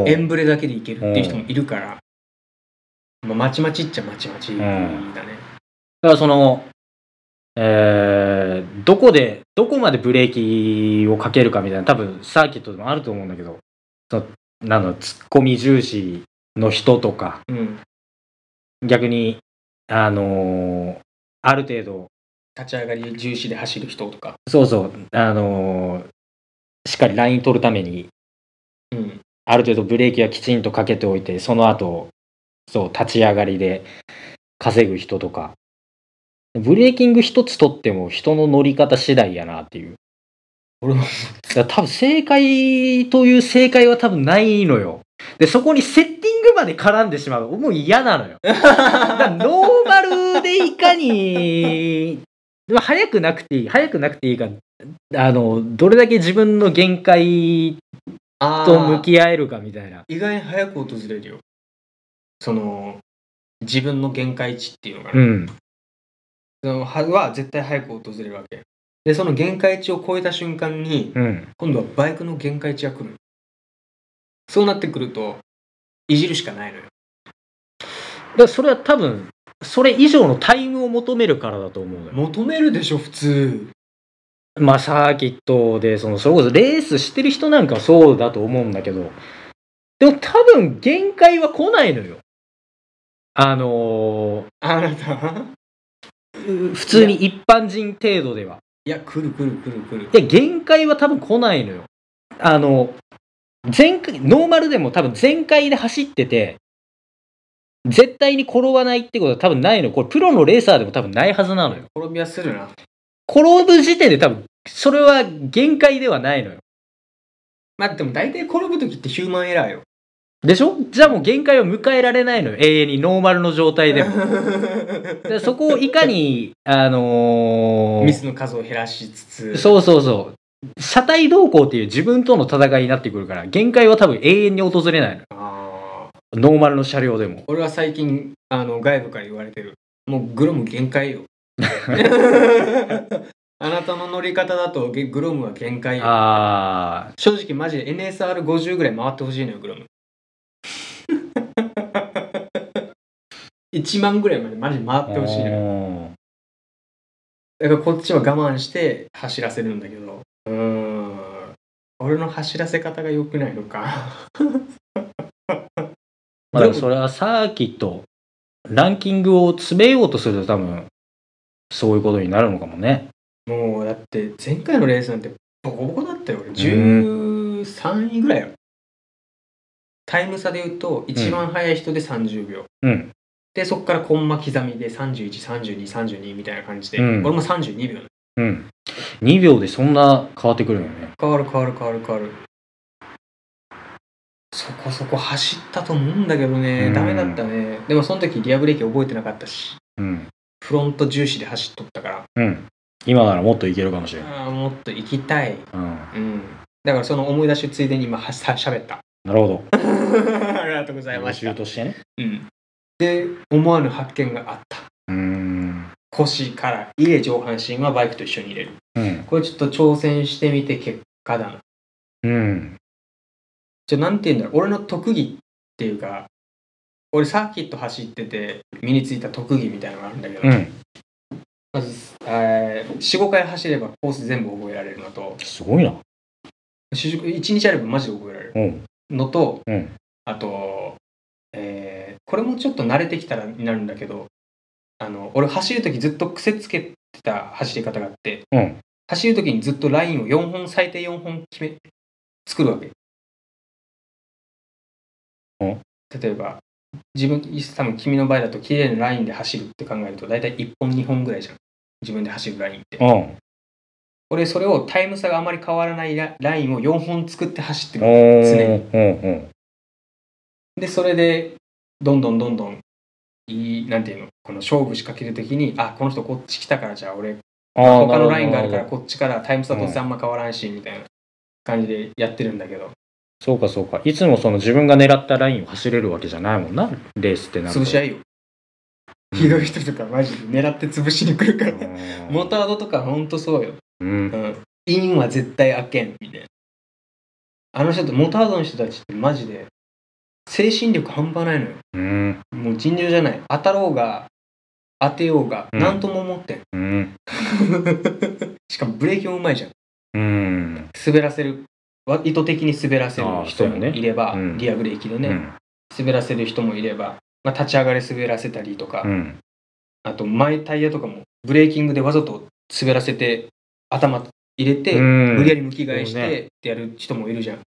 Speaker 3: エ
Speaker 2: ー
Speaker 3: ンブレだけでいけるっていう人もいるから、まあ、まちまちっちゃまちまちだ
Speaker 2: ん
Speaker 3: ね、
Speaker 2: だからその、えーどこで、どこまでブレーキをかけるかみたいな、多分サーキットでもあると思うんだけど、そのなんだろうツッコミ重視の人とか、
Speaker 3: うん、
Speaker 2: 逆に、あのーある程度、
Speaker 3: 立ち上がり重視で走る人とか、
Speaker 2: そうそう、あのーしっかりライン取るために、
Speaker 3: うん、
Speaker 2: ある程度ブレーキはきちんとかけておいて、その後、そう、立ち上がりで稼ぐ人とか、ブレーキング一つ取っても人の乗り方次第やなっていう。
Speaker 3: 俺も
Speaker 2: だから多分正解という正解は多分ないのよ。で、そこにセッティングまで絡んでしまう。もう嫌なのよ。だからノーマルでいかに、まあ、早くなくていい。早くなくていいから、あの、どれだけ自分の限界
Speaker 3: あ
Speaker 2: と向き合えるかみたいな。
Speaker 3: 意外に早く訪れるよその自分の限界値っていうのが、
Speaker 2: うん。
Speaker 3: そのはは絶対早く訪れるわけでその限界値を超えた瞬間に
Speaker 2: うん。
Speaker 3: 今度はバイクの限界値が来るのそうなってくるといじるしかないのよ
Speaker 2: だからそれは多分、それ以上のタイムを求めるからだと思うのよ。
Speaker 3: 求めるでしょ普通
Speaker 2: まあ、サーキットで、その、それこそレースしてる人なんかはそうだと思うんだけど、でも多分限界は来ないのよ。あの
Speaker 3: あなた
Speaker 2: ー普通に一般人程度では。
Speaker 3: いや来る来る来る来る
Speaker 2: いや、限界は多分来ないのよ。あの、前回、ノーマルでも多分全開で走ってて、絶対に転ばないってことは多分ないの。これプロのレーサーでも多分ないはずなのよ。
Speaker 3: 転びはするな
Speaker 2: 転ぶ時点で多分、それは限界ではないのよ。
Speaker 3: まあでも大体転ぶ時ってヒューマンエラーよ
Speaker 2: でしょじゃあもう限界を迎えられないのよ。永遠にノーマルの状態で も。でそこをいかに、あのー
Speaker 3: ミスの数を減らしつつ
Speaker 2: そうそうそう。車体動向っていう自分との戦いになってくるから、限界は多分永遠に訪れないのよ。
Speaker 3: あー
Speaker 2: ノーマルの車両でも。
Speaker 3: 俺は最近あの外部から言われてるもうグロム限界 よあなたの乗り方だとゲグロムは限界よ
Speaker 2: あ
Speaker 3: 正直マジで NSR50 ぐらい回ってほしいのよグロム 1万ぐらいまでマジで回
Speaker 2: あ。
Speaker 3: ってほしいのよ
Speaker 2: うん
Speaker 3: だからこっちは我慢して走らせるんだけどうーん俺の走らせ方が良くないのか
Speaker 2: まあ、でもそれはサーキット、ランキングを詰めようとすると多分、そういうことになるのかもね。
Speaker 3: もうだって前回のレースなんてボコボコだったよ俺13位ぐらいよタイム差で言うと一番速い人で30秒、
Speaker 2: うん。
Speaker 3: でそこからコンマ刻みで313232みたいな感じで、
Speaker 2: うん
Speaker 3: 俺も32秒なの
Speaker 2: うん。2秒でそんな変わってくるよね。
Speaker 3: 変わる変わる変わる変わるそこそこ走ったと思うんだけどね、
Speaker 2: うん
Speaker 3: ダメだったねでもその時リアブレーキ覚えてなかったし
Speaker 2: うん。
Speaker 3: フロント重視で走っとったから
Speaker 2: うん。今ならもっといけるかもしれない。
Speaker 3: あーもっと行きたい
Speaker 2: うん。
Speaker 3: うんだからその思い出しをついでに今はしゃしゃべった
Speaker 2: なるほど。
Speaker 3: ありがとうございま
Speaker 2: 練
Speaker 3: した
Speaker 2: 習としてね。
Speaker 3: うん、で思わぬ発見があった
Speaker 2: うーん。
Speaker 3: 腰から入れ上半身はバイクと一緒に入れる
Speaker 2: うん。
Speaker 3: これちょっと挑戦してみて結果だな
Speaker 2: うん。
Speaker 3: じゃあなんて言うんだろう俺の特技っていうか俺サーキット走ってて身についた特技みたいなのがあるんだけど、
Speaker 2: うん。
Speaker 3: まず、えー45回走ればコース全部覚えられるのと
Speaker 2: すごいな。
Speaker 3: 主軸1日あればマジで覚えられる
Speaker 2: うん
Speaker 3: のと、
Speaker 2: うん
Speaker 3: あと、えーこれもちょっと慣れてきたらになるんだけどあの俺走る時ずっと癖つけてた走り方があって、
Speaker 2: うん
Speaker 3: 走る時にずっとラインを4本最低4本決め作るわけ、
Speaker 2: うん
Speaker 3: 例えば自分多分君の場合だと綺麗なラインで走るって考えると大体1本2本ぐらいじゃん自分で走るラインって
Speaker 2: うん
Speaker 3: 俺それをタイム差があまり変わらないララインを4本作って走って
Speaker 2: お
Speaker 3: る
Speaker 2: ーうんうん
Speaker 3: でそれでどんどんどんどんいいなんていうのこの勝負仕掛ける時にあこの人こっち来たからじゃあ俺
Speaker 2: あー
Speaker 3: 他のラインがあ
Speaker 2: なほどな
Speaker 3: るから
Speaker 2: ほど
Speaker 3: こっちからタイム差としてあんま変わらんしみたいな感じでやってるんだけど
Speaker 2: そうかそうかいつもその自分が狙ったラインを走れるわけじゃないもんなレースってなると
Speaker 3: 潰し合いよひどい人とかマジで狙って潰しに来るからね
Speaker 2: うん
Speaker 3: モタードとかほんとそうよ、
Speaker 2: うん
Speaker 3: うん、インは絶対開けんみたいなあの人とモタードの人たちってマジで精神力半端ないのよ
Speaker 2: うん
Speaker 3: もう尋常じゃない当たろうが当てようが
Speaker 2: うん
Speaker 3: 何とも思ってん
Speaker 2: うん
Speaker 3: しかもブレーキもうまいじゃん
Speaker 2: うん
Speaker 3: 滑らせるわ意図的に滑らせる
Speaker 2: あー
Speaker 3: 人
Speaker 2: そう
Speaker 3: も
Speaker 2: ね
Speaker 3: いれば、
Speaker 2: うん
Speaker 3: リアブレーキで
Speaker 2: う
Speaker 3: ね、
Speaker 2: ん
Speaker 3: 滑らせる人もいれば、まあ、立ち上がり滑らせたりとか、
Speaker 2: うん
Speaker 3: あと前タイヤとかもブレーキングでわざと滑らせて頭入れて、
Speaker 2: うん
Speaker 3: 無理やり向き返し
Speaker 2: そう
Speaker 3: てってやる人もいるじゃん、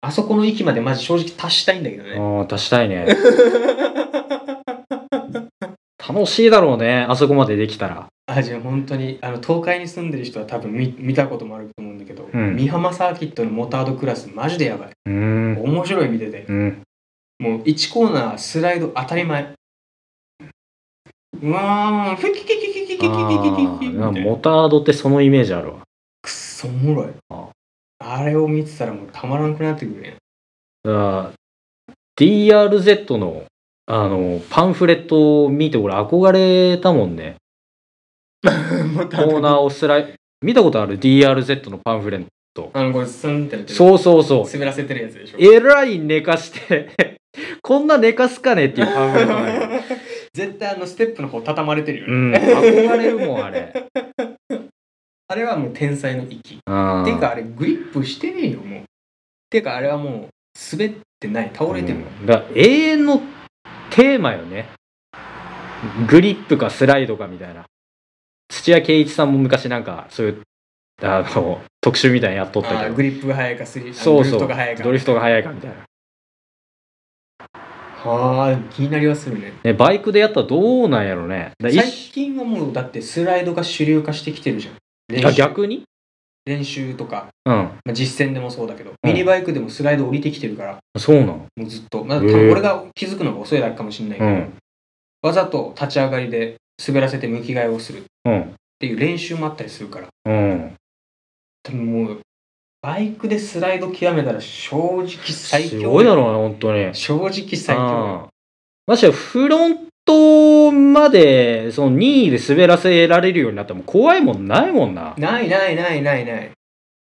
Speaker 3: あそこの域までまず正直達したいんだけど
Speaker 2: あ
Speaker 3: ね
Speaker 2: ー足したいね 楽しいだろうねあそこまでできたら
Speaker 3: あじゃあ本当にあの東海に住んでる人は多分見見たこともあると思うんだけど、
Speaker 2: うん
Speaker 3: 美浜サーキットのモタードクラスマジでやばい
Speaker 2: うん
Speaker 3: 面白い見てて
Speaker 2: うん
Speaker 3: もう1コーナースライド当たり前うわーんふきききききききききき
Speaker 2: あー
Speaker 3: きみ
Speaker 2: なん
Speaker 3: た
Speaker 2: か
Speaker 3: いな
Speaker 2: モタードってそのイメージあるわ
Speaker 3: くっそおもろい
Speaker 2: あ
Speaker 3: あれを見てたらもうたまらんくなってくるね
Speaker 2: だから DRZ のあのパンフレットを見て俺憧れたもんね
Speaker 3: ま
Speaker 2: コ
Speaker 3: た
Speaker 2: ーナーをスライ見たことある DRZ のパンフレット
Speaker 3: あのこれスンってなってる
Speaker 2: そうそうそう
Speaker 3: 滑らせてるやつでしょ
Speaker 2: えらい寝かして こんな寝かすかねっていうパンフレットなんよ
Speaker 3: 絶対あのステップの方畳まれてるよ
Speaker 2: う
Speaker 3: ね、
Speaker 2: ん憧れるもんあれ
Speaker 3: あれはもう天才の域
Speaker 2: うん
Speaker 3: ていうかあれグリップしてねえよもうていうかあれはもう滑ってない倒れてる、
Speaker 2: うんだから永遠のテーマよねグリップかスライドかみたいな土屋圭一さんも昔なんかそういうあの特集みたいなのやっとった
Speaker 3: あ
Speaker 2: け
Speaker 3: ー
Speaker 2: ど
Speaker 3: グリップが速いかスリ
Speaker 2: そうそう
Speaker 3: ドリフトが速いか
Speaker 2: ドリフトが速いかみたいな、
Speaker 3: はあ気になりはするね
Speaker 2: ね、バイクでやったらどうなんやろねだから
Speaker 3: 最
Speaker 2: 一
Speaker 3: 近はもうだってスライドが主流化してきてるじゃん練習
Speaker 2: あ逆に
Speaker 3: 練習とか、
Speaker 2: うん
Speaker 3: まあ、実践でもそうだけど、
Speaker 2: うん
Speaker 3: ミニバイクでもスライド降りてきてるから
Speaker 2: そうなの
Speaker 3: もうずっと、まあ、
Speaker 2: へ
Speaker 3: 多
Speaker 2: え
Speaker 3: 分俺が気づくのが遅いだけかもしれないけ
Speaker 2: う
Speaker 3: ど、
Speaker 2: ん
Speaker 3: わざと立ち上がりで滑らせて向き替えをするっ
Speaker 2: うん
Speaker 3: ていう練習もあったりするから
Speaker 2: うん
Speaker 3: 多分もうバイクでスライド極めたら正直最強
Speaker 2: すごいだろうね本当に
Speaker 3: 正直最強
Speaker 2: うんましてやフロントまでその任意で滑らせられるようになったらもう怖いもんないもんな
Speaker 3: ないないないないない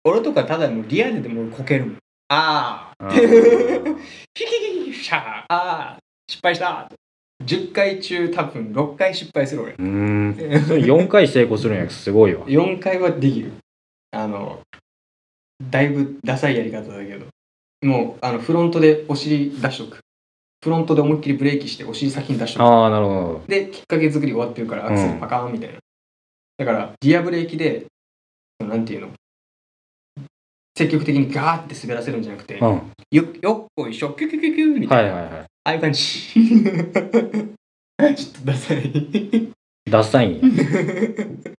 Speaker 3: 俺とかただもうリアルでもうこけるもんああ
Speaker 2: うん
Speaker 3: ヒキキキシャーああ失敗した10回中多分6回失敗する俺
Speaker 2: うーん。それ4回成功するんやすごいわ。
Speaker 3: 4回はできるあのだいぶダサいやり方だけどもうあのフロントでお尻出しとくフロントで思いっきりブレーキしてお尻先に出しとく
Speaker 2: ああ、なるほど。
Speaker 3: できっかけ作り終わってるからアクセルパカーンみたいな、だからギアブレーキでなんていうの積極的にガーって滑らせるんじゃなくて、
Speaker 2: うん。
Speaker 3: よよっこいしょキュキュキュキュみた
Speaker 2: はいい
Speaker 3: な、
Speaker 2: はいは
Speaker 3: ああいう感じちょっとダサい
Speaker 2: い。ダサいんや。
Speaker 3: 体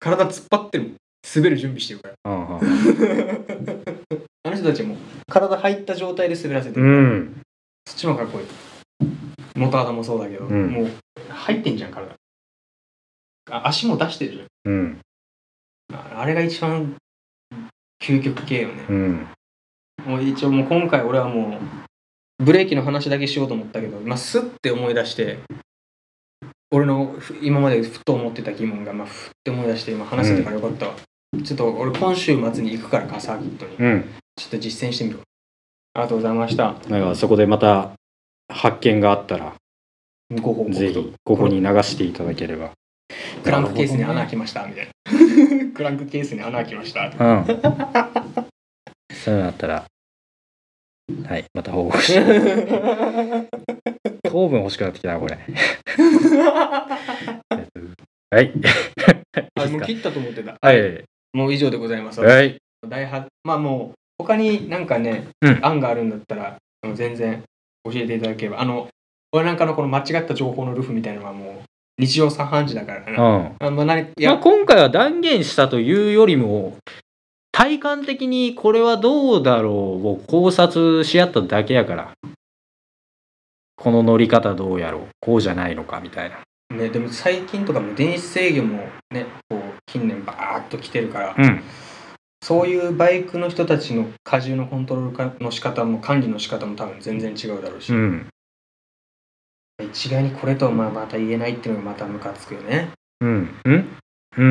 Speaker 3: 突っ張ってるもん滑る準備してるから
Speaker 2: うん
Speaker 3: あの人たちも体入った状態で滑らせて
Speaker 2: う
Speaker 3: る、
Speaker 2: ん。うん。
Speaker 3: そっちの方がかっこいいモタードもそうだけど、
Speaker 2: うん
Speaker 3: もう入ってんじゃん体あ足も出してるじゃん
Speaker 2: うん。
Speaker 3: ああれが一番究極系よね。
Speaker 2: うん。
Speaker 3: もう一応もう今回俺はもうブレーキの話だけしようと思ったけど、まあ、スッて思い出して、俺のふ今までふっと思ってた疑問が、まあ、ふって思い出して今話せたからよかったわ。ちょっと俺今週末に行くからか、サーキットに。
Speaker 2: うん。
Speaker 3: ちょっと実践してみろ。ありがとうございました。
Speaker 2: なんかそこでまた発見があったら、
Speaker 3: ご報告
Speaker 2: ぜひここに流していただければ。
Speaker 3: クラ ンクケースに穴開きました、みたいな。クランクケースに穴開きました。
Speaker 2: うん。そういうのあったら、はい、また報告 して。糖分欲しくなってきたな、これ。はい。
Speaker 3: あもう切ったと思ってた。
Speaker 2: はい。
Speaker 3: もう以上でございます。
Speaker 2: はい。
Speaker 3: 第八まあもう他になんかね、
Speaker 2: うん
Speaker 3: 案があるんだったらあの全然教えていただければあの俺なんかのこの間違った情報のルフみたいなのはもう日常茶飯事だから
Speaker 2: うん。
Speaker 3: な、
Speaker 2: ま
Speaker 3: あまあ何い
Speaker 2: あ、
Speaker 3: や
Speaker 2: 今回は断言したというよりも、体感的にこれはどうだろうを考察し合っただけやから。この乗り方どうやろうこうじゃないのかみたいな。
Speaker 3: ね、でも最近とかも電子制御もねこう近年バーッと来てるから、
Speaker 2: うん。
Speaker 3: そういうバイクの人たちの荷重のコントロールかの仕方も管理の仕方も多分全然違うだろうし、
Speaker 2: うん。
Speaker 3: 一概にこれとはまあまた言えないっていうのがまたムカつくよね
Speaker 2: うん。うんう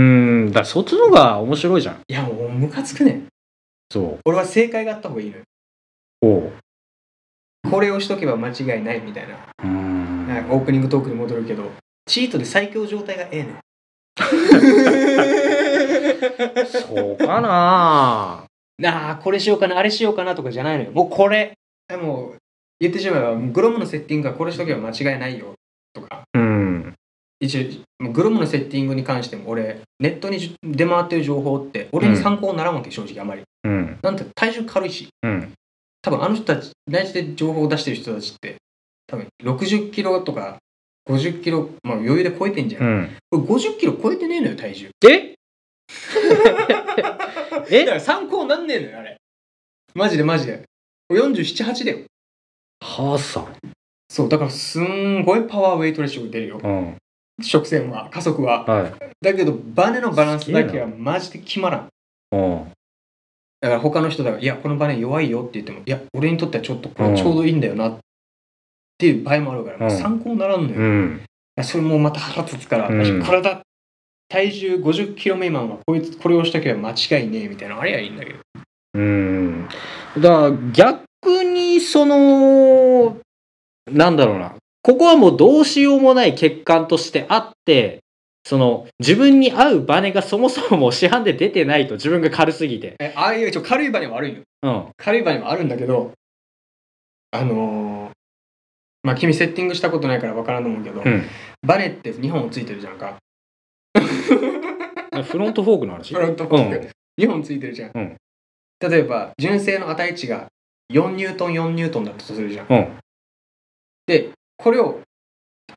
Speaker 2: ん。だからそっちの方が面白いじゃん。
Speaker 3: いやもうムカつくね
Speaker 2: そう。
Speaker 3: 俺は正解があった方がいいのよ
Speaker 2: こ
Speaker 3: これをしとけば間違いないみたいな
Speaker 2: う。うん
Speaker 3: はいオープニングトークに戻るけどチートで最強状態がええねん
Speaker 2: そうかな
Speaker 3: なあこれしようかなあれしようかなとかじゃないのよもうこれでも言ってしまえばグロムのセッティングはこれしとけば間違いないよとか
Speaker 2: うん。
Speaker 3: 一応もうグロムのセッティングに関しても俺ネットに出回ってる情報って俺に参考にならんわけ正直あまり、
Speaker 2: うん。
Speaker 3: なんて体重軽いし
Speaker 2: うん。
Speaker 3: 多分あの人たち内地で情報を出してる人たちって多分60キロとか50キロ、まあ、余裕で超えてんじゃん、
Speaker 2: うん。
Speaker 3: これ50キロ超えてねえのよ体重
Speaker 2: え
Speaker 3: だか
Speaker 2: え
Speaker 3: ら参考なんねえのよあれマジでマジで478だよ
Speaker 2: 母さん。
Speaker 3: そうだからすんごいパワーウェイトレッシング出るよ
Speaker 2: うん。
Speaker 3: 食線は加速は
Speaker 2: はい。
Speaker 3: だけどバネのバランスだけはマジで決まらん
Speaker 2: うん。
Speaker 3: だから他の人だから「いやこのバネ弱いよ」って言っても「いや俺にとってはちょっとこ
Speaker 2: うん
Speaker 3: れちょうどいいんだよな」っていう場合もあるから、もう
Speaker 2: うん
Speaker 3: 参考にならんのよ、
Speaker 2: うん。
Speaker 3: それもまた腹立つから、
Speaker 2: うん
Speaker 3: 体体重 50kg 未満はこいつこれをしとけば間違いねえみたいなのありゃいいんだけど
Speaker 2: うん。だから逆にその、なんだろうな。ここはもうどうしようもない欠陥としてあって、その自分に合うバネがそもそも市販で出てないと自分が軽すぎて。
Speaker 3: えああいうちょ軽いバネは悪いよ
Speaker 2: うん。
Speaker 3: 軽いバネはあるんだけどあのーまあ君セッティングしたことないから分からんと思うけど、
Speaker 2: うん。
Speaker 3: バネって2本ついてるじゃんか
Speaker 2: フロントフォークの話。
Speaker 3: フロントフォーク、2本ついてるじゃん、
Speaker 2: うん
Speaker 3: 例えば純正の値値が4ニュートン4ニュートンだったとするじゃん、
Speaker 2: うん
Speaker 3: でこれを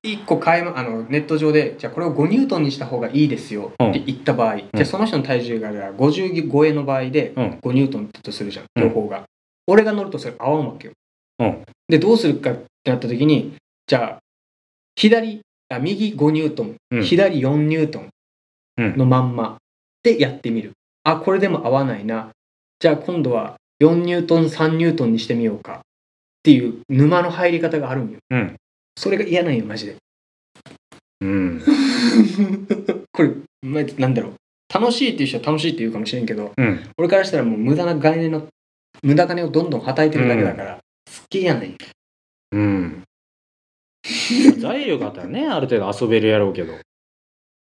Speaker 3: 1個買えまあのネット上でじゃあこれを5ニュートンにした方がいいですよって言った場合、じゃあその人の体重がじゃあ55円の場合で
Speaker 2: うん
Speaker 3: 5ニュートンだとするじゃん
Speaker 2: うん
Speaker 3: 両方が、俺が乗るとそれ合わんわけよ、
Speaker 2: うん
Speaker 3: でどうするかってなった時にじゃあ左あ右5ニュートン、
Speaker 2: うん
Speaker 3: 左4ニュートン
Speaker 2: うん
Speaker 3: のまんまでやってみる、あこれでも合わないなじゃあ今度は4ニュートン3ニュートンにしてみようかっていう沼の入り方があるんよ、
Speaker 2: うん
Speaker 3: それが嫌なんよマジで
Speaker 2: うん。
Speaker 3: これまあなんだろう楽しいっていう人は楽しいって言うかもしれんけど
Speaker 2: うん。
Speaker 3: 俺からしたらもう無駄な概念の無駄金をどんどんはたいてるだけだから、すっげえ嫌なんよ
Speaker 2: うん。材料があったらね、ある程度遊べるやろうけど。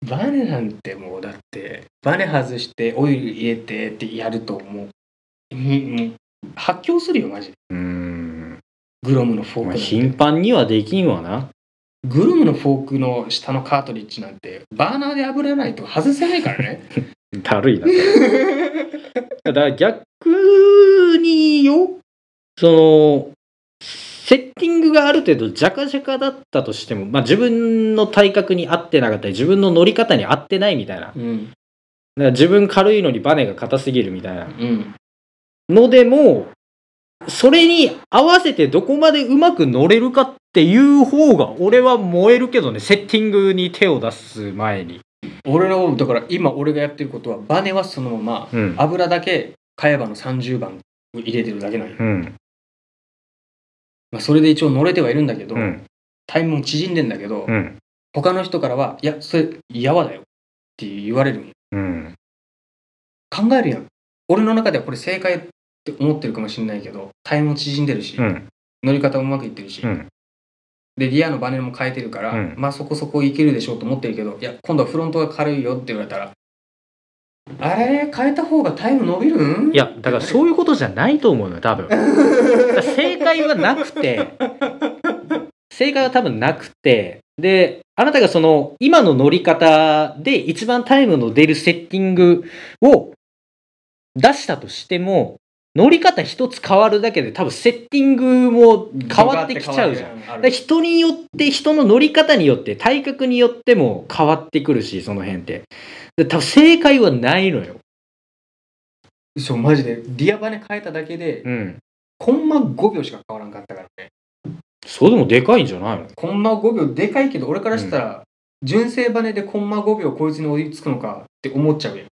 Speaker 3: バネなんてもうだってバネ外してオイル入れてってやるともううんもう発狂するよマジで
Speaker 2: うん。
Speaker 3: グロムのフォー
Speaker 2: まあ
Speaker 3: クなんて
Speaker 2: 頻繁にはできんわな。
Speaker 3: グロムのフォークの下のカートリッジなんてバーナーで炙らないと外せないからね
Speaker 2: だるいな。だから逆によ、その、セッティングがある程度ジャカジャカだったとしても、まあ自分の体格に合ってなかったり、自分の乗り方に合ってないみたいな。だか
Speaker 3: うん
Speaker 2: ら自分軽いのにバネが硬すぎるみたいな。
Speaker 3: うん
Speaker 2: のでも、それに合わせてどこまでうまく乗れるかっていう方が、俺は燃えるけどね、セッティングに手を出す前に。
Speaker 3: 俺のだから今俺がやってることはバネはそのまま
Speaker 2: うん。
Speaker 3: 油だけ買えばの30番を入れてるだけなんよ、
Speaker 2: うん。
Speaker 3: まあ、それで一応乗れてはいるんだけど、
Speaker 2: うん。
Speaker 3: タイムも縮んでんだけど、
Speaker 2: うん。
Speaker 3: 他の人からは「いやそれやわだよ」って言われるんよ
Speaker 2: うん。
Speaker 3: 考えるやん俺の中ではこれ正解って思ってるかもしれないけどタイムも縮んでるし、
Speaker 2: うん。
Speaker 3: 乗り方もうまくいってるし、
Speaker 2: うん
Speaker 3: でリアのバネも変えてるから、
Speaker 2: うん
Speaker 3: まあそこそこいけるでしょうと思ってるけどいや今度はフロントが軽いよって言われたらあれ変えた方がタイム伸びるん
Speaker 2: いやだからそういうことじゃないと思うのよ多分だから正解はなくて正解は多分なくてであなたがその今の乗り方で一番タイムの出るセッティングを出したとしても乗り方一つ変わるだけで多分セッティングも変わってきちゃうじゃん
Speaker 3: んあ
Speaker 2: だから
Speaker 3: る
Speaker 2: 人によって人の乗り方によって体格によっても変わってくるしその辺ってで多分正解はないのよ
Speaker 3: そうマジでリアバネ変えただけで
Speaker 2: うん
Speaker 3: コンマ5秒しか変わらんかったからね
Speaker 2: それでもでかいんじゃないの
Speaker 3: コンマ5秒でかいけど俺からしたら純正バネでコンマ5秒こいつに追いつくのかって思っちゃうやん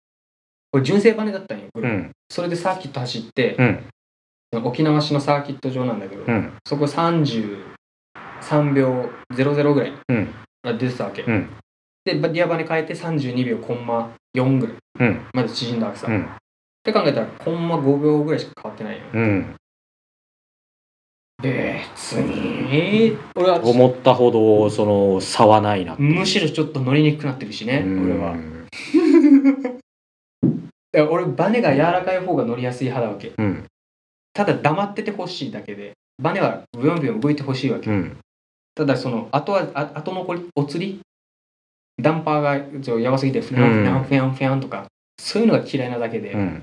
Speaker 3: これ純正バネだったんよ、
Speaker 2: うん
Speaker 3: それでサーキット走って
Speaker 2: う、ん
Speaker 3: 沖縄市のサーキット場なんだけど、
Speaker 2: うん
Speaker 3: そこ33秒00ぐらい
Speaker 2: うん
Speaker 3: が出てたわけ、
Speaker 2: うん
Speaker 3: でバディアバネ変えて32秒コンマ4ぐらい
Speaker 2: うん
Speaker 3: まで縮んだわけさ、
Speaker 2: う
Speaker 3: っ
Speaker 2: ん
Speaker 3: て考えたらコンマ5秒ぐらいしか変わってないよ
Speaker 2: うん
Speaker 3: 別に、俺は
Speaker 2: 思ったほどその差はないなって
Speaker 3: むしろちょっと乗りにくくなってるしね、
Speaker 2: うん
Speaker 3: 俺はだから俺バネが柔らかい方が乗りやすい派だわけ
Speaker 2: うん
Speaker 3: ただ黙っててほしいだけでバネはブヨンブヨン動いてほしいわけ、
Speaker 2: うん
Speaker 3: ただその後はあ後残りお釣りダンパーがちょやばすぎてフランフランフランフランとかそういうのが嫌いなだけで、
Speaker 2: うん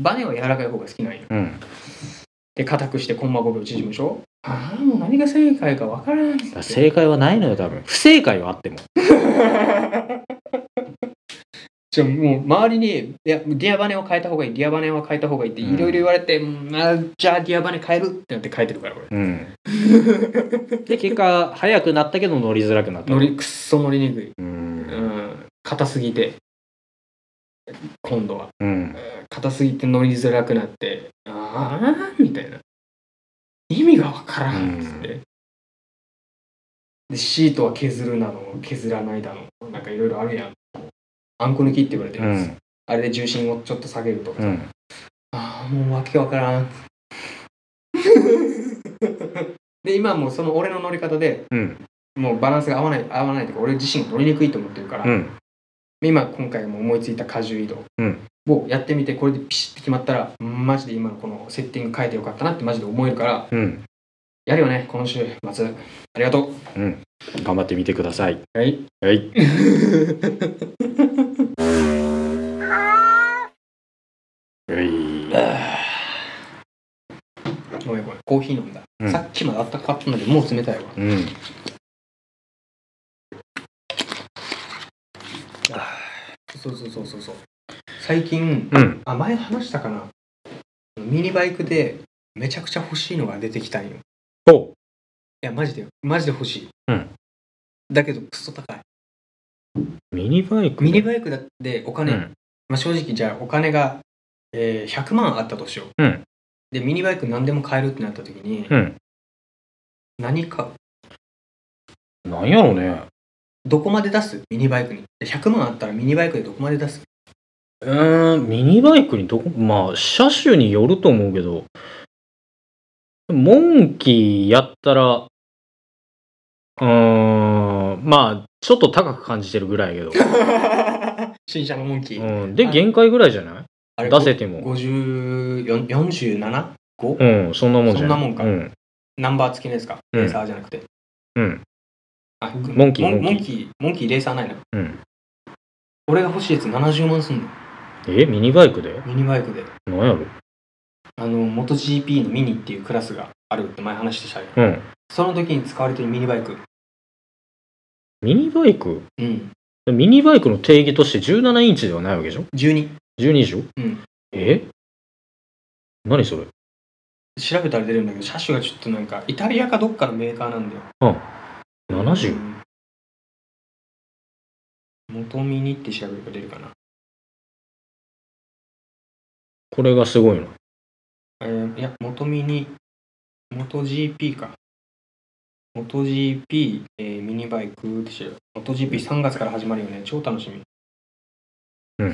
Speaker 3: バネは柔らかい方が好きなんよ
Speaker 2: うん
Speaker 3: で硬くしてコンマ5秒縮むでしょああもう何が正解か分からん
Speaker 2: だから正解はないのよ多分不正解はあっても
Speaker 3: じゃもう周りにいやディアバネを変えた方がいいディアバネは変えた方がいいってい
Speaker 2: うん
Speaker 3: ろいろ言われて、うんあーじゃあディアバネ変えるってなって変えてるから俺
Speaker 2: うん で結果速くなったけど乗りづらくなった
Speaker 3: 乗りくっそ乗りにくい、
Speaker 2: う
Speaker 3: うんん、硬すぎて今度は
Speaker 2: うん
Speaker 3: 硬すぎて乗りづらくなってああみたいな意味がわからんっつって、でシートは削るなの削らないだのなんかいろいろあるやんあんこ抜きって言われて
Speaker 2: う
Speaker 3: るんです、
Speaker 2: ん
Speaker 3: あれで重心をちょっと下げるとか
Speaker 2: う
Speaker 3: さ、
Speaker 2: ん
Speaker 3: ああもうわけわからん で今もうその俺の乗り方で
Speaker 2: うん
Speaker 3: もうバランスが合わない合わないとか俺自身が乗りにくいと思ってるから、
Speaker 2: うん
Speaker 3: 今今回も思いついた荷重移動
Speaker 2: うん
Speaker 3: をやってみてこれでピシッて決まったらマジで今のこのセッティング変えてよかったなってマジで思えるから
Speaker 2: うん
Speaker 3: やるよねこの週末ありがとう
Speaker 2: 頑張ってみてください
Speaker 3: はい
Speaker 2: はいはい
Speaker 3: ごめんごめんコーヒー飲んだ、
Speaker 2: うん
Speaker 3: さっきまであったかかったのでもう冷たいわ
Speaker 2: うん
Speaker 3: そうそうそうそうそう最近
Speaker 2: うん
Speaker 3: あ前話したかなミニバイクでめちゃくちゃ欲しいのが出てきたんよい
Speaker 2: お
Speaker 3: やマジでマジで欲しい、
Speaker 2: うん
Speaker 3: だけどクソ高い
Speaker 2: ミニバイク
Speaker 3: ミニバイクだってお金、
Speaker 2: うん
Speaker 3: まあ、正直じゃあお金が、えー100万あったとしよう、
Speaker 2: うん
Speaker 3: でミニバイク何でも買えるってなった時に、
Speaker 2: うん
Speaker 3: 何買う
Speaker 2: なんやろね
Speaker 3: どこまで出すミニバイクにで100万あったらミニバイクでどこまで出す
Speaker 2: うーんミニバイクにどこまあ車種によると思うけどモンキーやったらうーんまあちょっと高く感じてるぐらいやけど、
Speaker 3: 新車のモンキー、
Speaker 2: うん、で限界ぐらいじゃない
Speaker 3: あれ
Speaker 2: 出せても
Speaker 3: 547
Speaker 2: うんそんなもんじゃい
Speaker 3: そんなもんか
Speaker 2: うん
Speaker 3: ナンバー付きのやつか、
Speaker 2: うん
Speaker 3: レーサーじゃなくて
Speaker 2: うん
Speaker 3: あ
Speaker 2: モンキー
Speaker 3: モン
Speaker 2: モ
Speaker 3: モ
Speaker 2: ン
Speaker 3: ン
Speaker 2: キ
Speaker 3: キーモンキーレーサーないな
Speaker 2: うん
Speaker 3: 俺が欲しいやつ70万すんの
Speaker 2: えミニバイクで
Speaker 3: ミニバイクで
Speaker 2: なんやろ
Speaker 3: あの元 GP のミニっていうクラスがあるって前話してたよ
Speaker 2: うん
Speaker 3: その時に使われてるミニバイク
Speaker 2: ミニバイク
Speaker 3: うん
Speaker 2: ミニバイクの定義として17インチではないわけでしょ
Speaker 3: 12
Speaker 2: ?12 でしょ
Speaker 3: うん
Speaker 2: え何それ
Speaker 3: 調べたら出るんだけど車種がちょっとなんかイタリアかどっかのメーカーなんだよ
Speaker 2: ?70?
Speaker 3: うん元ミニって調べれば出るかな
Speaker 2: これがすごいの。
Speaker 3: えーいや、元ミニ、元 GP か。元 GP、えーミニバイクって知る。元 GP3 月から始まるよね。超楽しみ。
Speaker 2: う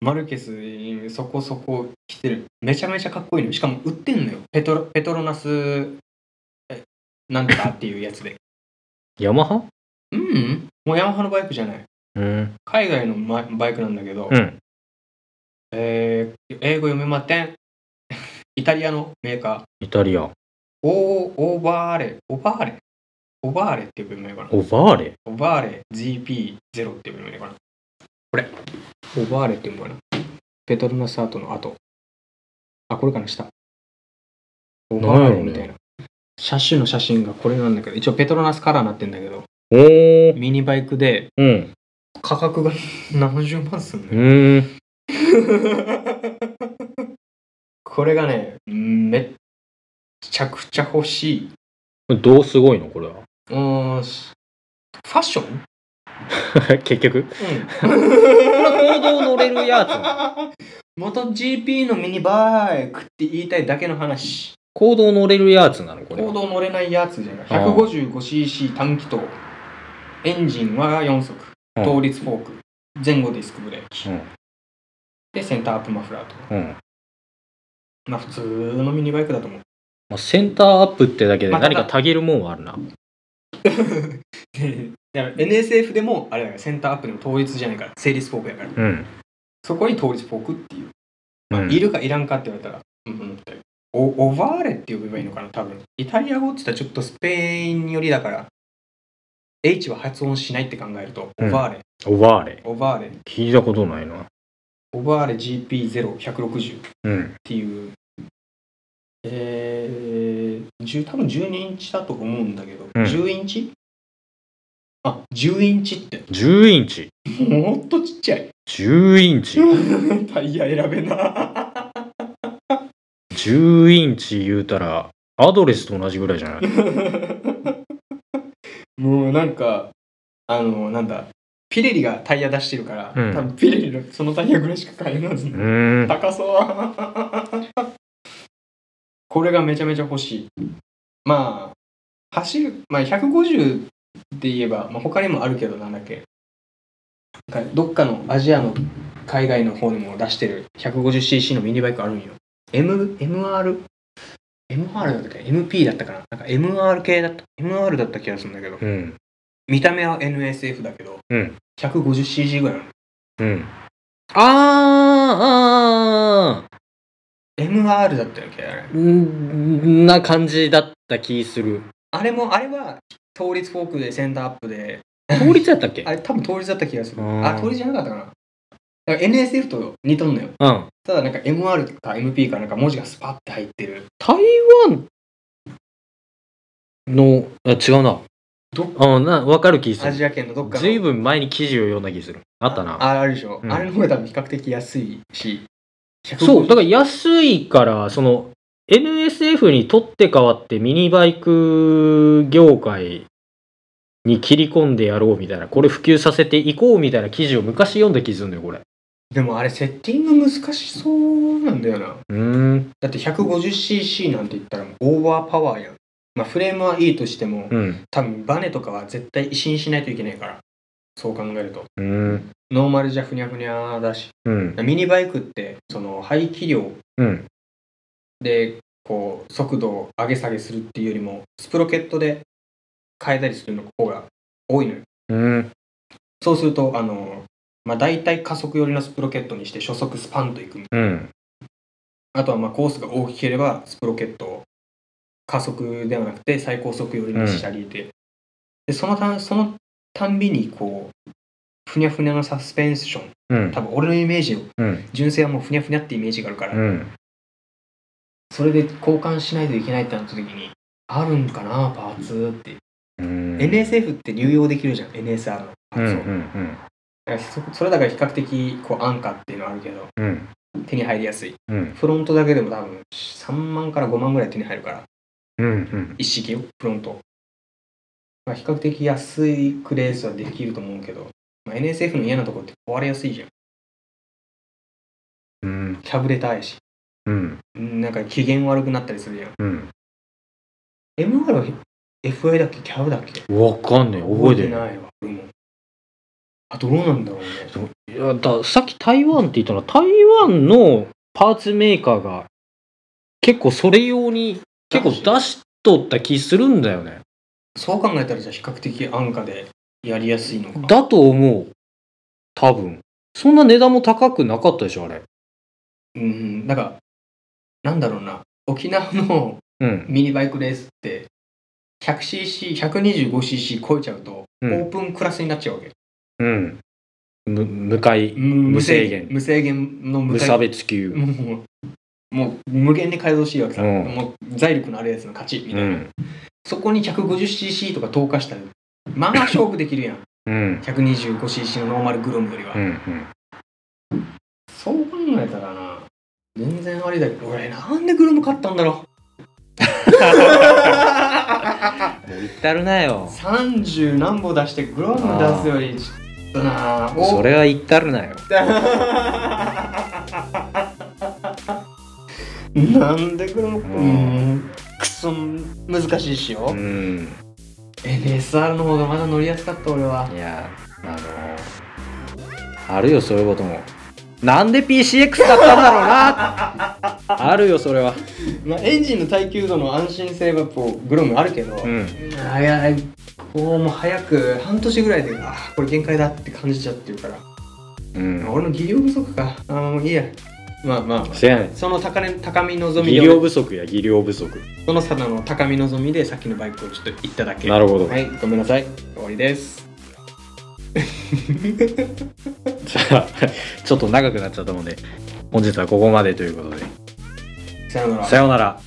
Speaker 3: マルケス、えーそこそこ来てる。めちゃめちゃかっこいいの。しかも売ってんのよ。ペトロペトロナス、えなんとかっていうやつで。
Speaker 2: ヤマハ
Speaker 3: うん、もうヤマハのバイクじゃない。
Speaker 2: うん。
Speaker 3: 海外のマバイクなんだけど、
Speaker 2: うん。
Speaker 3: えー英語読めまてん イタリアのメーカ
Speaker 2: イタリア。
Speaker 3: ーオーオーバーレオバーレオバーレっていう名前かな
Speaker 2: オバーレ。
Speaker 3: オバーレ GP0 っていう名前かなこれオバーレっていうのかなペトロナスタートの後あこれかな下オ
Speaker 2: なんやろ
Speaker 3: バー
Speaker 2: ね
Speaker 3: レみたいな車種の写真がこれなんだけど一応ペトロナスカラーになってんだけど
Speaker 2: おー。
Speaker 3: ミニバイクで
Speaker 2: うん。
Speaker 3: 価格が70万すんの
Speaker 2: う
Speaker 3: よ
Speaker 2: ーん。
Speaker 3: これがね、めっちゃくちゃ欲しい。
Speaker 2: どうすごいのこれは。
Speaker 3: うーん、しファッション、
Speaker 2: 結局。
Speaker 3: うん、
Speaker 2: 行動乗れるやつなの。
Speaker 3: 元 GP のミニバイクって言いたいだけの話。
Speaker 2: 行動乗れるやつなのこれは。
Speaker 3: 行動乗れないやつじゃない。
Speaker 2: あー
Speaker 3: 155cc 短気筒。エンジンは4速。
Speaker 2: うん
Speaker 3: 倒立フォーク。前後ディスクブレーキ。
Speaker 2: うん
Speaker 3: で、センターアップマフラーと。
Speaker 2: うん。ま
Speaker 3: まあ、普通のミニバイクだと 思う。
Speaker 2: あ、センターアップってだけで
Speaker 3: また
Speaker 2: 何かたげるもんはあるな。
Speaker 3: だから NSF でもあれだからセンターアップでも倒立じゃないから成立フォークやから
Speaker 2: うん。
Speaker 3: そこに倒立フォークっていう、
Speaker 2: うん
Speaker 3: いるかいらんかって言われたらうんうんっておオバーレって呼べばいいのかな多分イタリア語って言ったらちょっとスペイン寄りだから H は発音しないって考えると
Speaker 2: う
Speaker 3: オ
Speaker 2: ん
Speaker 3: バーレ、
Speaker 2: オバーレ。
Speaker 3: オバーレ
Speaker 2: 聞いたことないな。
Speaker 3: オバーレ GP0160 っ
Speaker 2: うん。
Speaker 3: ていうえー、10多分12インチだと思うんだけど、
Speaker 2: うん
Speaker 3: 10インチあ10インチって
Speaker 2: 10インチ。
Speaker 3: もっとちっちゃい
Speaker 2: 10インチ。
Speaker 3: タイヤ選べな。
Speaker 2: 10インチ言うたら、アドレスと同じぐらいじゃない
Speaker 3: もうなんか、あの、なんだ、ピレリがタイヤ出してるから、
Speaker 2: うん
Speaker 3: 多分ピレリのそのタイヤぐらいしか買えないです
Speaker 2: う
Speaker 3: ね。
Speaker 2: ーん。
Speaker 3: 高そう。これがめちゃめちゃ欲しい。まあ、走る、まあ150で言えば、まあ、他にもあるけど、なんだっけ。なんかどっかのアジアの海外の方にも出してる 150cc のミニバイクあるんよ。M、MR? MR だったっけ ?MP だったかななんか MR 系だった。MR だった気がするんだけど。
Speaker 2: うん。
Speaker 3: 見た目は NSF だけど、
Speaker 2: うん
Speaker 3: 150cc ぐらいなの。
Speaker 2: うん。あー、あ
Speaker 3: MR だったよっけあれ。
Speaker 2: ー、んな感じだった気する。
Speaker 3: あれも、あれは、倒立フォークでセンターアップで、
Speaker 2: 倒立やったっけ
Speaker 3: あれ多分倒立だった気がする。
Speaker 2: うん
Speaker 3: あ、倒立じゃなかったかな。だから NSF と似とんのよ。
Speaker 2: うん。
Speaker 3: ただなんか MR か MP かなんか文字がスパッて入ってる。
Speaker 2: 台湾の、あ、違うな。
Speaker 3: ど
Speaker 2: あな、わかる気す
Speaker 3: ア
Speaker 2: る。
Speaker 3: ジア圏のどっかの。
Speaker 2: ずいぶん前に記事を読んだ気する。あったな。
Speaker 3: ああるでしょ。
Speaker 2: うん
Speaker 3: あれの方が多分比較的安いし。
Speaker 2: そう、だ
Speaker 3: か
Speaker 2: から安いから、その、NSF に取って代わってミニバイク業界に切り込んでやろうみたいな、これ普及させていこうみたいな記事を昔読んだ気するんだよ、これ。
Speaker 3: でもあれセッティング難しそうなんだよな。
Speaker 2: うーん。
Speaker 3: だって 150cc なんて言ったらもうオーバーパワーやん。まあフレームはいいとしても、
Speaker 2: うん。
Speaker 3: 多分バネとかは絶対一新しないといけないから。そう考えると。
Speaker 2: うん。
Speaker 3: ノーマルじゃふにゃふにゃだし
Speaker 2: うん。
Speaker 3: ミニバイクってその排気量
Speaker 2: うん。
Speaker 3: でこう速度を上げ下げするっていうよりもスプロケットで変えたりするの方が多いのよ
Speaker 2: うん。
Speaker 3: そうするとあの、まあ、大体加速寄りのスプロケットにして初速スパンといく
Speaker 2: うん。
Speaker 3: あとはまあコースが大きければスプロケットを加速ではなくて最高速寄りにしたりで,、でそのたそのたんびにこうふにゃふにゃのサスペンション
Speaker 2: うん。
Speaker 3: 多分俺のイメージを
Speaker 2: うん。
Speaker 3: 純正はもうふにゃふにゃってイメージがあるから、
Speaker 2: うん。
Speaker 3: それで交換しないといけないってなった時にあるんかなパーツって、
Speaker 2: うん。
Speaker 3: NSF って流用できるじゃん NSR のパ
Speaker 2: うん。う
Speaker 3: ーツを、
Speaker 2: ん。
Speaker 3: だからそそれだから比較的こう安価っていうのはあるけど
Speaker 2: うん。
Speaker 3: 手に入りやすい
Speaker 2: うん。
Speaker 3: フロントだけでも多分3万から5万ぐらい手に入るから
Speaker 2: うん。
Speaker 3: 一式よフロント、まあ、比較的安いクレースはできると思うけど、まあ、NSF の嫌なとこって壊れやすいじゃん
Speaker 2: うん。
Speaker 3: キャブレターやし
Speaker 2: うん。
Speaker 3: うんなんか機嫌悪くなったりするじゃん
Speaker 2: うん。
Speaker 3: MR は FA だっけキャブだっけ
Speaker 2: わかんねえ。覚えてない。
Speaker 3: ないわ俺もあどうなんだろうね
Speaker 2: いやださっき台湾って言ったのは台湾のパーツメーカーが結構それ用に結構出しとった気するんだよね
Speaker 3: そう考えたらじゃあ比較的安価でやりやすいのか
Speaker 2: だと思う多分。そんな値段も高くなかったでしょ、あれ。
Speaker 3: うん、なんか、なんだろうな、沖縄の
Speaker 2: うん。
Speaker 3: ミニバイクレースって、100cc、125cc 超えちゃうと、
Speaker 2: うん
Speaker 3: オープンクラスになっちゃうわけ。
Speaker 2: うん。む、無快、
Speaker 3: 無
Speaker 2: 制限
Speaker 3: 無制限の無
Speaker 2: 無
Speaker 3: 制
Speaker 2: 差別級。
Speaker 3: もう、 もう無限に改造していいわけさ、
Speaker 2: うん
Speaker 3: もう財力のあるやつの勝ちみたいな。
Speaker 2: うん。
Speaker 3: そこに 150cc とか投下したら、まあ勝負できるやん。
Speaker 2: うん。
Speaker 3: 125cc のノーマルグロムよりは。
Speaker 2: うん。うん。
Speaker 3: そう考えたらな、全然ありだけど、俺なんでグロム買ったんだろ
Speaker 2: もう言ったるな
Speaker 3: う。
Speaker 2: よ。
Speaker 3: 30何歩出してグロム出すより、ちょっとな、お
Speaker 2: それは言ったるなよ。
Speaker 3: なんでグロム、うん、くそ難しいしよ
Speaker 2: う。ん。
Speaker 3: NSR の方がまだ乗りやすかった俺はい
Speaker 2: や、あの、あるよ、そういうことも。なんで PCX だったんだろうなあるよ、それは。
Speaker 3: まあ、エンジンの耐久度の安心性はこうグロムあるけど、
Speaker 2: うん。
Speaker 3: あいやこうもう早く半年ぐらいであこれ限界だって感じちゃってるから、
Speaker 2: うん。
Speaker 3: 俺の技量不足かあもういいやまあまあ
Speaker 4: せやねん
Speaker 3: その高,、ね、高み望み
Speaker 4: 技
Speaker 3: で
Speaker 4: 量不足や技量不 足
Speaker 3: その差の高み望みでさっきのバイクをちょっと行っただけ
Speaker 4: なるほど、
Speaker 3: はいごめんなさい終わりです
Speaker 4: じゃあちょっと長くなっちゃったので本日はここまでということで
Speaker 3: さよなら
Speaker 4: さようなら